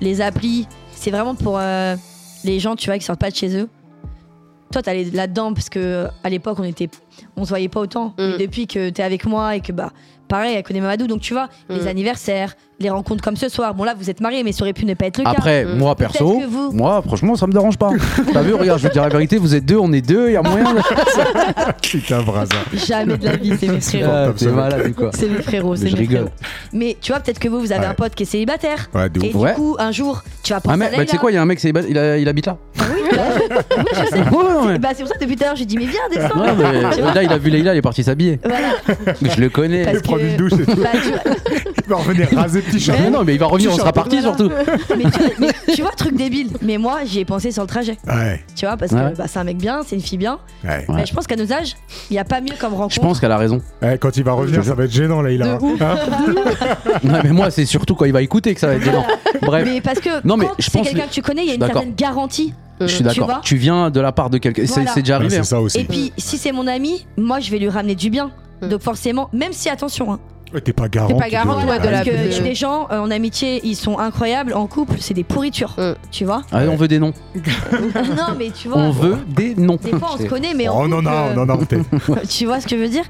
D: les applis, c'est vraiment pour euh, les gens, tu vois, qui sortent pas de chez eux. Toi, t'allais là-dedans parce que euh, à l'époque, on était, on se voyait pas autant.
E: Mm.
D: Et depuis que t'es avec moi et que bah, pareil, elle connaît Mamadou, donc tu vois, les
E: Mm.
D: anniversaires, les rencontres comme ce soir. Bon là, vous êtes mariés, mais ça aurait pu ne pas être le cas.
C: Après,
E: Mm.
C: moi
D: Peut-être
C: perso,
D: que vous-
C: moi franchement ça me dérange pas. T'as vu, regarde, je veux te dire la vérité, vous êtes deux, on est deux, il y a moyen. de-
B: Putain, Braza.
D: Jamais de la vie, c'est mes frérots.
C: Ah,
B: ça.
C: T'es malade ou quoi
D: C'est mes frérots,
C: Mais
D: c'est
C: je
D: mes
C: rigole.
D: frérots. Mais tu vois, peut-être que vous, vous avez
B: Ouais.
D: un pote qui est célibataire.
B: Ouais, de
D: Et
B: ouf.
C: Ouais.
D: du coup, un jour, tu vas penser
C: Ah
D: à hein.
C: mec, bah, tu sais
D: Leïla.
C: quoi, il y a un mec, c'est il, a- il habite là.
D: Oui, bah, oui, je sais.
C: Ouais, ouais, non, mais-
D: Et Bah c'est pour ça que depuis tout à l'heure j'ai dit mais viens descends
C: Ouais, mais
D: Tu vois
C: là, il a vu Leïla, il est parti s'habiller.
D: Voilà.
C: Je le connais.
D: Parce
B: Il prend
D: que-
B: une douche et tout.
D: Bah, tu vois-
B: Il va revenir raser petit chat.
C: Non, non, mais il va revenir, on sera parti
D: Voilà.
C: surtout.
D: mais tu, vois, mais tu vois, truc débile mais moi j'y ai pensé sur le trajet
B: Ouais,
D: tu vois parce
C: Ouais.
D: que bah, c'est un mec bien c'est une fille bien
B: ouais.
C: Ouais.
D: mais je pense qu'à nos âges il n'y a pas mieux comme
C: Je
D: rencontre
C: pense qu'elle a raison.
B: Eh, quand il va revenir, ça va être gênant, là, il a. Hein
C: Ouais, mais moi, c'est surtout quand il va écouter que ça va être dedans. Bref.
D: mais parce que
C: Non, mais
D: quand
C: je
D: c'est
C: pense-
D: quelqu'un que tu connais il y a une
C: D'accord.
D: certaine garantie
C: Je suis
D: euh, Tu
C: d'accord.
D: vois
C: Tu, viens de la part de quelqu'un. C'est-
D: Voilà.
C: C'est déjà
B: Ouais,
C: arrivé.
B: c'est ça
C: hein.
D: Et
B: aussi.
D: puis, si c'est mon ami, moi, je vais lui ramener du bien.
E: Mm.
D: Donc forcément, même si attention, hein,
B: Ouais, T'es pas garant.
E: T'es pas garant,
B: de-
E: ouais, de la-
D: parce que
E: de-
D: il y a des gens euh, en amitié, ils sont incroyables, en couple, c'est des pourritures,
E: Mm.
D: tu vois.
C: Ah, on veut des noms.
D: non, mais tu vois,
C: On veut des noms.
D: des fois on se connaît, mais en
B: Oh non,
D: couple,
B: non,
D: euh,
B: non, non, peut-être.
D: tu vois ce que je veux dire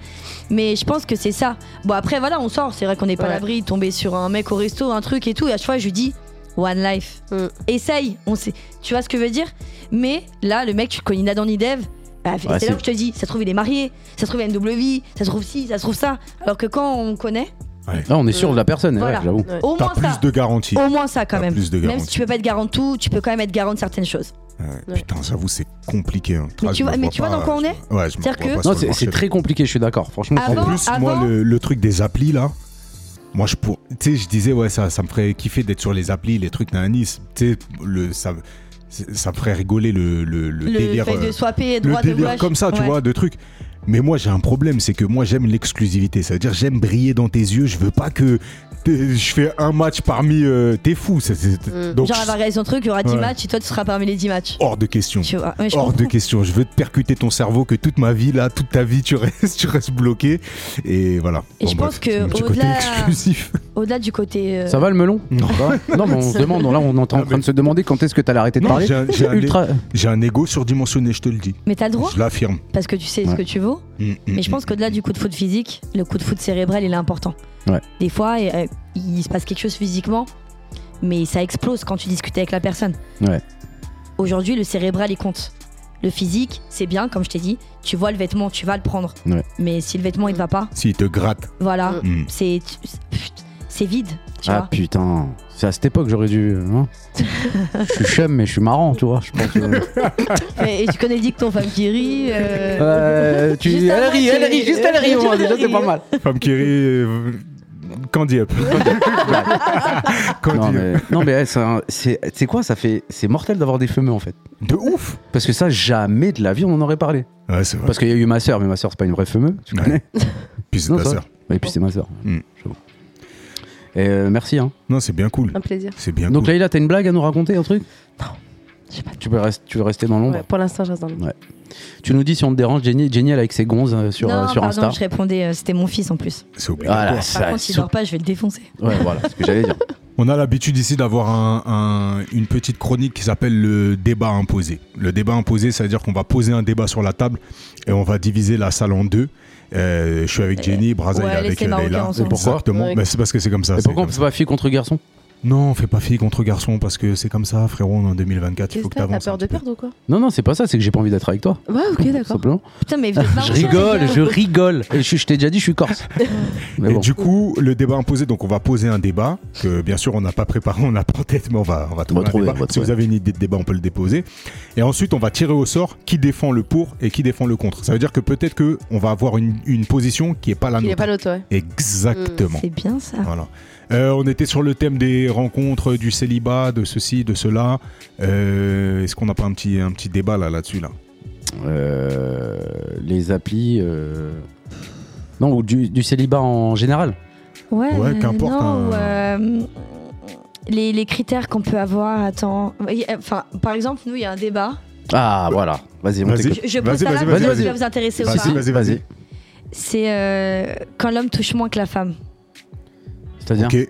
D: Mais je pense que c'est ça. Bon, après, voilà, on sort. C'est vrai qu'on n'est pas
E: Ouais.
D: à l'abri de tomber sur un mec au resto, un truc et tout. Et à chaque fois, je lui dis One Life.
E: Mm.
D: Essaye. On sait. Tu vois ce que je veux dire Mais là, le mec, tu le connais ni Adam ni Dev. Bah,
C: Ouais,
D: c'est là
C: c'est-
D: où je te dis Ça se trouve, il est marié. Ça se trouve, il a une double vie. Ça se trouve, ci, ça se trouve, ça. Alors que quand on connaît,
C: Là, on est sûr de la personne, ouais,
D: Voilà.
C: j'avoue.
E: Ouais.
D: au
B: T'as
D: moins ça.
B: plus de garantie.
D: Au moins ça, quand
B: T'as
D: même.
B: plus de
D: Même si
B: garantie.
D: tu peux pas être garant de tout, tu peux quand même être garant de certaines choses.
B: Ouais, Putain, j'avoue, c'est compliqué. hein.
D: Mais
B: Ah,
D: tu
B: je
D: vois-
B: me
D: mais tu vois
B: pas,
D: dans quoi on
B: je-
D: est
B: Ouais, je
D: C'est-à-dire
B: me vois
D: que-
B: pas sur
C: Non,
B: le
C: c'est
B: marché.
C: c'est très compliqué, je suis d'accord. Franchement,
D: Avant-
B: En plus, moi, le, le truc des applis, là, moi, je pour... tu sais, je disais, ouais, ça, ça me ferait kiffer d'être sur les applis, les trucs nananis. Tu sais, le- ça, ça me ferait rigoler le, le, le
D: Le
B: délire.
D: fait
B: euh,
D: de swapper,
B: le
D: droite, de
B: délire
D: gauche.
B: comme ça, tu
D: Ouais.
B: vois, de trucs. Mais moi, j'ai un problème, c'est que moi, j'aime l'exclusivité. Ça veut dire, j'aime briller dans tes yeux. Je veux pas que t'es- je fais un match parmi. euh, T'es fou. c'est- c'est-
E: Mm.
B: Donc,
D: Mmh. Genre, elle va regarder son truc, il y aura 10
B: Ouais.
D: matchs et toi, tu seras parmi les 10 matchs.
B: hors de question.
D: Tu vois, Ouais, je
B: Hors de
D: comprends.
B: question. Je veux te percuter ton cerveau que toute ma vie, là, toute ta vie, tu restes, tu restes bloqué. Et voilà.
D: Et je pense que
B: c'est mon petit côté
D: au-delà-
B: exclusif.
D: Au-delà du côté. euh,
C: Ça va le melon
B: Non. Ah,
C: Ça va Non, mais on se demande, là, on est en train de se demander quand est-ce que t'allais arrêter de
B: Non,
C: parler.
B: j'ai un- j'ai un-
C: Ultra.
B: J'ai un ego surdimensionné, je te le dis.
D: Mais t'as le droit,
B: Je l'affirme. Mm,
D: parce que tu sais
C: Ouais.
D: ce que tu vaux. Mais je pense qu'au-delà du coup de foot physique, le coup de foot cérébral, il est important.
C: Ouais.
D: Des fois, et, euh, il se passe quelque chose physiquement, mais ça explose quand tu discutes avec la personne.
C: Ouais.
D: Aujourd'hui, le cérébral, il compte. Le physique, c'est bien, comme je t'ai dit. Tu vois le vêtement, tu vas le prendre.
C: Ouais.
D: Mais si le vêtement, il te va pas,
B: S'il te gratte.
D: voilà,
E: Mm.
B: Mm.
D: c'est c'est vide. Tu
C: Ah
D: vois.
C: putain, c'est à cette époque j'aurais dû. hein. je suis chum, mais je suis marrant, tu vois. Je pense. euh.
D: Et, et tu connais le dicton femme qui rit. euh,
C: Euh, tu-
D: Juste
C: elle
D: avant,
C: rit, elle
D: tu-
C: rit, juste elle rit. au moins,
D: Elle
C: Déjà, c'est
D: rit.
C: pas mal.
B: Femme qui rit, euh, Candy Up. Candy
C: Non
B: Up.
C: mais, non, mais, eh, c'est un- c'est c'est quoi ça fait C'est mortel d'avoir des fumeux en fait.
B: De ouf.
C: Parce que ça, jamais de la vie on en aurait parlé.
B: Ouais, c'est vrai.
C: Parce qu'il y a eu ma soeur, mais ma soeur c'est pas une vraie fumeux, tu
B: Ouais.
C: connais
B: Puis c'est
C: Non,
B: ta
C: ça va.
B: sœur.
C: Ouais, Et puis c'est ma soeur.
B: Hmm.
C: Et euh, merci. Hein.
B: Non, c'est bien cool.
E: Un plaisir.
B: C'est bien
C: Donc
B: cool.
C: Leïla, t'as une blague à nous raconter, un truc
E: Je sais pas.
C: tu peux, rest- tu veux rester dans l'ombre
E: Ouais, pour l'instant, je reste dans le
C: Tu nous dis si on te dérange, Jenny, Jenny elle est avec ses gonzes euh, sur,
D: non,
C: euh, sur
D: pardon,
C: Insta.
D: je répondais, euh, c'était mon fils en plus.
B: C'est obligatoire.
C: Voilà,
D: Par
C: ça,
D: contre, s'il
C: sous-
D: dort pas, je vais le défoncer.
C: Ouais, voilà, c'est ce que j'allais dire.
B: On a l'habitude ici d'avoir un- un- une petite chronique qui s'appelle le débat imposé. Le débat imposé, ça veut dire qu'on va poser un débat sur la table et on va diviser la salle en deux. Euh, je suis avec Jenny, Braza
D: ouais,
B: il est
D: laisse
B: avec
D: les
B: euh,
D: Marocains
B: Leïla.
E: hein.
D: ensemble.
C: Et pourquoi
B: Exactement.
E: Ouais.
B: Bah, c'est parce que c'est comme ça.
C: Et
B: c'est
C: pourquoi on
B: comme
C: peut
B: ça.
C: pas fille contre garçon
B: Non, on fait pas fille contre garçon parce que c'est comme ça, frérot. On est en 2024. Il
E: Qu'est-ce
B: faut
E: que
B: que
E: t'as T'as
B: t'avances. un
E: peur de
B: petit peu.
E: perdre ou quoi
C: Non, non, c'est pas ça, c'est que j'ai pas envie d'être avec toi.
E: Ouais, ok,
C: tout
E: d'accord.
C: simplement.
D: Putain, mais vous êtes
C: Je
D: marocains, les
C: rigole,
D: gars.
C: je rigole. Et je, je t'ai déjà dit, je suis corse. Mais
B: Et
C: bon.
B: du coup, le débat imposé, donc on va poser un débat que bien sûr on n'a pas préparé, on n'a pas en tête, mais on va, on va trouver. un
C: trouver,
B: débat.
C: on va
B: si
C: trouver.
B: vous avez une idée de débat, on peut le déposer. Et ensuite, on va tirer au sort qui défend le pour et qui défend le contre. Ça veut dire que peut-être que on va avoir une, une position qui est pas la
E: Il est
B: nôtre.
E: pas l'autre, ouais.
B: Exactement.
D: Mmh, C'est bien ça.
B: Voilà. Euh, on était sur le thème des rencontres, du célibat, de ceci, de cela. Euh, Est-ce qu'on n'a pas un petit, un petit débat là là-dessus là,
C: Euh, les applis. euh, Non, ou du, du célibat en général.
D: Ouais,
B: Ouais,
D: euh,
B: qu'importe,
D: non,
B: hein.
D: ou, euh, les, les critères qu'on peut avoir, attends. Oui, Enfin, par exemple, nous, il y a un débat.
C: Ah, voilà. Vas-y, on
B: Vas-y.
C: t'écoute.
D: Je, je pose
B: Vas-y,
D: ça là,
B: vas-y,
D: parce
C: vas-y,
D: que ça
C: vas-y.
D: va vous intéresser ou
B: Vas-y,
D: pas.
B: vas-y.
D: C'est euh, quand l'homme touche moins que la femme.
C: C'est-à-dire
B: Ok.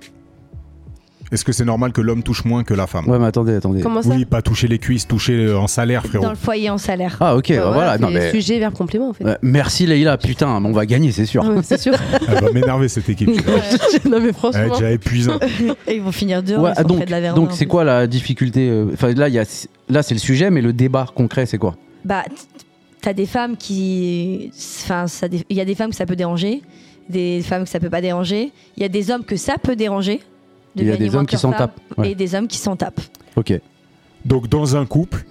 B: Est-ce que c'est normal que l'homme touche moins que la femme
C: Ouais, mais attendez, attendez.
E: Comment ça
B: Oui, pas toucher les cuisses, toucher euh, en salaire, frérot.
D: Dans le foyer en salaire.
C: Ah, ok,
E: Bah
C: bah voilà. Non,
E: c'est
C: mais...
E: Sujet, verbe, complément, en fait.
C: Ouais, merci Leïla, putain, mais on va gagner, c'est sûr.
E: Ah ouais, c'est sûr.
B: Elle va m'énerver cette équipe. tu vois.
E: non, mais
B: Elle est
E: franchement.
B: déjà épuisante.
D: Et ils vont finir dehors,
C: Ouais,
D: ils sont
C: donc,
D: près de la veranda.
C: donc c'est quoi la difficulté euh, Enfin, là, il y a- là c'est le sujet, mais le débat concret, c'est quoi
D: Bah, t- t'as des femmes qui. Enfin, ça dé- il y a des femmes que ça peut déranger, des femmes que ça peut pas déranger. Il y a des hommes que ça peut déranger. de
C: Il y a
D: gagner
C: des
D: moins
C: hommes
D: que
C: qui
D: leur
C: s'en
D: femme,
C: tapent. Ouais.
D: Et des hommes qui s'en tapent.
C: Ok.
B: Donc, dans un couple,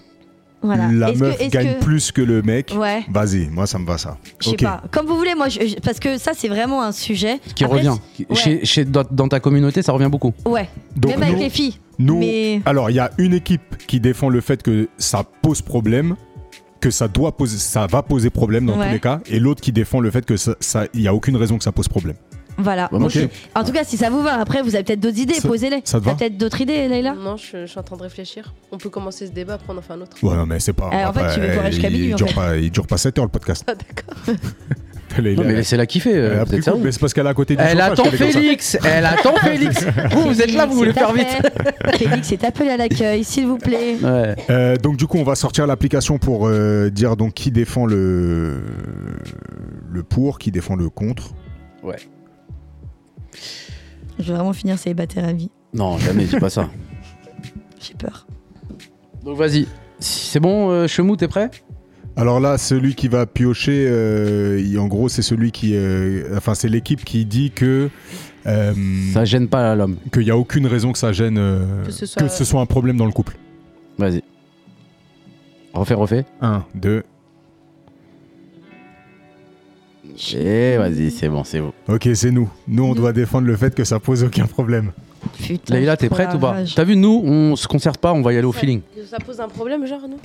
D: Voilà.
B: la
D: Est-ce que-
B: meuf
D: est-ce
B: gagne
D: que-
B: plus que le mec.
D: Ouais,
B: Vas-y, moi, ça me va, ça.
D: je sais
B: Ok.
D: pas. Comme vous voulez, moi, je- je- parce que ça, c'est vraiment un sujet.
C: Qui
D: Après,
C: revient
D: ouais.
C: chez, chez- dans, dans ta communauté, ça revient beaucoup.
D: c'est- Ouais,
B: Donc,
D: même avec
B: nous,
D: les filles.
B: nous-
D: mais-
B: alors, il y a une équipe qui défend le fait que ça pose problème, que ça doit poser, ça va poser problème dans
D: Ouais.
B: tous les cas, et l'autre qui défend le fait que ça, ça- il y a aucune raison que ça pose problème.
D: Voilà.
C: Bah, moi,
D: Ok.
C: je suis-
D: En tout cas, si ça vous va, après, vous avez peut-être d'autres idées,
B: Ça-
D: posez-les.
B: ça te va
D: T'as peut-être d'autres idées, Leïla
E: Non, je, je suis en train de réfléchir. On peut commencer ce débat, après on en fait un autre.
B: Ouais, non, mais c'est pas.
D: Euh, en fait, tu veux qu'on reste
B: il,
D: Kabylie,
B: il
D: en
B: dure
D: fait.
B: pas, il dure pas 7 heures le podcast.
E: Ah, d'accord.
B: Elle,
C: Non, mais laissez-la kiffer. euh, vous êtes sérieux
B: mais c'est parce qu'elle est à côté du
C: Elle
B: chauffage
C: attend
B: qu'elle est comme ça.
C: Félix Elle attend Félix Vous, vous êtes là, vous voulez faire vite
D: vite. Félix est appelé à l'accueil, s'il vous plaît.
C: Ouais.
B: Euh, donc du coup, on va sortir l'application pour euh, dire donc qui défend le le pour, qui défend le contre.
D: Je vais vraiment finir célibataire à vie.
C: Non, jamais, dis pas ça.
D: J'ai peur.
C: Donc vas-y. Si- C'est bon, euh, Chemou, t'es prêt
B: Alors là, celui qui va piocher, euh, il- en gros, c'est celui qui, euh, enfin, c'est l'équipe qui dit que euh,
C: Ça gêne pas l'homme.
B: qu'il n'y a aucune raison que ça gêne, euh,
E: Que ce soit-
B: soit un problème dans le couple.
C: Vas-y. Refais, refais.
B: 1, 2,
C: Et Eh, vas-y, c'est bon, c'est bon.
B: ok, c'est nous. Nous, on doit défendre le fait que ça pose aucun problème.
D: Putain.
C: Leïla,
D: j'ai
C: t'es
D: trop
C: prête
D: la
C: ou pas
D: rage.
C: T'as vu, nous, on se concerte pas, on va y aller au feeling.
E: Ça, ça pose un problème, genre, non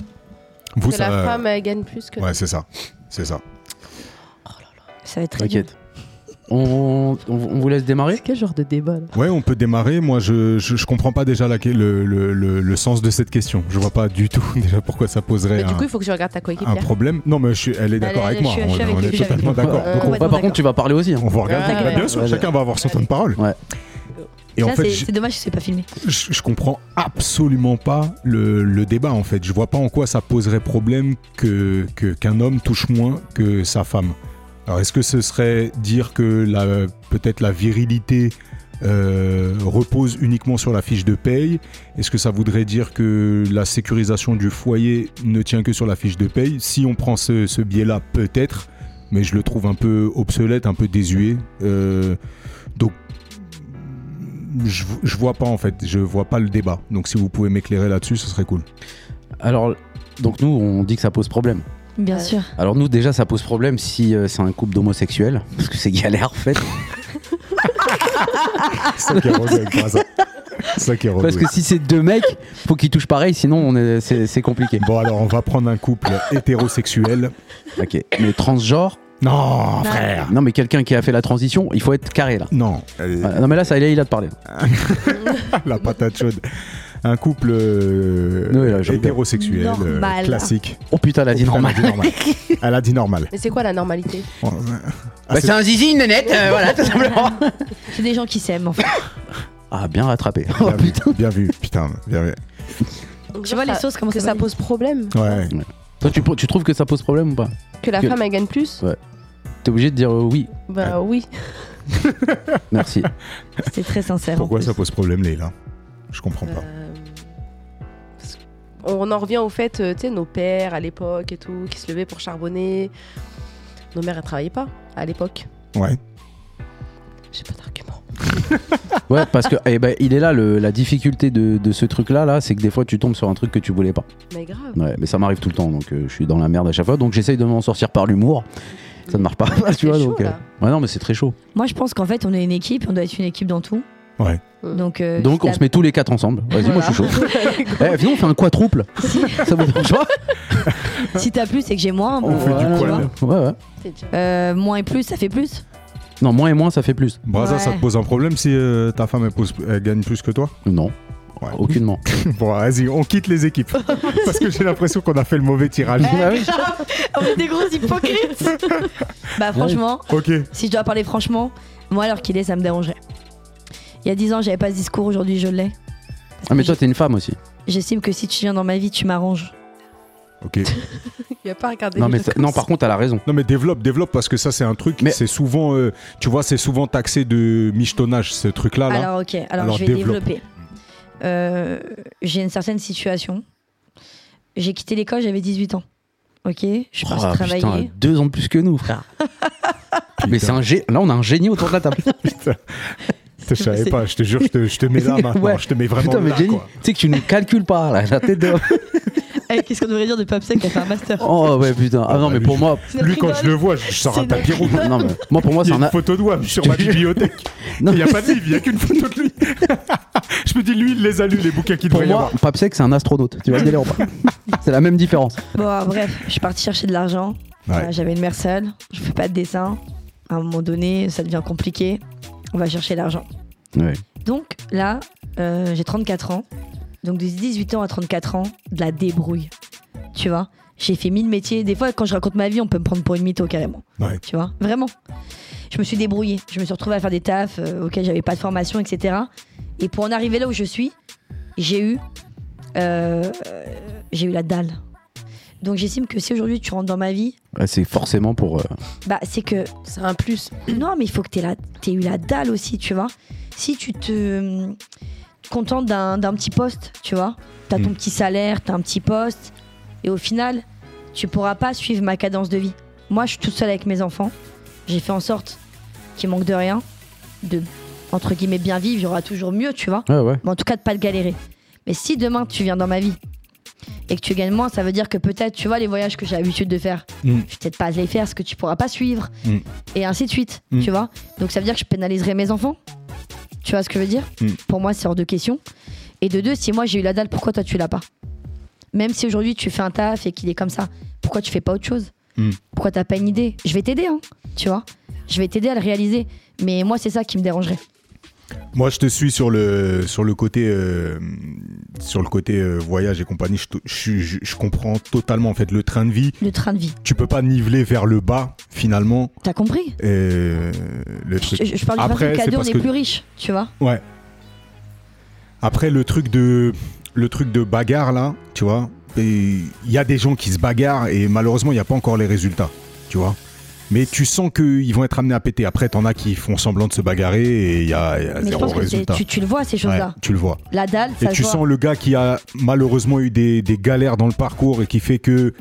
B: Vous,
E: Que
B: ça,
E: la femme, elle gagne plus que.
B: ouais, c'est ça, c'est ça.
D: Ça va être très dur.
C: T'inquiète. On, on- on vous laisse démarrer
E: quel genre de débat là
B: Ouais, on peut démarrer. Moi, je, je, je comprends pas déjà la, le, le, le, le sens de cette question. Je vois pas du tout déjà pourquoi ça poserait
E: Mais du
B: un,
E: coup, il faut que tu regardes ta coéquipière.
B: un problème. Non, mais je suis- elle est d'accord
D: elle-
B: avec moi.
D: je suis- je
B: on
D: suis avec
B: on
D: lui,
B: est
D: je suis avec
B: totalement
D: lui.
B: d'accord. Donc,
E: Ouais.
C: Bah,
D: complètement
C: Par contre,
D: d'accord.
C: tu vas parler aussi. hein.
B: on, on va regarder.
E: Ouais,
B: Bah, bien sûr,
C: ouais.
B: chacun va avoir son temps de parole.
C: Ouais.
B: Et en
D: Ça,
B: fait,
D: c'est-
B: je,
D: c'est dommage que c'est pas filmé.
B: je, je comprends absolument pas le, le débat. En fait, je vois pas en quoi ça poserait problème que que- qu'un homme touche moins que sa femme. Alors, est-ce que ce serait dire que la peut-être la virilité euh, repose uniquement sur la fiche de paye Est-ce que ça voudrait dire que la sécurisation du foyer ne tient que sur la fiche de paye Si on prend ce, ce biais-là, peut-être, mais je le trouve un peu obsolète, un peu désuet. Euh, donc, je, je vois pas en fait, je vois pas le débat. Donc, si vous pouvez m'éclairer là-dessus, ce serait cool.
C: Alors, donc nous, on dit que ça pose problème.
D: Bien
E: Ouais.
C: Euh,
D: sûr.
C: Alors nous, déjà, ça pose problème si euh, c'est un couple d'homosexuels, parce que c'est galère, en fait.
B: C'est ça qui est relou avec moi, ça. C'est ça qui est relou.
C: Parce que si c'est deux mecs, faut qu'ils touchent pareil, sinon on est- c'est c'est compliqué.
B: Bon, alors, on va prendre un couple hétérosexuel.
C: Ok. Mais transgenre,
B: Non, frère
C: non mais quelqu'un qui a fait la transition, il faut être carré là.
B: Non, euh,
C: Ah, Non mais là, ça, il a de parler.
B: la patate chaude. Un couple euh,
C: Oui, là, je rigole.
B: hétérosexuel, euh,
D: Normal.
B: classique.
C: Oh putain, elle a dit
B: Oh, putain,
C: normal.
B: Elle a dit normal. Elle a dit normal.
E: Mais c'est quoi la normalité
B: Oh, Ah,
C: Bah,
B: c'est-
C: c'est un zizi, une nanette, euh, voilà, tout simplement.
D: C'est des gens qui s'aiment, en fait.
C: Ah, bien rattrapé. Oh,
B: Bien, vu,
C: putain.
B: bien vu, putain, bien vu.
E: Donc,
D: Tu
E: genre,
D: vois les
E: ça-
D: sauces, comment
E: Que
D: ça
E: ça
D: s'appelle
E: pose problème
B: Ouais.
C: Toi, tu, tu trouves que ça pose problème ou pas
E: Que la
C: Que-
E: femme, elle gagne plus
C: T'es obligé de dire euh, oui,
E: Bah oui.
C: merci.
D: C'est très sincère. en
B: Pourquoi
D: plus.
B: ça pose problème, Leïla Je comprends pas.
E: Euh, parce que- On en revient au fait, euh, tu sais, nos pères à l'époque et tout, qui se levaient pour charbonner. Nos mères, elles travaillaient pas à l'époque.
B: Ouais.
E: J'ai pas d'argument.
C: Ouais, parce que eh ben, il est là, le- la difficulté de, de ce truc-là, là, c'est que des fois, tu tombes sur un truc que tu voulais pas.
E: Mais grave.
C: Ouais, mais ça m'arrive tout le temps, donc euh, je suis dans la merde à chaque fois. Donc j'essaye de m'en sortir par l'humour. Ça ne marche pas, tu
E: C'est
C: vois.
E: chaud,
C: donc, euh,
E: là.
C: Ouais, non, mais c'est très chaud.
D: Moi, je pense qu'en fait, on est une équipe, on doit être une équipe dans tout.
B: Ouais.
D: Donc, euh,
C: donc
D: la-
C: on se met tous les quatre ensemble. Vas-y, moi je suis chaud. Eh, viens, on fait un quadruple. ça vous dérange pas
D: si t'as plus et que j'ai moins, bon, euh,
B: On fait du
D: tu
B: poil.
D: vois.
C: Ouais, ouais.
E: C'est déjà-
D: Euh, moins et plus, ça fait plus.
C: Non, moins et moins, ça fait plus.
B: Braza,
D: Ouais.
B: ça te pose un problème si euh, ta femme elle, pose- elle gagne plus que toi
C: Non.
B: Ouais.
C: Aucunement.
B: Bon, vas-y, on quitte les équipes. Parce que j'ai l'impression qu'on a fait le mauvais tirage.
C: Ah oui.
D: on est des gros hypocrites. bah, franchement,
B: Ok.
D: si je dois parler franchement, moi, alors qu'il est, ça me dérangerait. Il y a 10 ans, j'avais pas ce discours, aujourd'hui, je l'ai.
C: Ah, mais toi, t'es une femme aussi.
D: J'estime que si tu viens dans ma vie, tu m'arranges.
B: Ok.
E: Il a pas regardé.
C: Non,
E: les
C: mais
E: autres
C: ça-
E: comme
C: non,
E: ça.
C: par contre, elle a raison.
B: Non mais développe, développe parce que ça c'est un truc.
C: Mais-
B: C'est souvent, euh, tu vois, c'est souvent taxé de michetonnage ce truc-là. Là.
D: Alors, ok, alors,
B: Alors,
D: je vais
B: développe.
D: développer. Euh, j'ai une certaine situation. J'ai quitté l'école, j'avais 18 ans. Ok, je pars
C: Oh,
D: travailler.
C: putain, deux ans de plus que nous, frère. mais c'est un gé... Là, on a un génie autour de la table.
B: Je savais pas. Je te jure, je te, je te mets là maintenant.
C: Ouais.
B: Je te mets vraiment
C: Putain, mais
B: là.
C: génie.
B: quoi.
C: Tu sais que tu nous calcules pas, là, la tête de.
D: Eh, Qu'est-ce qu'on devrait dire de Papsec qui a fait un master
C: Oh, ouais, putain. Ah,
B: Ah,
C: non,
B: bah,
C: mais
B: lui,
C: pour moi.
D: C'est notre
B: Lui quand
D: rigole.
B: je le vois, je sors un
D: C'est notre
B: tapis rouge.
C: Non, mais... Moi, pour moi,
B: Il y
C: c'est
B: a
C: un.
B: une
C: a-
B: photo de WAM sur ma bibliothèque.
C: Non,
B: Il n'y a pas de livre, il n'y a qu'une photo de lui. je me dis, lui, il les a lus, les bouquins qu'il
C: Pour
B: devrait y
C: moi,
B: avoir.
C: Papsek, c'est un astronaute. Tu vas le délire ou pas C'est la même différence.
D: Bon, ah, bref, je suis partie chercher de l'argent.
B: Ouais.
D: Euh, J'avais une mère seule, je fais pas de dessin. À un moment donné, ça devient compliqué. on va chercher l'argent.
C: Ouais.
D: Donc là, euh, j'ai 34 ans. Donc de 18 ans à 34 ans, de la débrouille. Tu vois J'ai fait mille métiers. Des fois, quand je raconte ma vie, on peut me prendre pour une mytho carrément.
B: Ouais.
D: Tu vois Vraiment. Je me suis débrouillée. Je me suis retrouvée à faire des tafs euh, auxquels j'avais pas de formation, etc. Et pour en arriver là où je suis, j'ai eu, euh, euh, j'ai eu la dalle. Donc j'estime que si aujourd'hui tu rentres dans ma vie,
C: Ouais, c'est forcément pour. euh,
D: bah c'est que
E: C'est un plus.
D: non, mais il faut que tu aies eu la dalle aussi, tu vois. Si tu te hum, contentes d'un d'un petit poste, tu vois, t'as ton
C: Mm.
D: petit salaire, t'as un petit poste, et au final, tu pourras pas suivre ma cadence de vie. Moi, je suis toute seule avec mes enfants. J'ai fait en sorte qu'ils manquent de rien, de entre guillemets bien vivre. Il y aura toujours mieux, tu vois.
C: Ouais, ouais.
D: Mais en tout cas, de pas le galérer. Mais si demain tu viens dans ma vie et que tu gagnes moins, ça veut dire que peut-être, tu vois, les voyages que j'ai l'habitude de faire,
B: Mm.
D: je vais peut-être pas les faire parce que tu pourras pas suivre.
B: Mm.
D: Et ainsi de suite,
B: Mm.
D: tu vois. Donc ça veut dire que je pénaliserai mes enfants. Tu vois ce que je veux dire
B: Mm.
D: Pour moi, c'est hors de question. Et de deux, si moi j'ai eu la dalle, pourquoi toi tu l'as pas Même si aujourd'hui tu fais un taf et qu'il est comme ça, pourquoi tu fais pas autre chose
B: Mm.
D: Pourquoi t'as pas une idée Je vais t'aider, hein, tu vois. Je vais t'aider à le réaliser. Mais moi, c'est ça qui me dérangerait.
B: Moi, je te suis sur le, sur le côté, euh, sur le côté euh, voyage et compagnie. Je, te- je- je- je comprends totalement en fait le train de vie.
D: Le train de vie.
B: Tu peux pas niveler vers le bas finalement.
D: T'as compris
B: euh, le truc.
D: je, je- je parle du
B: Après,
D: principe qu'à
B: c'est
D: deux, on
B: parce
D: est
B: que-
D: plus riche, tu vois.
B: Ouais. Après le truc de le truc de bagarre là, tu vois, et il y a des gens qui se bagarrent et malheureusement il n'y a pas encore les résultats, tu vois. Mais tu sens qu'ils vont être amenés à péter. Après, t'en as qui font semblant de se bagarrer et il y a, il y a
D: Mais je
B: Bah, zéro
D: pense que c'est-
B: résultat.
D: tu, tu le vois, ces
B: Ouais,
D: choses-là.
B: tu le vois.
D: La dalle,
B: Et
D: ça se
B: tu
D: voit.
B: sens le gars qui a malheureusement eu des, des galères dans le parcours et qui fait que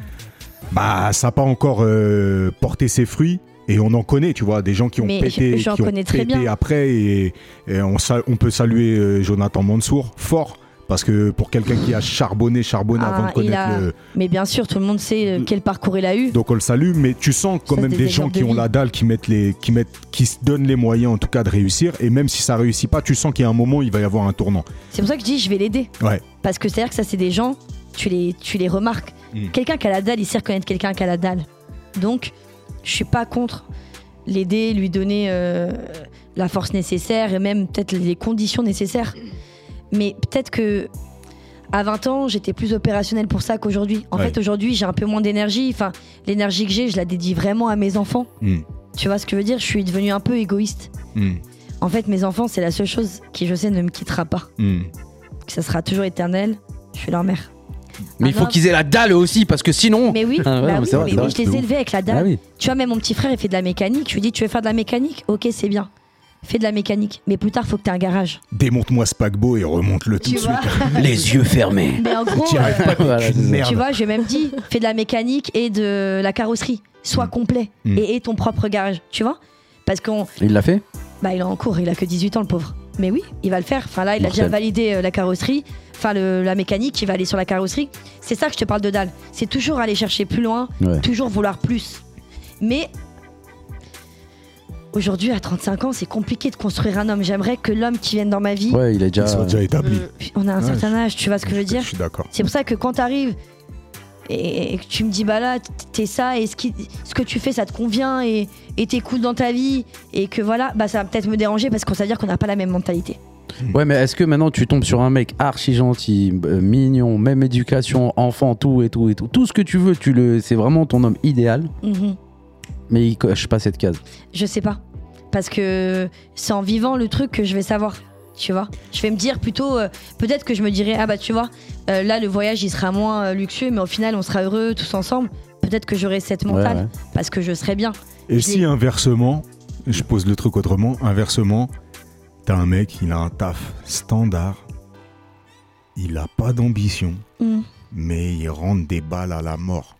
B: bah ça n'a pas encore euh, porté ses fruits. Et on en connaît, tu vois, des gens qui ont
D: Mais
B: pété,
D: je- j'en
B: qui ont
D: connais très
B: pété
D: bien.
B: après. Et, et on, sa- on peut saluer euh, Jonathan Mansour fort. Parce que pour quelqu'un qui a charbonné, charbonné
D: Ah,
B: avant de
D: il
B: connaître
D: a-
B: le.
D: Mais bien sûr, tout le monde sait
B: Mm.
D: euh, quel parcours il a eu.
B: Donc on le salue, mais tu sens quand
D: Ça,
B: même
D: c'est
B: des
D: des
B: gens
D: exemples
B: qui
D: de
B: ont
D: vie.
B: la dalle, qui, mettent les, qui, mettent, qui se donnent les moyens en tout cas de réussir. Et même si ça réussit pas, tu sens qu'il y a un moment, il va y avoir un tournant.
D: C'est pour ça que je dis, je vais l'aider.
B: Ouais.
D: Parce que c'est-à-dire que ça, c'est des gens, tu les, tu les remarques.
B: Mm.
D: Quelqu'un qui a la dalle, il sait reconnaître quelqu'un qui a la dalle. Donc, je suis pas contre l'aider, lui donner euh, la force nécessaire et même peut-être les conditions nécessaires. Mais peut-être que à 20 ans, j'étais plus opérationnelle pour ça qu'aujourd'hui. En
B: Ouais.
D: fait, aujourd'hui, j'ai un peu moins d'énergie. Enfin, l'énergie que j'ai, je la dédie vraiment à mes enfants.
B: Mm.
D: Tu vois ce que je veux dire Je suis devenue un peu égoïste.
B: Mm.
D: En fait, mes enfants, c'est la seule chose qui, je sais, ne me quittera pas.
B: Mm.
D: Que ça sera toujours éternel. Je suis leur mère.
C: Mais il faut
D: non.
C: qu'ils aient la dalle eux aussi, parce que sinon.
D: Mais oui, bah
C: Ah ouais, non, mais
D: oui,
C: c'est vrai,
D: mais
C: c'est
D: moi,
C: vrai,
D: je
C: de
D: les ai
C: ouf.
D: élevés avec la dalle.
C: Ah oui.
D: Tu vois, même mon petit frère, il fait de la mécanique. Je lui dis, tu veux faire de la mécanique Ok, c'est bien. Fais de la mécanique. Mais plus tard, faut que tu aies un garage.
B: Démonte-moi ce paquebot et remonte-le tout de suite.
C: Les yeux fermés.
D: Mais en gros,
B: T'y arrives
D: euh,
B: pas, t'es
C: Voilà,
B: qu'une
C: c'est ça.
B: merde.
D: tu vois, j'ai même dit, fais de la mécanique et de la carrosserie. Sois
B: Mm.
D: complet.
B: Mm.
D: Et aie ton propre garage. Tu vois Parce qu'on.
C: Il l'a fait
D: Bah, il est en cours, il a que 18 ans, le pauvre. Mais oui, il va le faire. Enfin, là, il a
C: Mortel.
D: déjà validé euh, la carrosserie, enfin, le- la mécanique, il va aller sur la carrosserie. C'est ça que je te parle de dalle. C'est toujours aller chercher plus loin,
C: Ouais.
D: toujours vouloir plus. Mais aujourd'hui, à 35 ans, c'est compliqué de construire un homme. J'aimerais que l'homme qui vienne dans ma vie,
C: Ouais, il est déjà.
B: Ils sont déjà établis.
D: on a un
B: Ouais,
D: certain âge, tu vois euh, ce que je veux dire
B: Je suis d'accord.
D: C'est pour ça que quand t'arrives et et que tu me dis bah là t- t'es ça et ce, qui, ce que tu fais ça te convient et et t'es cool dans ta vie et que voilà bah ça va peut-être me déranger parce qu'on ça veut dire qu'on n'a pas la même mentalité.
C: Ouais, mais est-ce que maintenant tu tombes sur un mec archi gentil, euh, mignon, même éducation, enfant, tout et tout et tout, tout ce que tu veux, tu le, c'est vraiment ton homme idéal,
D: Mhm.
C: mais il coche pas cette case.
D: Je sais pas parce que c'est en vivant le truc que je vais savoir. Tu vois, je vais me dire plutôt, euh, peut-être que je me dirais, ah bah tu vois, euh, là le voyage il sera moins euh, luxueux, mais au final on sera heureux tous ensemble. Peut-être que j'aurai cette mentale
C: Ouais, ouais.
D: parce que je serai bien.
B: Et
D: Je
B: si
D: l'ai-
B: inversement, je pose le truc autrement, inversement, t'as un mec, il a un taf standard, il a pas d'ambition,
D: Mm.
B: mais il rentre des balles à la mort.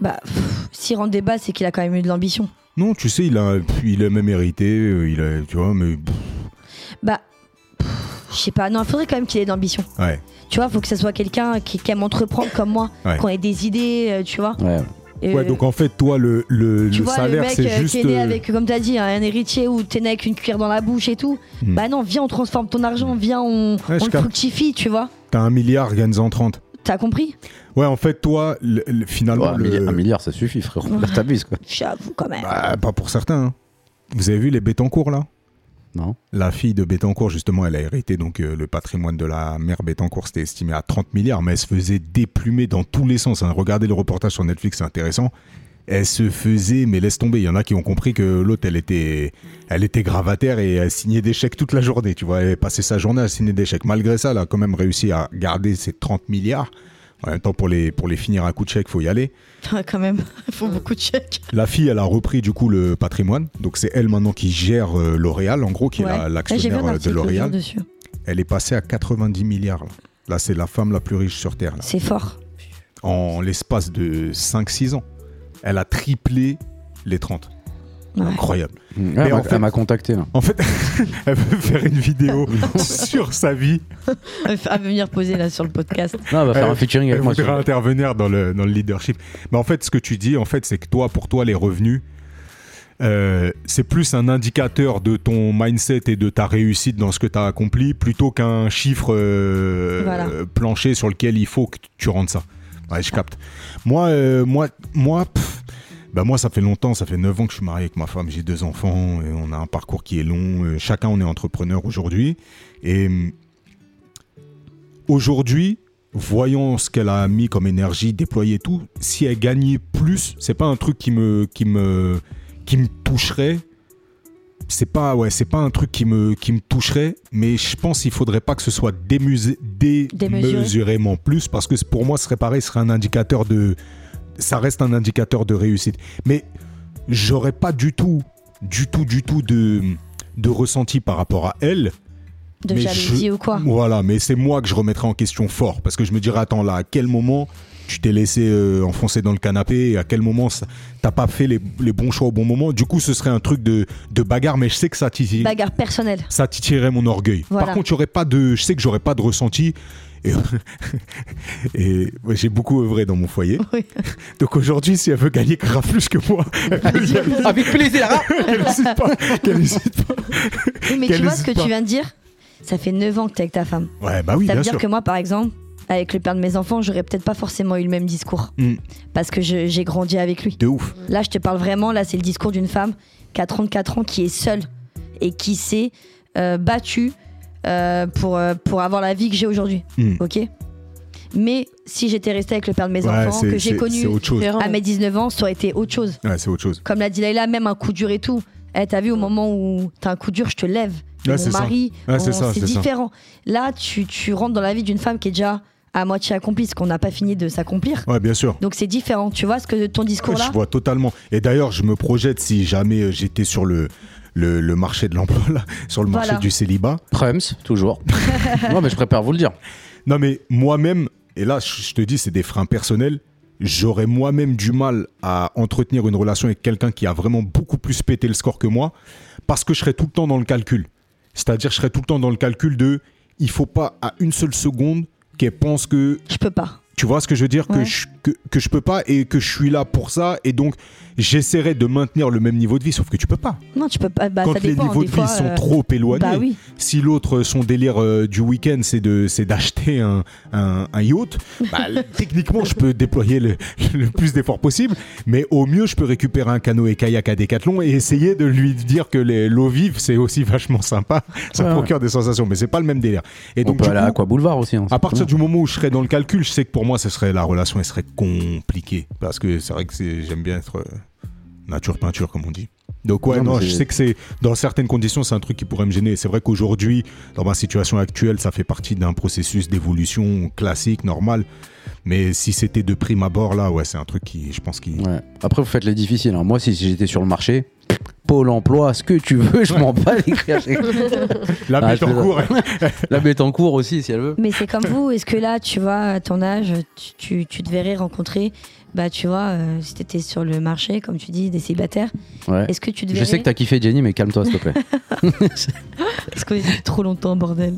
D: Bah, pff, s'il rentre des bases, c'est qu'il a quand même eu de l'ambition.
B: Non, tu sais, il a, il a même hérité, euh, il a, tu vois, mais pff,
D: Bah, pff, je sais pas. Non, il faudrait quand même qu'il ait d'ambition.
B: ouais.
D: Tu vois, faut que ce soit quelqu'un qui, qui aime entreprendre comme moi,
B: Ouais.
D: qu'on ait des idées, euh, tu vois.
C: Ouais.
D: Euh,
B: Ouais, donc en fait, toi, le, le,
D: tu
B: le
D: vois, le
B: salaire,
D: mec
B: c'est
D: euh,
B: juste.
D: qui est né
B: euh,
D: avec, comme t'as dit, un héritier ou t'es né avec une cuillère dans la bouche et tout.
B: Hmm.
D: Bah non, viens, on transforme ton argent, viens, on,
B: je
D: on le
B: capte.
D: fructifie, tu vois.
B: T'as un milliard, gagne-en 30.
D: T'as compris
B: Ouais, en fait, toi, le- le-
C: Ouais,
B: finalement,
C: un,
B: le-
C: milliard, un milliard, ça suffit, frérot.
D: Ouais.
C: T'abuses, quoi.
D: J'avoue quand même.
B: Bah, pas Bah, pour certains. hein. Vous avez vu les Bétancourt là
C: Non.
B: La fille de Bétancourt, justement, elle a hérité donc euh, le patrimoine de la mère Bétancourt, c'était estimé à 30 milliards, mais elle se faisait déplumer dans tous les sens. hein. Regardez le reportage sur Netflix, c'est intéressant. Elle se faisait, mais laisse tomber. Il y en a qui ont compris que l'autre, elle était, elle était gravataire et elle signait des chèques toute la journée. Tu vois, elle passait sa journée à signer des chèques. Malgré ça, elle a quand même réussi à garder ses 30 milliards. En même temps, pour les, pour les finir à coup de chèque, faut y aller.
A: Quand même, il faut beaucoup de chèques.
B: La fille, elle a repris du coup le patrimoine. Donc c'est elle maintenant qui gère euh, L'Oréal, en gros, qui
D: Ouais.
B: est la-
D: Là, j'ai vu
B: l'actionnaire
D: un
B: euh, de
D: article le jour
B: L'Oréal.
D: dessus.
B: Elle est passée à 90 milliards. Là, Là, c'est la femme la plus riche sur Terre. là.
D: C'est fort.
B: En l'espace de 5-6 ans, elle a triplé les 30.
D: Ouais.
B: Incroyable.
C: Elle m'a-
B: en fait-
C: Elle m'a contacté. là.
B: En fait, elle veut faire une vidéo sur sa vie.
A: À venir poser là sur le podcast.
C: Non, elle va faire
B: Elle-
C: un featuring
B: Elle
C: avec moi.
B: voudrait
C: sur-
B: intervenir dans le, dans le leadership. Mais en fait, ce que tu dis, en fait, c'est que toi, pour toi, les revenus, euh, c'est plus un indicateur de ton mindset et de ta réussite dans ce que tu as accompli, plutôt qu'un chiffre euh,
D: Voilà.
B: euh, plancher sur lequel il faut que tu rentres ça. Ouais, je capte. Moi, euh, moi, moi, pff, bah moi, ça fait longtemps, ça fait 9 ans que je suis marié avec ma femme, j'ai deux enfants, et on a un parcours qui est long, euh, chacun on est entrepreneur aujourd'hui. Et hum, aujourd'hui, voyant ce qu'elle a mis comme énergie, déployé et tout, si elle gagnait plus, c'est pas un truc qui me, qui me, qui me toucherait. C'est pas, ouais, c'est pas un truc qui me, qui me toucherait, mais je pense qu'il faudrait pas que ce soit démusé-
D: Démesuré.
B: démesurément plus, parce que pour moi, ce serait pareil, ce serait un indicateur de. Ça reste un indicateur de réussite. Mais j'aurais pas du tout, du tout, du tout de, de ressenti par rapport à elle.
D: De
B: Mais
D: jalousie
B: je-
D: ou quoi
B: Voilà, mais c'est moi que je remettrai en question fort parce que je me dirais attends là, à quel moment tu t'es laissé euh, enfoncer dans le canapé et à quel moment ça- t'as pas fait les, les bons choix au bon moment. Du coup, ce serait un truc de, de bagarre, mais je sais que ça titille,
D: Bagarre personnelle.
B: ça titillerait mon orgueil.
D: Voilà.
B: Par contre, j'aurais pas de, je sais que j'aurais pas de ressenti. Et, et ouais, j'ai beaucoup œuvré dans mon foyer.
A: Oui.
B: Donc aujourd'hui, si elle veut gagner grave plus que moi, elle peut y aller.
C: Avec plaisir. hein.
B: qu'elle hésite pas. qu'elle hésite pas.
D: Oui, mais
B: Qu'elle
D: tu vois ce que
B: hésite pas.
D: tu viens de dire Ça fait 9 ans que t'es avec ta femme.
B: Ouais, bah oui,
D: ça veut
B: bien
D: dire
B: sûr.
D: que moi, par exemple, avec le père de mes enfants, j'aurais peut-être pas forcément eu le même discours.
B: Mm.
D: Parce que je- j'ai grandi avec lui.
B: De ouf.
D: Là, je te parle vraiment, là, c'est le discours d'une femme qui a 34 ans, qui est seule et qui s'est euh, battue euh, pour, euh, pour avoir la vie que j'ai aujourd'hui.
B: Mm.
D: Ok Mais si j'étais restée avec le père de mes
B: Ouais,
D: enfants,
B: c'est-
D: que j'ai
B: c'est- C'est
D: connu
B: autre chose.
E: Ah,
D: à mes 19 ans, ça aurait été autre chose.
B: Ouais, c'est autre chose.
D: Comme l'a dit Laila, même un coup dur et tout. Eh, t'as vu, au moment où t'as un coup dur, je te lève. Et
B: Ouais,
D: mon
B: c'est ça.
D: mari,
B: Ouais, c'est
D: on-
B: ça,
D: c'est
B: c'est ça.
D: différent. Là, tu, tu rentres dans la vie d'une femme qui est déjà à moitié accomplie, ce qu'on n'a pas fini de s'accomplir.
B: Ouais, bien sûr.
D: Donc c'est différent. Tu vois ce que ton discours là
B: Je vois totalement. Et d'ailleurs, je me projette si jamais euh, j'étais sur le, le, le marché de l'emploi, là, sur le marché
D: Voilà.
B: du célibat.
C: Prums, toujours. Non, mais je préfère vous le dire.
B: Non, mais moi-même, et là, je je te dis, c'est des freins personnels. J'aurais moi-même du mal à entretenir une relation avec quelqu'un qui a vraiment beaucoup plus pété le score que moi, parce que je serais tout le temps dans le calcul. C'est-à-dire, je serais tout le temps dans le calcul de, il faut pas à une seule seconde qu'elle pense que
D: Je peux pas.
B: Tu vois ce que je veux dire que,
D: Ouais.
B: je, que, que je peux pas et que je suis là pour ça et donc j'essaierai de maintenir le même niveau de vie sauf que tu peux pas.
D: Non, tu peux pas. Bah,
B: Quand
D: ça
B: les
D: dépend.
B: niveaux
D: des
B: de vie
D: fois,
B: sont
D: euh,
B: trop éloignés,
D: Bah oui.
B: si l'autre euh, son délire euh, du week-end c'est de c'est d'acheter un, un, un yacht, bah, l- techniquement je peux déployer le, le plus d'efforts possible, mais au mieux je peux récupérer un canoë kayak à Décathlon et essayer de lui dire que les l'eau vive c'est aussi vachement sympa, ça
C: Ouais, ouais.
B: procure des sensations, mais c'est pas le même délire. Et
C: On
B: donc
C: peut
B: du
C: aller
B: coup,
C: à Aqua Boulevard aussi. hein,
B: à partir
C: c'est
B: du moment où je serais dans le calcul, je sais que pour moi, ce serait la relation, elle serait compliquée. Parce que c'est vrai que c'est- j'aime bien être euh, nature peinture, comme on dit. Donc ouais,
C: Non, mais
B: non, je
C: c'est-
B: sais que c'est dans certaines conditions, c'est un truc qui pourrait me gêner. C'est vrai qu'aujourd'hui, dans ma situation actuelle, ça fait partie d'un processus d'évolution classique, normal. Mais si c'était de prime abord, là, ouais, c'est un truc qui, je pense, qui.
C: cool. Ouais. Après, vous faites les difficiles. hein. Moi, si j'étais sur le marché, Pôle emploi, ce que tu veux, je m'en bats les couilles.
B: La
C: Ah,
B: bête
C: je
B: en
C: plaisante.
B: cours.
C: La bête en cours aussi, si elle veut.
D: Mais c'est comme vous. Est-ce que là, tu vois, à ton âge, tu, tu, tu te verrais rencontrer, bah, tu vois, euh, si t'étais sur le marché, comme tu dis, des célibataires,
C: Ouais.
D: est-ce que tu te
C: Je
D: verrais
C: sais que t'as kiffé Jenny, mais calme-toi, s'il te plaît.
D: Parce qu'on est depuis trop longtemps, bordel.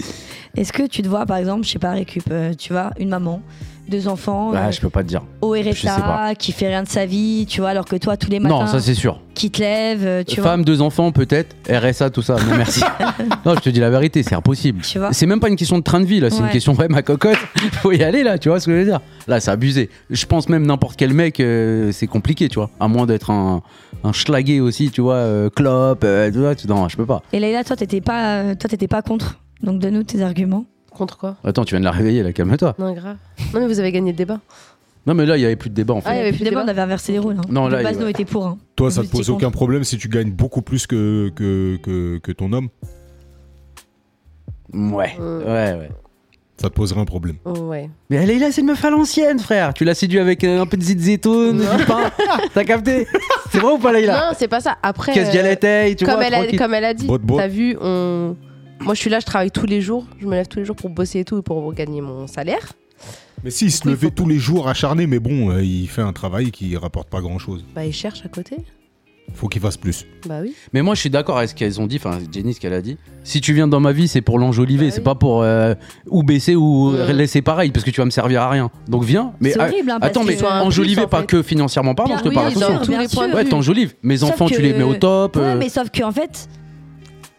D: Est-ce que tu te vois, par exemple, je sais pas, récup, euh, tu vois, une maman deux enfants
C: Ah,
D: euh,
C: je peux pas te dire.
D: au
C: je sais pas.
D: RSA, qui fait rien de sa vie, tu vois, alors que toi, tous les matins,
C: Non, ça c'est sûr.
D: qui te lève, euh, tu vois.
C: Femme, deux enfants, peut-être, RSA, tout ça. Non, merci. non, je te dis la vérité, c'est impossible.
D: Tu vois
C: C'est même pas une question de train de vie, là. C'est une
D: Ouais.
C: question, ouais, ma cocotte, faut y aller, là, tu vois ce que je veux dire Là, c'est abusé. Je pense même n'importe quel mec, euh, c'est compliqué, tu vois. À moins d'être un, un schlagué aussi, tu vois, euh, clope, euh, tout ça, tout- Non, je peux pas.
D: Et Leïla, toi, t'étais pas, euh, toi, t'étais pas contre. Donc, donne-nous tes arguments.
E: Contre quoi
C: Attends, tu viens de la réveiller, là, calme-toi.
E: Non, grave. Non, mais vous avez gagné le débat.
C: Non, mais là, il y avait plus de débat, en fait.
E: Ah, il y avait plus de
D: Évidemment,
E: débat.
D: on avait inversé les rôles. Hein.
C: Non,
D: De
C: là,
D: base,
C: il-
D: nous, on était pour. hein.
B: Toi,
D: Vous
B: ça te
D: étiez
B: pose
D: contre.
B: aucun problème si tu gagnes beaucoup plus que, que, que, que ton homme
C: Ouais,
E: Euh.
C: ouais, ouais.
B: Ça te poserait un problème.
E: Oh, Ouais.
C: Mais Leïla, c'est une meuf à l'ancienne, frère. Tu l'as séduit avec euh, un peu de zizétoune, du pain. T'as capté C'est vrai ou pas, Leïla
E: Non, c'est pas ça. Après.
C: Qu'est-ce
E: euh,
C: qu'elle était, tu
E: comme,
C: vois
E: elle a,
C: tranquille.
E: comme elle a dit,
B: Boîte, boîte.
E: t'as vu, on... moi je suis là, je travaille tous les jours, je me lève tous les jours pour bosser et tout, et pour gagner mon salaire.
B: Mais si, il se
E: coup, il
B: levait
E: faut-
B: tous les jours acharné, mais bon, euh, il fait un travail qui rapporte pas grand chose.
E: Bah, il cherche à côté.
B: Faut qu'il fasse plus.
E: Bah oui.
C: Mais moi, je suis d'accord avec ce qu'elles ont dit, enfin, Jenny, ce qu'elle a dit. Si tu viens dans ma vie, c'est pour l'enjoliver,
E: Bah
C: c'est
E: oui.
C: pas pour euh, ou baisser ou
E: Ouais.
C: laisser pareil, parce que tu vas me servir à rien. Donc viens, mais
D: C'est
C: ah,
D: horrible, hein, parce
C: attends, mais
D: que-
E: Soit un
C: enjoliver
E: plus, en
C: pas
E: fait.
C: que financièrement parlant, je te
E: Ah
D: oui,
C: parle à ton
D: dans
C: sens.
E: tous
D: bien
E: les points de
D: sûr.
C: Ouais,
E: vue.
C: t'enjolives. Mes
D: Sauf
C: enfants, tu
D: que-
C: les mets au top.
D: Ouais,
C: euh,
D: mais sauf que en fait,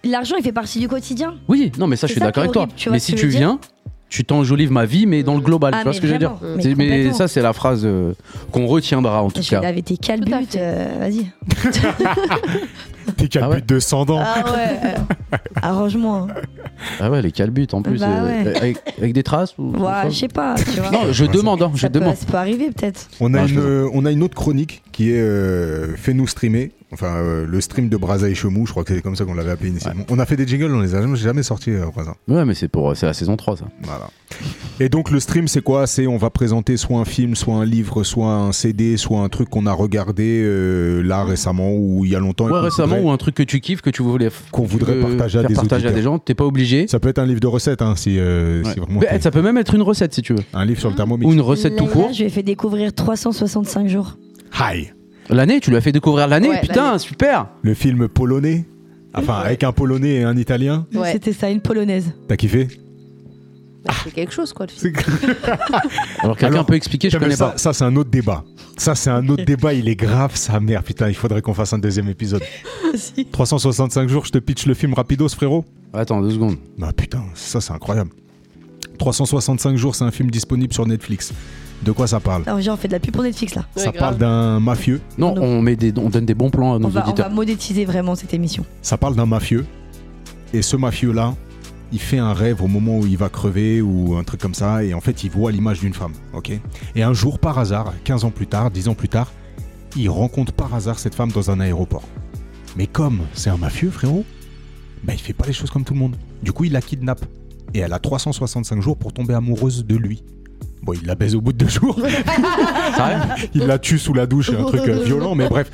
D: l'argent, il fait partie du quotidien.
C: Oui, non, mais ça, je
D: C'est
C: suis
D: ça
C: d'accord
D: qui
C: avec
D: est
C: toi.
D: horrible, tu vois
C: mais
D: ce
C: si
D: que je
C: tu
D: veux dire Ah,
C: viens, tu t'enjolives ma vie, mais dans le global, tu vois ce que je veux dire
D: vraiment,
E: Mm.
C: C'est- mais
D: complètement.
C: ça, c'est la phrase euh, qu'on retiendra en tout
D: Je
C: cas.
D: l'avais tes
E: Tout à
D: calbutes,
E: fait.
D: euh, vas-y.
B: T'es qu'à
C: Ah ouais.
B: plus de 100 ans.
D: Ah
E: euh,
D: ouais, arrange-moi. hein.
C: Ah ouais, les calbutes en plus.
D: Bah
C: euh,
D: ouais.
C: avec, avec des traces ou-
D: Ouais, je sais pas, tu vois.
C: Non, je
B: Ouais,
C: demande, hein, je
D: ça, peut,
C: demande.
D: ça peut arriver peut-être.
B: On a,
C: Non, je
B: une,
C: plaisante.
B: euh, on a une autre chronique qui est euh, Fais-nous streamer. Enfin, euh, le stream de Braza et Chemou, je crois que c'est comme ça qu'on l'avait appelé initialement. On a fait des jingles, on les a jamais, jamais sortis, euh, Braza.
C: Ouais, mais c'est pour, c'est la saison 3, ça.
B: Voilà. Et donc le stream, c'est quoi C'est on va présenter soit un film, soit un livre, soit un CD, soit un truc qu'on a regardé euh, là récemment ou il y a longtemps. et
C: Ouais,
B: qu'on
C: récemment,
B: voudrait-
C: ou un truc que tu kiffes, que tu voulais, f-
B: Qu'on
C: que tu
B: voudrait
C: veux
B: partager à
C: faire
B: des
C: partager à
B: auditeurs.
C: des gens, t'es pas obligé.
B: Ça peut être un livre de recettes, hein, si, euh,
C: Ouais.
B: si vraiment.
C: Mais,
B: t'es-
C: ça peut même être une recette si tu veux.
B: Un livre sur le
C: Ou
B: thermomix.
C: une recette tout
D: Leïla,
C: court.
D: Je lui ai fait découvrir 365 jours.
B: Hi.
C: L'année, tu lui as fait découvrir l'année,
E: Ouais,
C: putain, super
B: Le film polonais. Enfin, avec un polonais et un italien.
E: Ouais.
D: C'était ça, une polonaise.
B: T'as kiffé
E: Bah, c'est quelque chose quoi le film.
C: Alors quelqu'un
B: Alors,
C: peut expliquer, je
B: Putain, mais
C: connais
B: ça,
C: pas.
B: ça, c'est un autre débat. Ça, c'est un autre débat. Il est grave, sa mère. Putain, il faudrait qu'on fasse un deuxième épisode. 365 jours, je te pitch le film rapidos, frérot.
C: Attends, deux secondes.
B: Ah putain, ça c'est incroyable. 365 jours, c'est un film disponible sur Netflix. De quoi ça parle
D: Alors, genre, on fait de la pub pour Netflix là.
E: Ouais,
B: Ça
E: grave.
B: parle d'un mafieux.
C: Non,
D: Non.
C: on, met des, on donne des bons plans à
D: On
C: nos
D: va, on va
C: auditeurs.
D: monétiser vraiment cette émission.
B: Ça parle d'un mafieux. Et ce mafieux-là, il fait un rêve au moment où il va crever ou un truc comme ça. Et en fait, il voit l'image d'une femme. ok et un jour, par hasard, 15 ans plus tard, 10 ans plus tard, il rencontre par hasard cette femme dans un aéroport. Mais comme c'est un mafieux, frérot, bah, il fait pas les choses comme tout le monde. Du coup, il la kidnappe. Et elle a 365 jours pour tomber amoureuse de lui. Bon, il la baise au bout de deux jours.
C: Sérieux
B: il la tue sous la douche, un truc euh, violent, mais bref.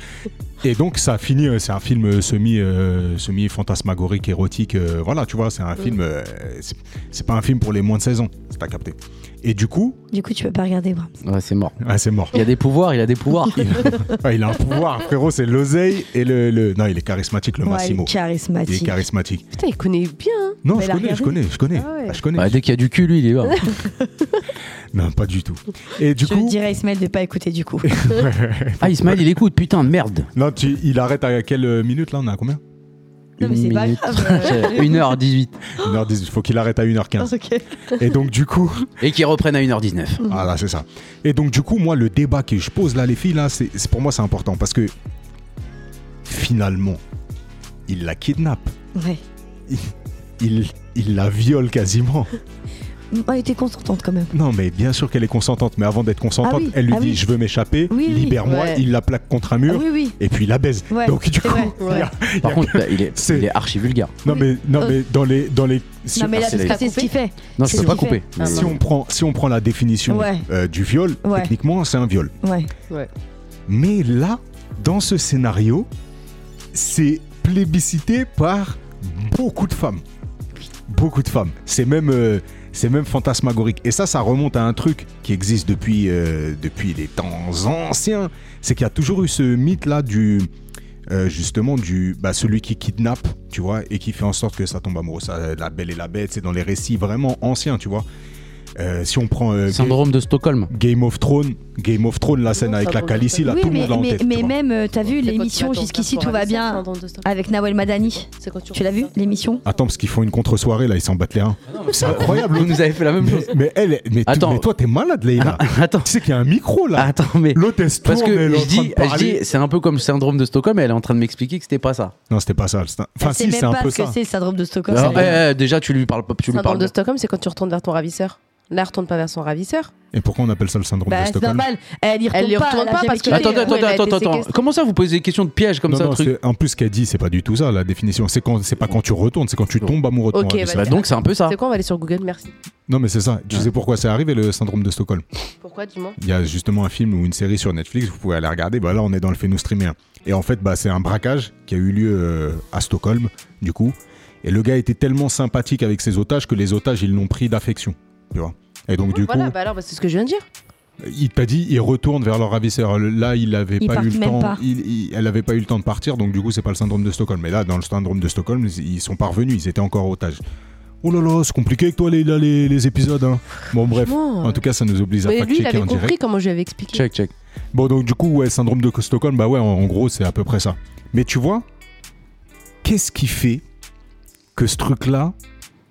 B: Et donc ça finit, euh, c'est un film euh, semi, euh, semi fantasmagorique, érotique, euh, voilà, tu vois, c'est un film, euh, c'est- c'est pas un film pour les moins de 16 ans, si t'as capté. Et du coup,
D: Du coup, tu peux pas regarder, Bram.
C: Ouais, c'est mort.
B: ah, c'est mort.
C: Il y a des pouvoirs, il a des pouvoirs.
B: Ah, il a un pouvoir, frérot, c'est l'oseille et le, le- Non, il est charismatique, le
D: Ouais,
B: Massimo. Il est
D: charismatique.
B: charismatique.
E: Putain, il connaît bien. hein.
B: Non,
D: Mais
B: je
D: il a
B: connais, je
D: regardé.
B: connais, je connais,
E: Ah ouais.
B: Ah, je connais.
C: Bah, dès qu'il y a du cul, lui, il est là.
B: Non, pas du tout. Et du
D: Je
B: coup,
D: dirais à Ismaël de pas écouter du coup.
C: Ah, Ismaël, il écoute, putain de merde.
B: non, tu- il arrête à quelle minute là On est à combien
D: Non, mais c'est pas
C: minute.
D: grave. euh.
C: 1h18.
B: 1h18, faut qu'il arrête à 1h15.
D: Ok.
B: Et donc du coup,
C: Et qu'il reprenne à 1h19.
D: Mhm.
B: Voilà, c'est ça. Et donc, du coup, moi, le débat que je pose là, les filles, là, c'est c'est- pour moi, c'est important parce que finalement, il la kidnappe,
D: Ouais.
B: il, il la viole quasiment.
D: Elle était consentante quand même.
B: Non, mais bien sûr qu'elle est consentante, mais avant d'être consentante,
D: Ah oui,
B: elle lui
D: ah
B: dit
D: oui.
B: Je veux m'échapper,
D: Oui, oui,
B: libère-moi.
E: ouais.
B: Il la plaque contre un
D: Ah
B: mur
D: oui, oui.
B: et puis il la baise.
D: Ouais,
B: donc, du
D: c'est
B: coup,
D: vrai,
B: il y a-
C: Par contre, bah, il, est,
B: C'est-
C: il est archi vulgaire.
B: non, mais, non,
D: Euh.
B: mais dans les. Dans les si,
D: Non, mais là,
C: c'est
D: c'est
C: la-
D: c'est ce qu'il fait.
C: Non, je
D: C'est
C: peux
D: ce
C: pas
D: qu'il
C: couper.
E: Ah,
C: mais-
B: si on prend, si on prend la définition
D: Ouais.
B: euh, du viol,
D: Ouais.
B: techniquement, c'est un viol.
D: Ouais.
B: Mais là, dans ce scénario, c'est plébiscité par beaucoup de femmes. Beaucoup de femmes. C'est même, euh, c'est même fantasmagorique. Et ça, ça remonte à un truc qui existe depuis, euh, depuis les temps anciens. C'est qu'il y a toujours eu ce mythe-là du. euh, justement du bah, celui qui kidnappe tu vois et qui fait en sorte que ça tombe amoureux ça, la belle et la bête c'est dans les récits vraiment anciens tu vois Euh, si on prend euh, Ga-
C: Syndrome de Stockholm.
B: Game of Thrones, Game of Thrones, la scène
E: Non,
B: avec
E: ça
B: la
E: vaut
B: Calicie, là,
D: oui,
B: tout le
D: mais,
B: monde l'a en
D: mais,
B: tête. tu
D: mais
B: vois.
D: même, euh, t'as vu
E: C'est quand
D: l'émission
E: tu vas dans
D: jusqu'ici,
E: un
D: tout va
E: Alice,
D: bien
E: dans Don de Stockholm.
D: avec Nawel Madani.
E: C'est quand
D: Tu l'as vu, l'émission
B: Attends, parce qu'ils font une contre-soirée, là, ils s'en battent les
D: Ah
B: reins. C'est incroyable.
C: Vous nous avez fait la même chose.
B: mais elle, mais, tu-
C: Attends.
B: mais toi, t'es malade, Leïla.
C: Attends,
B: tu sais qu'il y a un micro, là.
C: attends, mais.
B: L'autre, elle se
C: Parce
B: tourne,
C: que
B: elle est en train
C: je dis,
B: de
C: je
B: parler.
C: dis, c'est un peu comme le syndrome de Stockholm, et elle est en train de m'expliquer que c'était pas ça.
B: Non, c'était pas ça. c'était un- Enfin,
D: Elle sait
B: si,
D: même
B: c'est un
D: pas
B: peu
D: ce que
B: ça. Ah,
D: c'est, Syndrome de Stockholm.
C: Alors,
D: ça.
C: eh, eh, déjà, tu lui parles pas. Tu lui
E: Syndrome
C: parles
E: de
C: pas.
E: Stockholm, c'est quand tu retournes vers ton ravisseur. Là, retourne pas vers son ravisseur.
B: Et pourquoi on appelle ça le syndrome
D: Bah,
B: de
D: c'est
B: Stockholm
D: normal. Elle y
E: Elle y
D: retourne pas,
E: retourne
D: elle a
E: pas
D: jamais
E: parce
D: quitté.
E: que-
C: Attends,
E: Oui,
C: attends,
E: elle a
C: attends,
E: été
C: attends, attends.
E: séquestrée.
C: Comment ça, vous posez des questions de piège comme
B: Non,
C: ça,
B: non,
C: un truc
B: c'est- en plus, ce qu'elle dit, c'est pas du tout ça, la définition. C'est quand, c'est pas quand tu retournes, c'est quand tu tombes amoureux de
E: Ok,
B: ton
E: vas-y.
B: ravisseur.
C: Bah, Donc, c'est un peu ça.
E: C'est quoi On va aller sur Google, merci.
B: Non, mais c'est ça. Tu
C: Ouais.
B: sais pourquoi c'est arrivé, le syndrome de Stockholm
E: Pourquoi, dis-moi
B: Il y a justement un film ou une série sur Netflix, vous pouvez aller regarder. Bah là, on est dans le fait nous streamer. Et en fait, bah, c'est un braquage qui a eu lieu euh, à Stockholm, du coup. Et le gars était tellement sympathique avec ses otages que les otages, ils l'ont pris d'affection. Tu vois Et donc, du
E: Voilà,
B: coup,
E: bah alors, bah, c'est ce que je viens de dire.
B: il t'a dit, il retourne vers leur ravisseur. Le- Là, il n'avait
D: Ils
B: pas eu
D: partent
B: le
D: même
B: temps.
D: pas.
B: il- il- elle n'avait pas eu le temps de partir, donc du coup, c'est pas le syndrome de Stockholm. Mais là, dans le syndrome de Stockholm, ils ils sont parvenus, ils étaient encore otages. Oh là là, c'est compliqué avec toi, les, là, les, les épisodes. hein. Bon, bref.
E: Franchement,
B: En tout cas, ça nous oblige à
E: Mais lui, il
B: fact-checker
E: avait
B: en direct.
E: compris comment je lui avais expliqué.
C: Check, check.
B: Bon, donc du coup, ouais, syndrome de Stockholm, bah ouais, en, en gros, c'est à peu près ça. Mais tu vois, qu'est-ce qui fait que ce truc-là,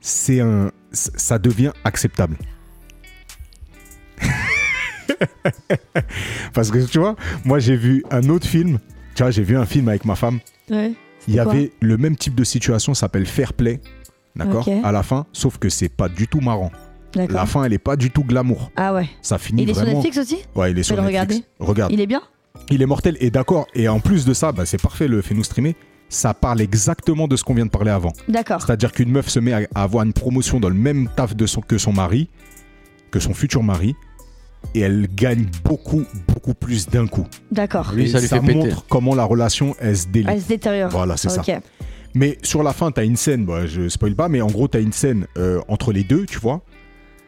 B: c'est un, c- ça devient acceptable Parce que tu vois, moi j'ai vu un autre film, tu vois, j'ai vu un film avec ma femme,
D: Ouais.
B: il y
D: quoi
B: avait le même type de situation, ça s'appelle Fair Play, d'accord
D: Ok.
B: À la fin, sauf que c'est pas du tout marrant. La
D: D'accord.
B: fin, elle est pas du tout glamour.
D: Ah ouais.
B: Ça finit
D: Il est sur
B: vraiment. Ah.
D: Netflix aussi
B: ouais, il est sur
D: le
B: Netflix.
D: regarder
B: Regarde.
D: Il est bien
B: Il est mortel et d'accord. Et en plus de ça, bah, c'est parfait le fait nous streamer. Ça parle exactement de ce qu'on vient de parler avant.
D: D'accord.
B: C'est-à-dire qu'une meuf se met à à avoir une promotion dans le même taf de son, que son mari, que son futur mari, et elle gagne beaucoup, beaucoup plus d'un coup.
D: D'accord. Ah,
C: Lui,
B: Et
C: ça lui fait péter.
B: montre comment la relation, elle se délite.
D: Elle se détériore.
B: Voilà, c'est ça.
D: Ok.
B: Mais sur la fin, t'as une scène, bah, je spoil pas, mais en gros, t'as une scène euh, entre les deux, tu vois.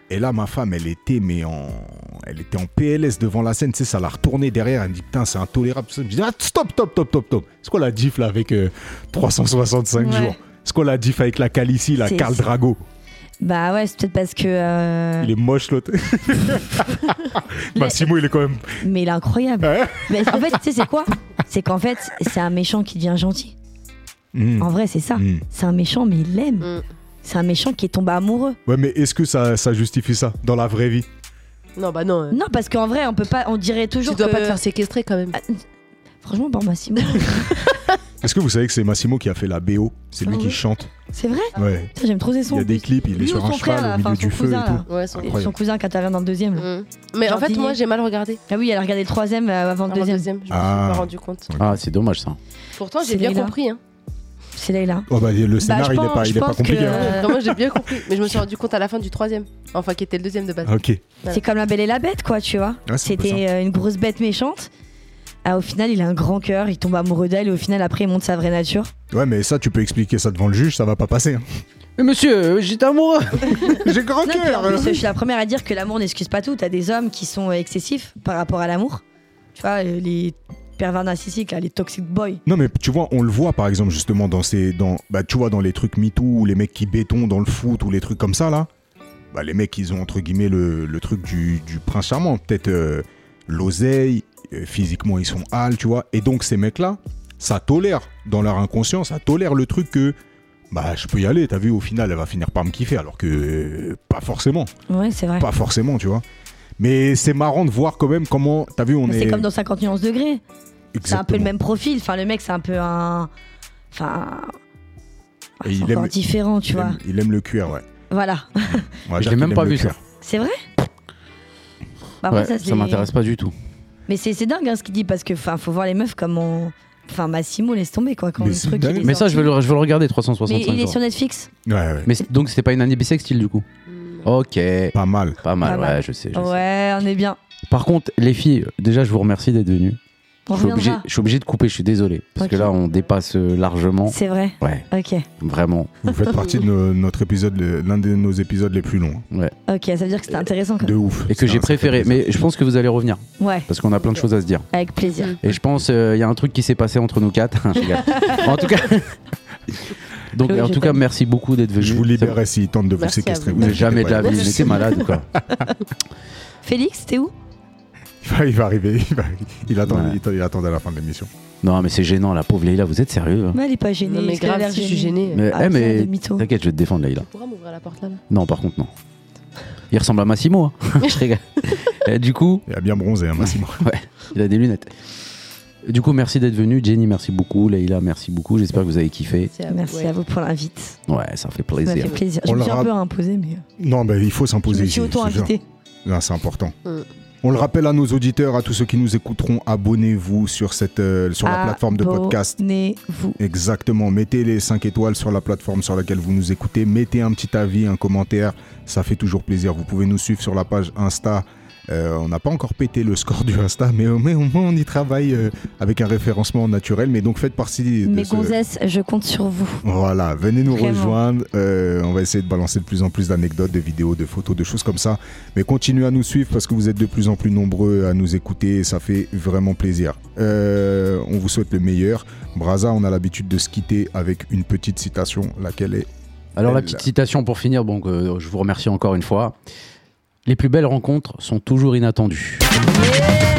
B: Et là, ma femme, elle était, mais en... elle était en PLS devant la scène, tu sais, ça l'a retournée derrière, elle me dit, putain, c'est intolérable. Je dis, ah, stop, stop, stop, stop, stop. C'est quoi la diff, là, avec euh, 365
D: Ouais.
B: jours C'est quoi la diff avec la Calicie, la
D: C'est-
B: Carl Drago
D: Bah ouais, c'est peut-être parce que. euh,
B: Il est moche, l'autre. Massimo, il est quand même...
D: Mais il est incroyable.
B: Ouais.
D: Mais en fait, tu sais, c'est quoi C'est qu'en fait, c'est un méchant qui devient gentil.
B: Mm,
D: En vrai, c'est ça.
B: mm.
D: C'est un méchant, mais il l'aime.
E: Mm.
D: C'est un méchant qui est tombé amoureux.
B: Ouais, mais est-ce que ça, ça justifie ça dans la vraie vie
E: Non, bah non. euh,
D: Non, parce qu'en vrai, on peut pas. On dirait
E: Tu
D: toujours.
E: dois
D: que-
E: pas te faire séquestrer quand même.
D: Ah, Franchement, bon, bah, Massimo.
B: Est-ce que vous savez que c'est Massimo qui a fait la BO C'est lui
D: Ah
B: qui
D: ouais.
B: chante.
D: c'est vrai
B: Ouais.
D: Putain, J'aime trop ses sons.
B: Il y a
D: en
B: des
D: plus.
B: clips, il est
D: Lui
B: sur
D: ou
B: un
D: son
B: cheval
D: frère, là,
B: au milieu
D: enfin,
B: du
D: son
B: feu
D: cousin,
B: et tout.
D: là.
E: Ouais, son-
B: Incroyable.
D: Son cousin qui intervient dans le deuxième. là.
E: Mm. Mais en fait,
D: Jardinier.
E: moi, j'ai mal regardé.
D: Ah oui, elle a regardé le troisième euh, avant le
E: Avant le
D: deuxième.
E: deuxième, je me suis
B: Ah.
E: pas rendu compte.
C: Ah, c'est dommage ça.
E: Pourtant, j'ai
D: C'est
E: bien
D: Leïla.
E: compris. Hein.
D: C'est là, il a.
B: Oh bah, le
D: Bah,
B: scénar,
D: je
B: il est
D: pense-
B: pas,
D: je
B: il est pas
D: pense que-
B: compliqué. hein.
D: Euh.
E: Vraiment, j'ai bien compris. Mais je me suis rendu compte à la fin du troisième. Enfin, qui était le deuxième de base.
B: hein. Ok.
E: Voilà.
D: C'est comme la belle et la bête, quoi, tu vois.
B: Ah Ouais, c'est un peu
D: C'était euh, une grosse bête méchante. Ah, au final, il a un grand cœur, il tombe amoureux d'elle et au final, après, il montre sa vraie nature.
B: Ouais, mais ça, tu peux expliquer ça devant le juge, ça va pas passer. hein.
C: Mais monsieur, euh, j'étais amoureux
D: Bah,
B: J'ai grand
D: Non, puis en
B: cœur.
D: plus,
B: hein.
D: je suis la première à dire que l'amour n'excuse pas tout. T'as des hommes qui sont euh, excessifs par rapport à l'amour. Tu vois, euh, les pervers narcissiques, là, les toxic boys.
B: Non, mais tu vois, on le voit par exemple justement dans ces, dans, bah, tu vois, dans les trucs MeToo ou les mecs qui bétonnent dans le foot ou les trucs comme ça là. Bah, les mecs, ils ont entre guillemets le, le truc du, du prince charmant, peut-être euh, l'oseille. euh, physiquement, ils sont hal, tu vois. Et donc ces mecs là, ça tolère dans leur inconscient, ça tolère le truc que. Bah, je peux y aller, t'as vu, au final, elle va finir par me kiffer, alors que euh, pas forcément.
D: Ouais, c'est vrai.
B: pas forcément, tu vois. Mais c'est marrant de voir quand même comment. T'as vu, on
D: Mais
B: est.
D: C'est comme dans 50 nuances degrés. C'est un peu
B: Exactement.
D: le même profil. Enfin, le mec, c'est un peu un. Enfin.
B: Et il
D: c'est encore
B: aime-
D: différent,
B: Il
D: tu vois.
B: aime, il aime le cuir, ouais.
D: Voilà.
B: On va
C: Je
B: dire
C: l'ai
B: qu'il
C: même
B: aime
C: pas
B: le
C: vu ça.
B: cuir.
D: C'est vrai Bah, après,
C: Ouais,
D: c'est-
C: ça m'intéresse pas du tout.
D: Mais c'est c'est dingue hein, ce qu'il dit parce que enfin faut voir les meufs comment. Enfin, Massimo laisse tomber quoi. Quand
B: Mais
D: le
B: c'est
D: truc, il
B: dingue.
D: est
C: Mais ça,
D: sorti.
C: je vais le, je vais le regarder
D: Mais
C: 365
D: il est
C: jours.
D: sur Netflix.
B: Ouais, ouais.
C: Mais c'est- donc, c'était pas une année bissextile du coup
E: Mm.
C: Ok.
B: Pas mal.
C: Pas
D: Hmm.
C: mal,
D: Pas
C: ouais,
D: mal.
C: je sais. je sais.
D: Ouais, on est bien.
C: Par contre, les filles, déjà, je vous remercie d'être venues.
D: On
C: Je suis obligé,
D: reviendra.
C: je suis obligé de couper, je suis désolé. Parce
D: Ok.
C: que là, on dépasse euh, largement.
D: C'est vrai.
C: Ouais,
D: Ok.
C: vraiment.
B: Vous faites partie de nos- notre épisode, le- l'un de nos épisodes les plus longs. hein.
D: Ok, ça veut dire que c'était intéressant. Quoi.
B: Euh, De ouf.
C: Et que
B: C'est
C: j'ai
B: un sacré
C: préféré.
B: plaisir.
C: Mais je pense que vous allez revenir.
D: Ouais,
C: Parce qu'on a plein de choses à se dire.
D: avec
E: Mm.
D: plaisir.
C: euh, Et je pense, il y a un truc qui s'est passé entre nous quatre. Je rigole. en tout cas. Donc,
A: Chloé,
C: en
A: je
C: tout cas,
A: t'aime.
C: merci beaucoup d'être venu.
B: Je vous libérerai s'ils tentent de vous
E: Merci à
B: séquestrer.
E: vous.
B: Vous
C: Mais
B: inquiétez
C: jamais
B: pas,
C: de la
B: il va-
C: vie, mais t'es malade quoi.
D: Félix, t'es où
B: Il va, il va arriver, il, va- il attend,
C: Ouais.
B: il, attend- il attend à la fin de l'émission.
C: Non mais c'est gênant la pauvre Leïla, vous êtes sérieux hein
D: Mais Elle est pas gênée.
E: Non, mais
D: parce qu'elle a
E: grave,
D: l'air
E: si je suis
D: gênée.
E: gênée.
C: Mais,
D: Ah,
C: eh,
D: putain,
C: mais
D: des mythos.
C: t'inquiète, je vais te défendre Leïla.
E: Tu pourras m'ouvrir la porte là
C: Non par contre non. Il ressemble à Massimo. hein. je rigole. Et du coup,
B: Il a bien bronzé, hein, Massimo.
C: Il a des lunettes. Du coup, merci d'être venu. Jenny, merci beaucoup. Leïla, merci beaucoup. J'espère que vous avez kiffé.
D: Merci à vous pour l'invite.
C: Ouais, ça
D: Ça
C: fait
D: m'a
C: plaisir.
D: fait plaisir.
B: On
D: Je me
B: le
D: suis un
B: rap-
D: peu imposée, mais
B: Non, mais il faut
D: je
B: s'imposer
D: me suis
B: ici. je te jure.
D: auto-invitée.
B: Non, c'est important.
E: Mm.
B: On le rappelle à nos auditeurs, à tous ceux qui nous écouteront, abonnez-vous sur, cette, euh, sur la plateforme de podcast.
D: Abonnez-vous.
B: Exactement, mettez les 5 étoiles sur la plateforme sur laquelle vous nous écoutez, mettez un petit avis, un commentaire, ça fait toujours plaisir. Vous pouvez nous suivre sur la page Insta. Euh, on n'a pas encore pété le score du Insta, mais, au- mais au moins on y travaille euh, avec un référencement naturel. Mais donc faites partie de
D: Mes
B: ce-
D: gonzesses, je compte sur vous.
B: Voilà, venez nous
D: Vraiment.
B: rejoindre. Euh, on va essayer de balancer de plus en plus d'anecdotes, de vidéos, de photos, de choses comme ça. Mais continuez à nous suivre parce que vous êtes de plus en plus nombreux à nous écouter et ça fait vraiment plaisir. Euh, on vous souhaite le meilleur. Braza, on a l'habitude de se quitter avec une petite citation, laquelle est
C: Alors, la
B: Elle.
C: petite citation pour finir. Donc, euh, je vous remercie encore une fois. Les plus belles rencontres sont toujours inattendues.
E: Yeah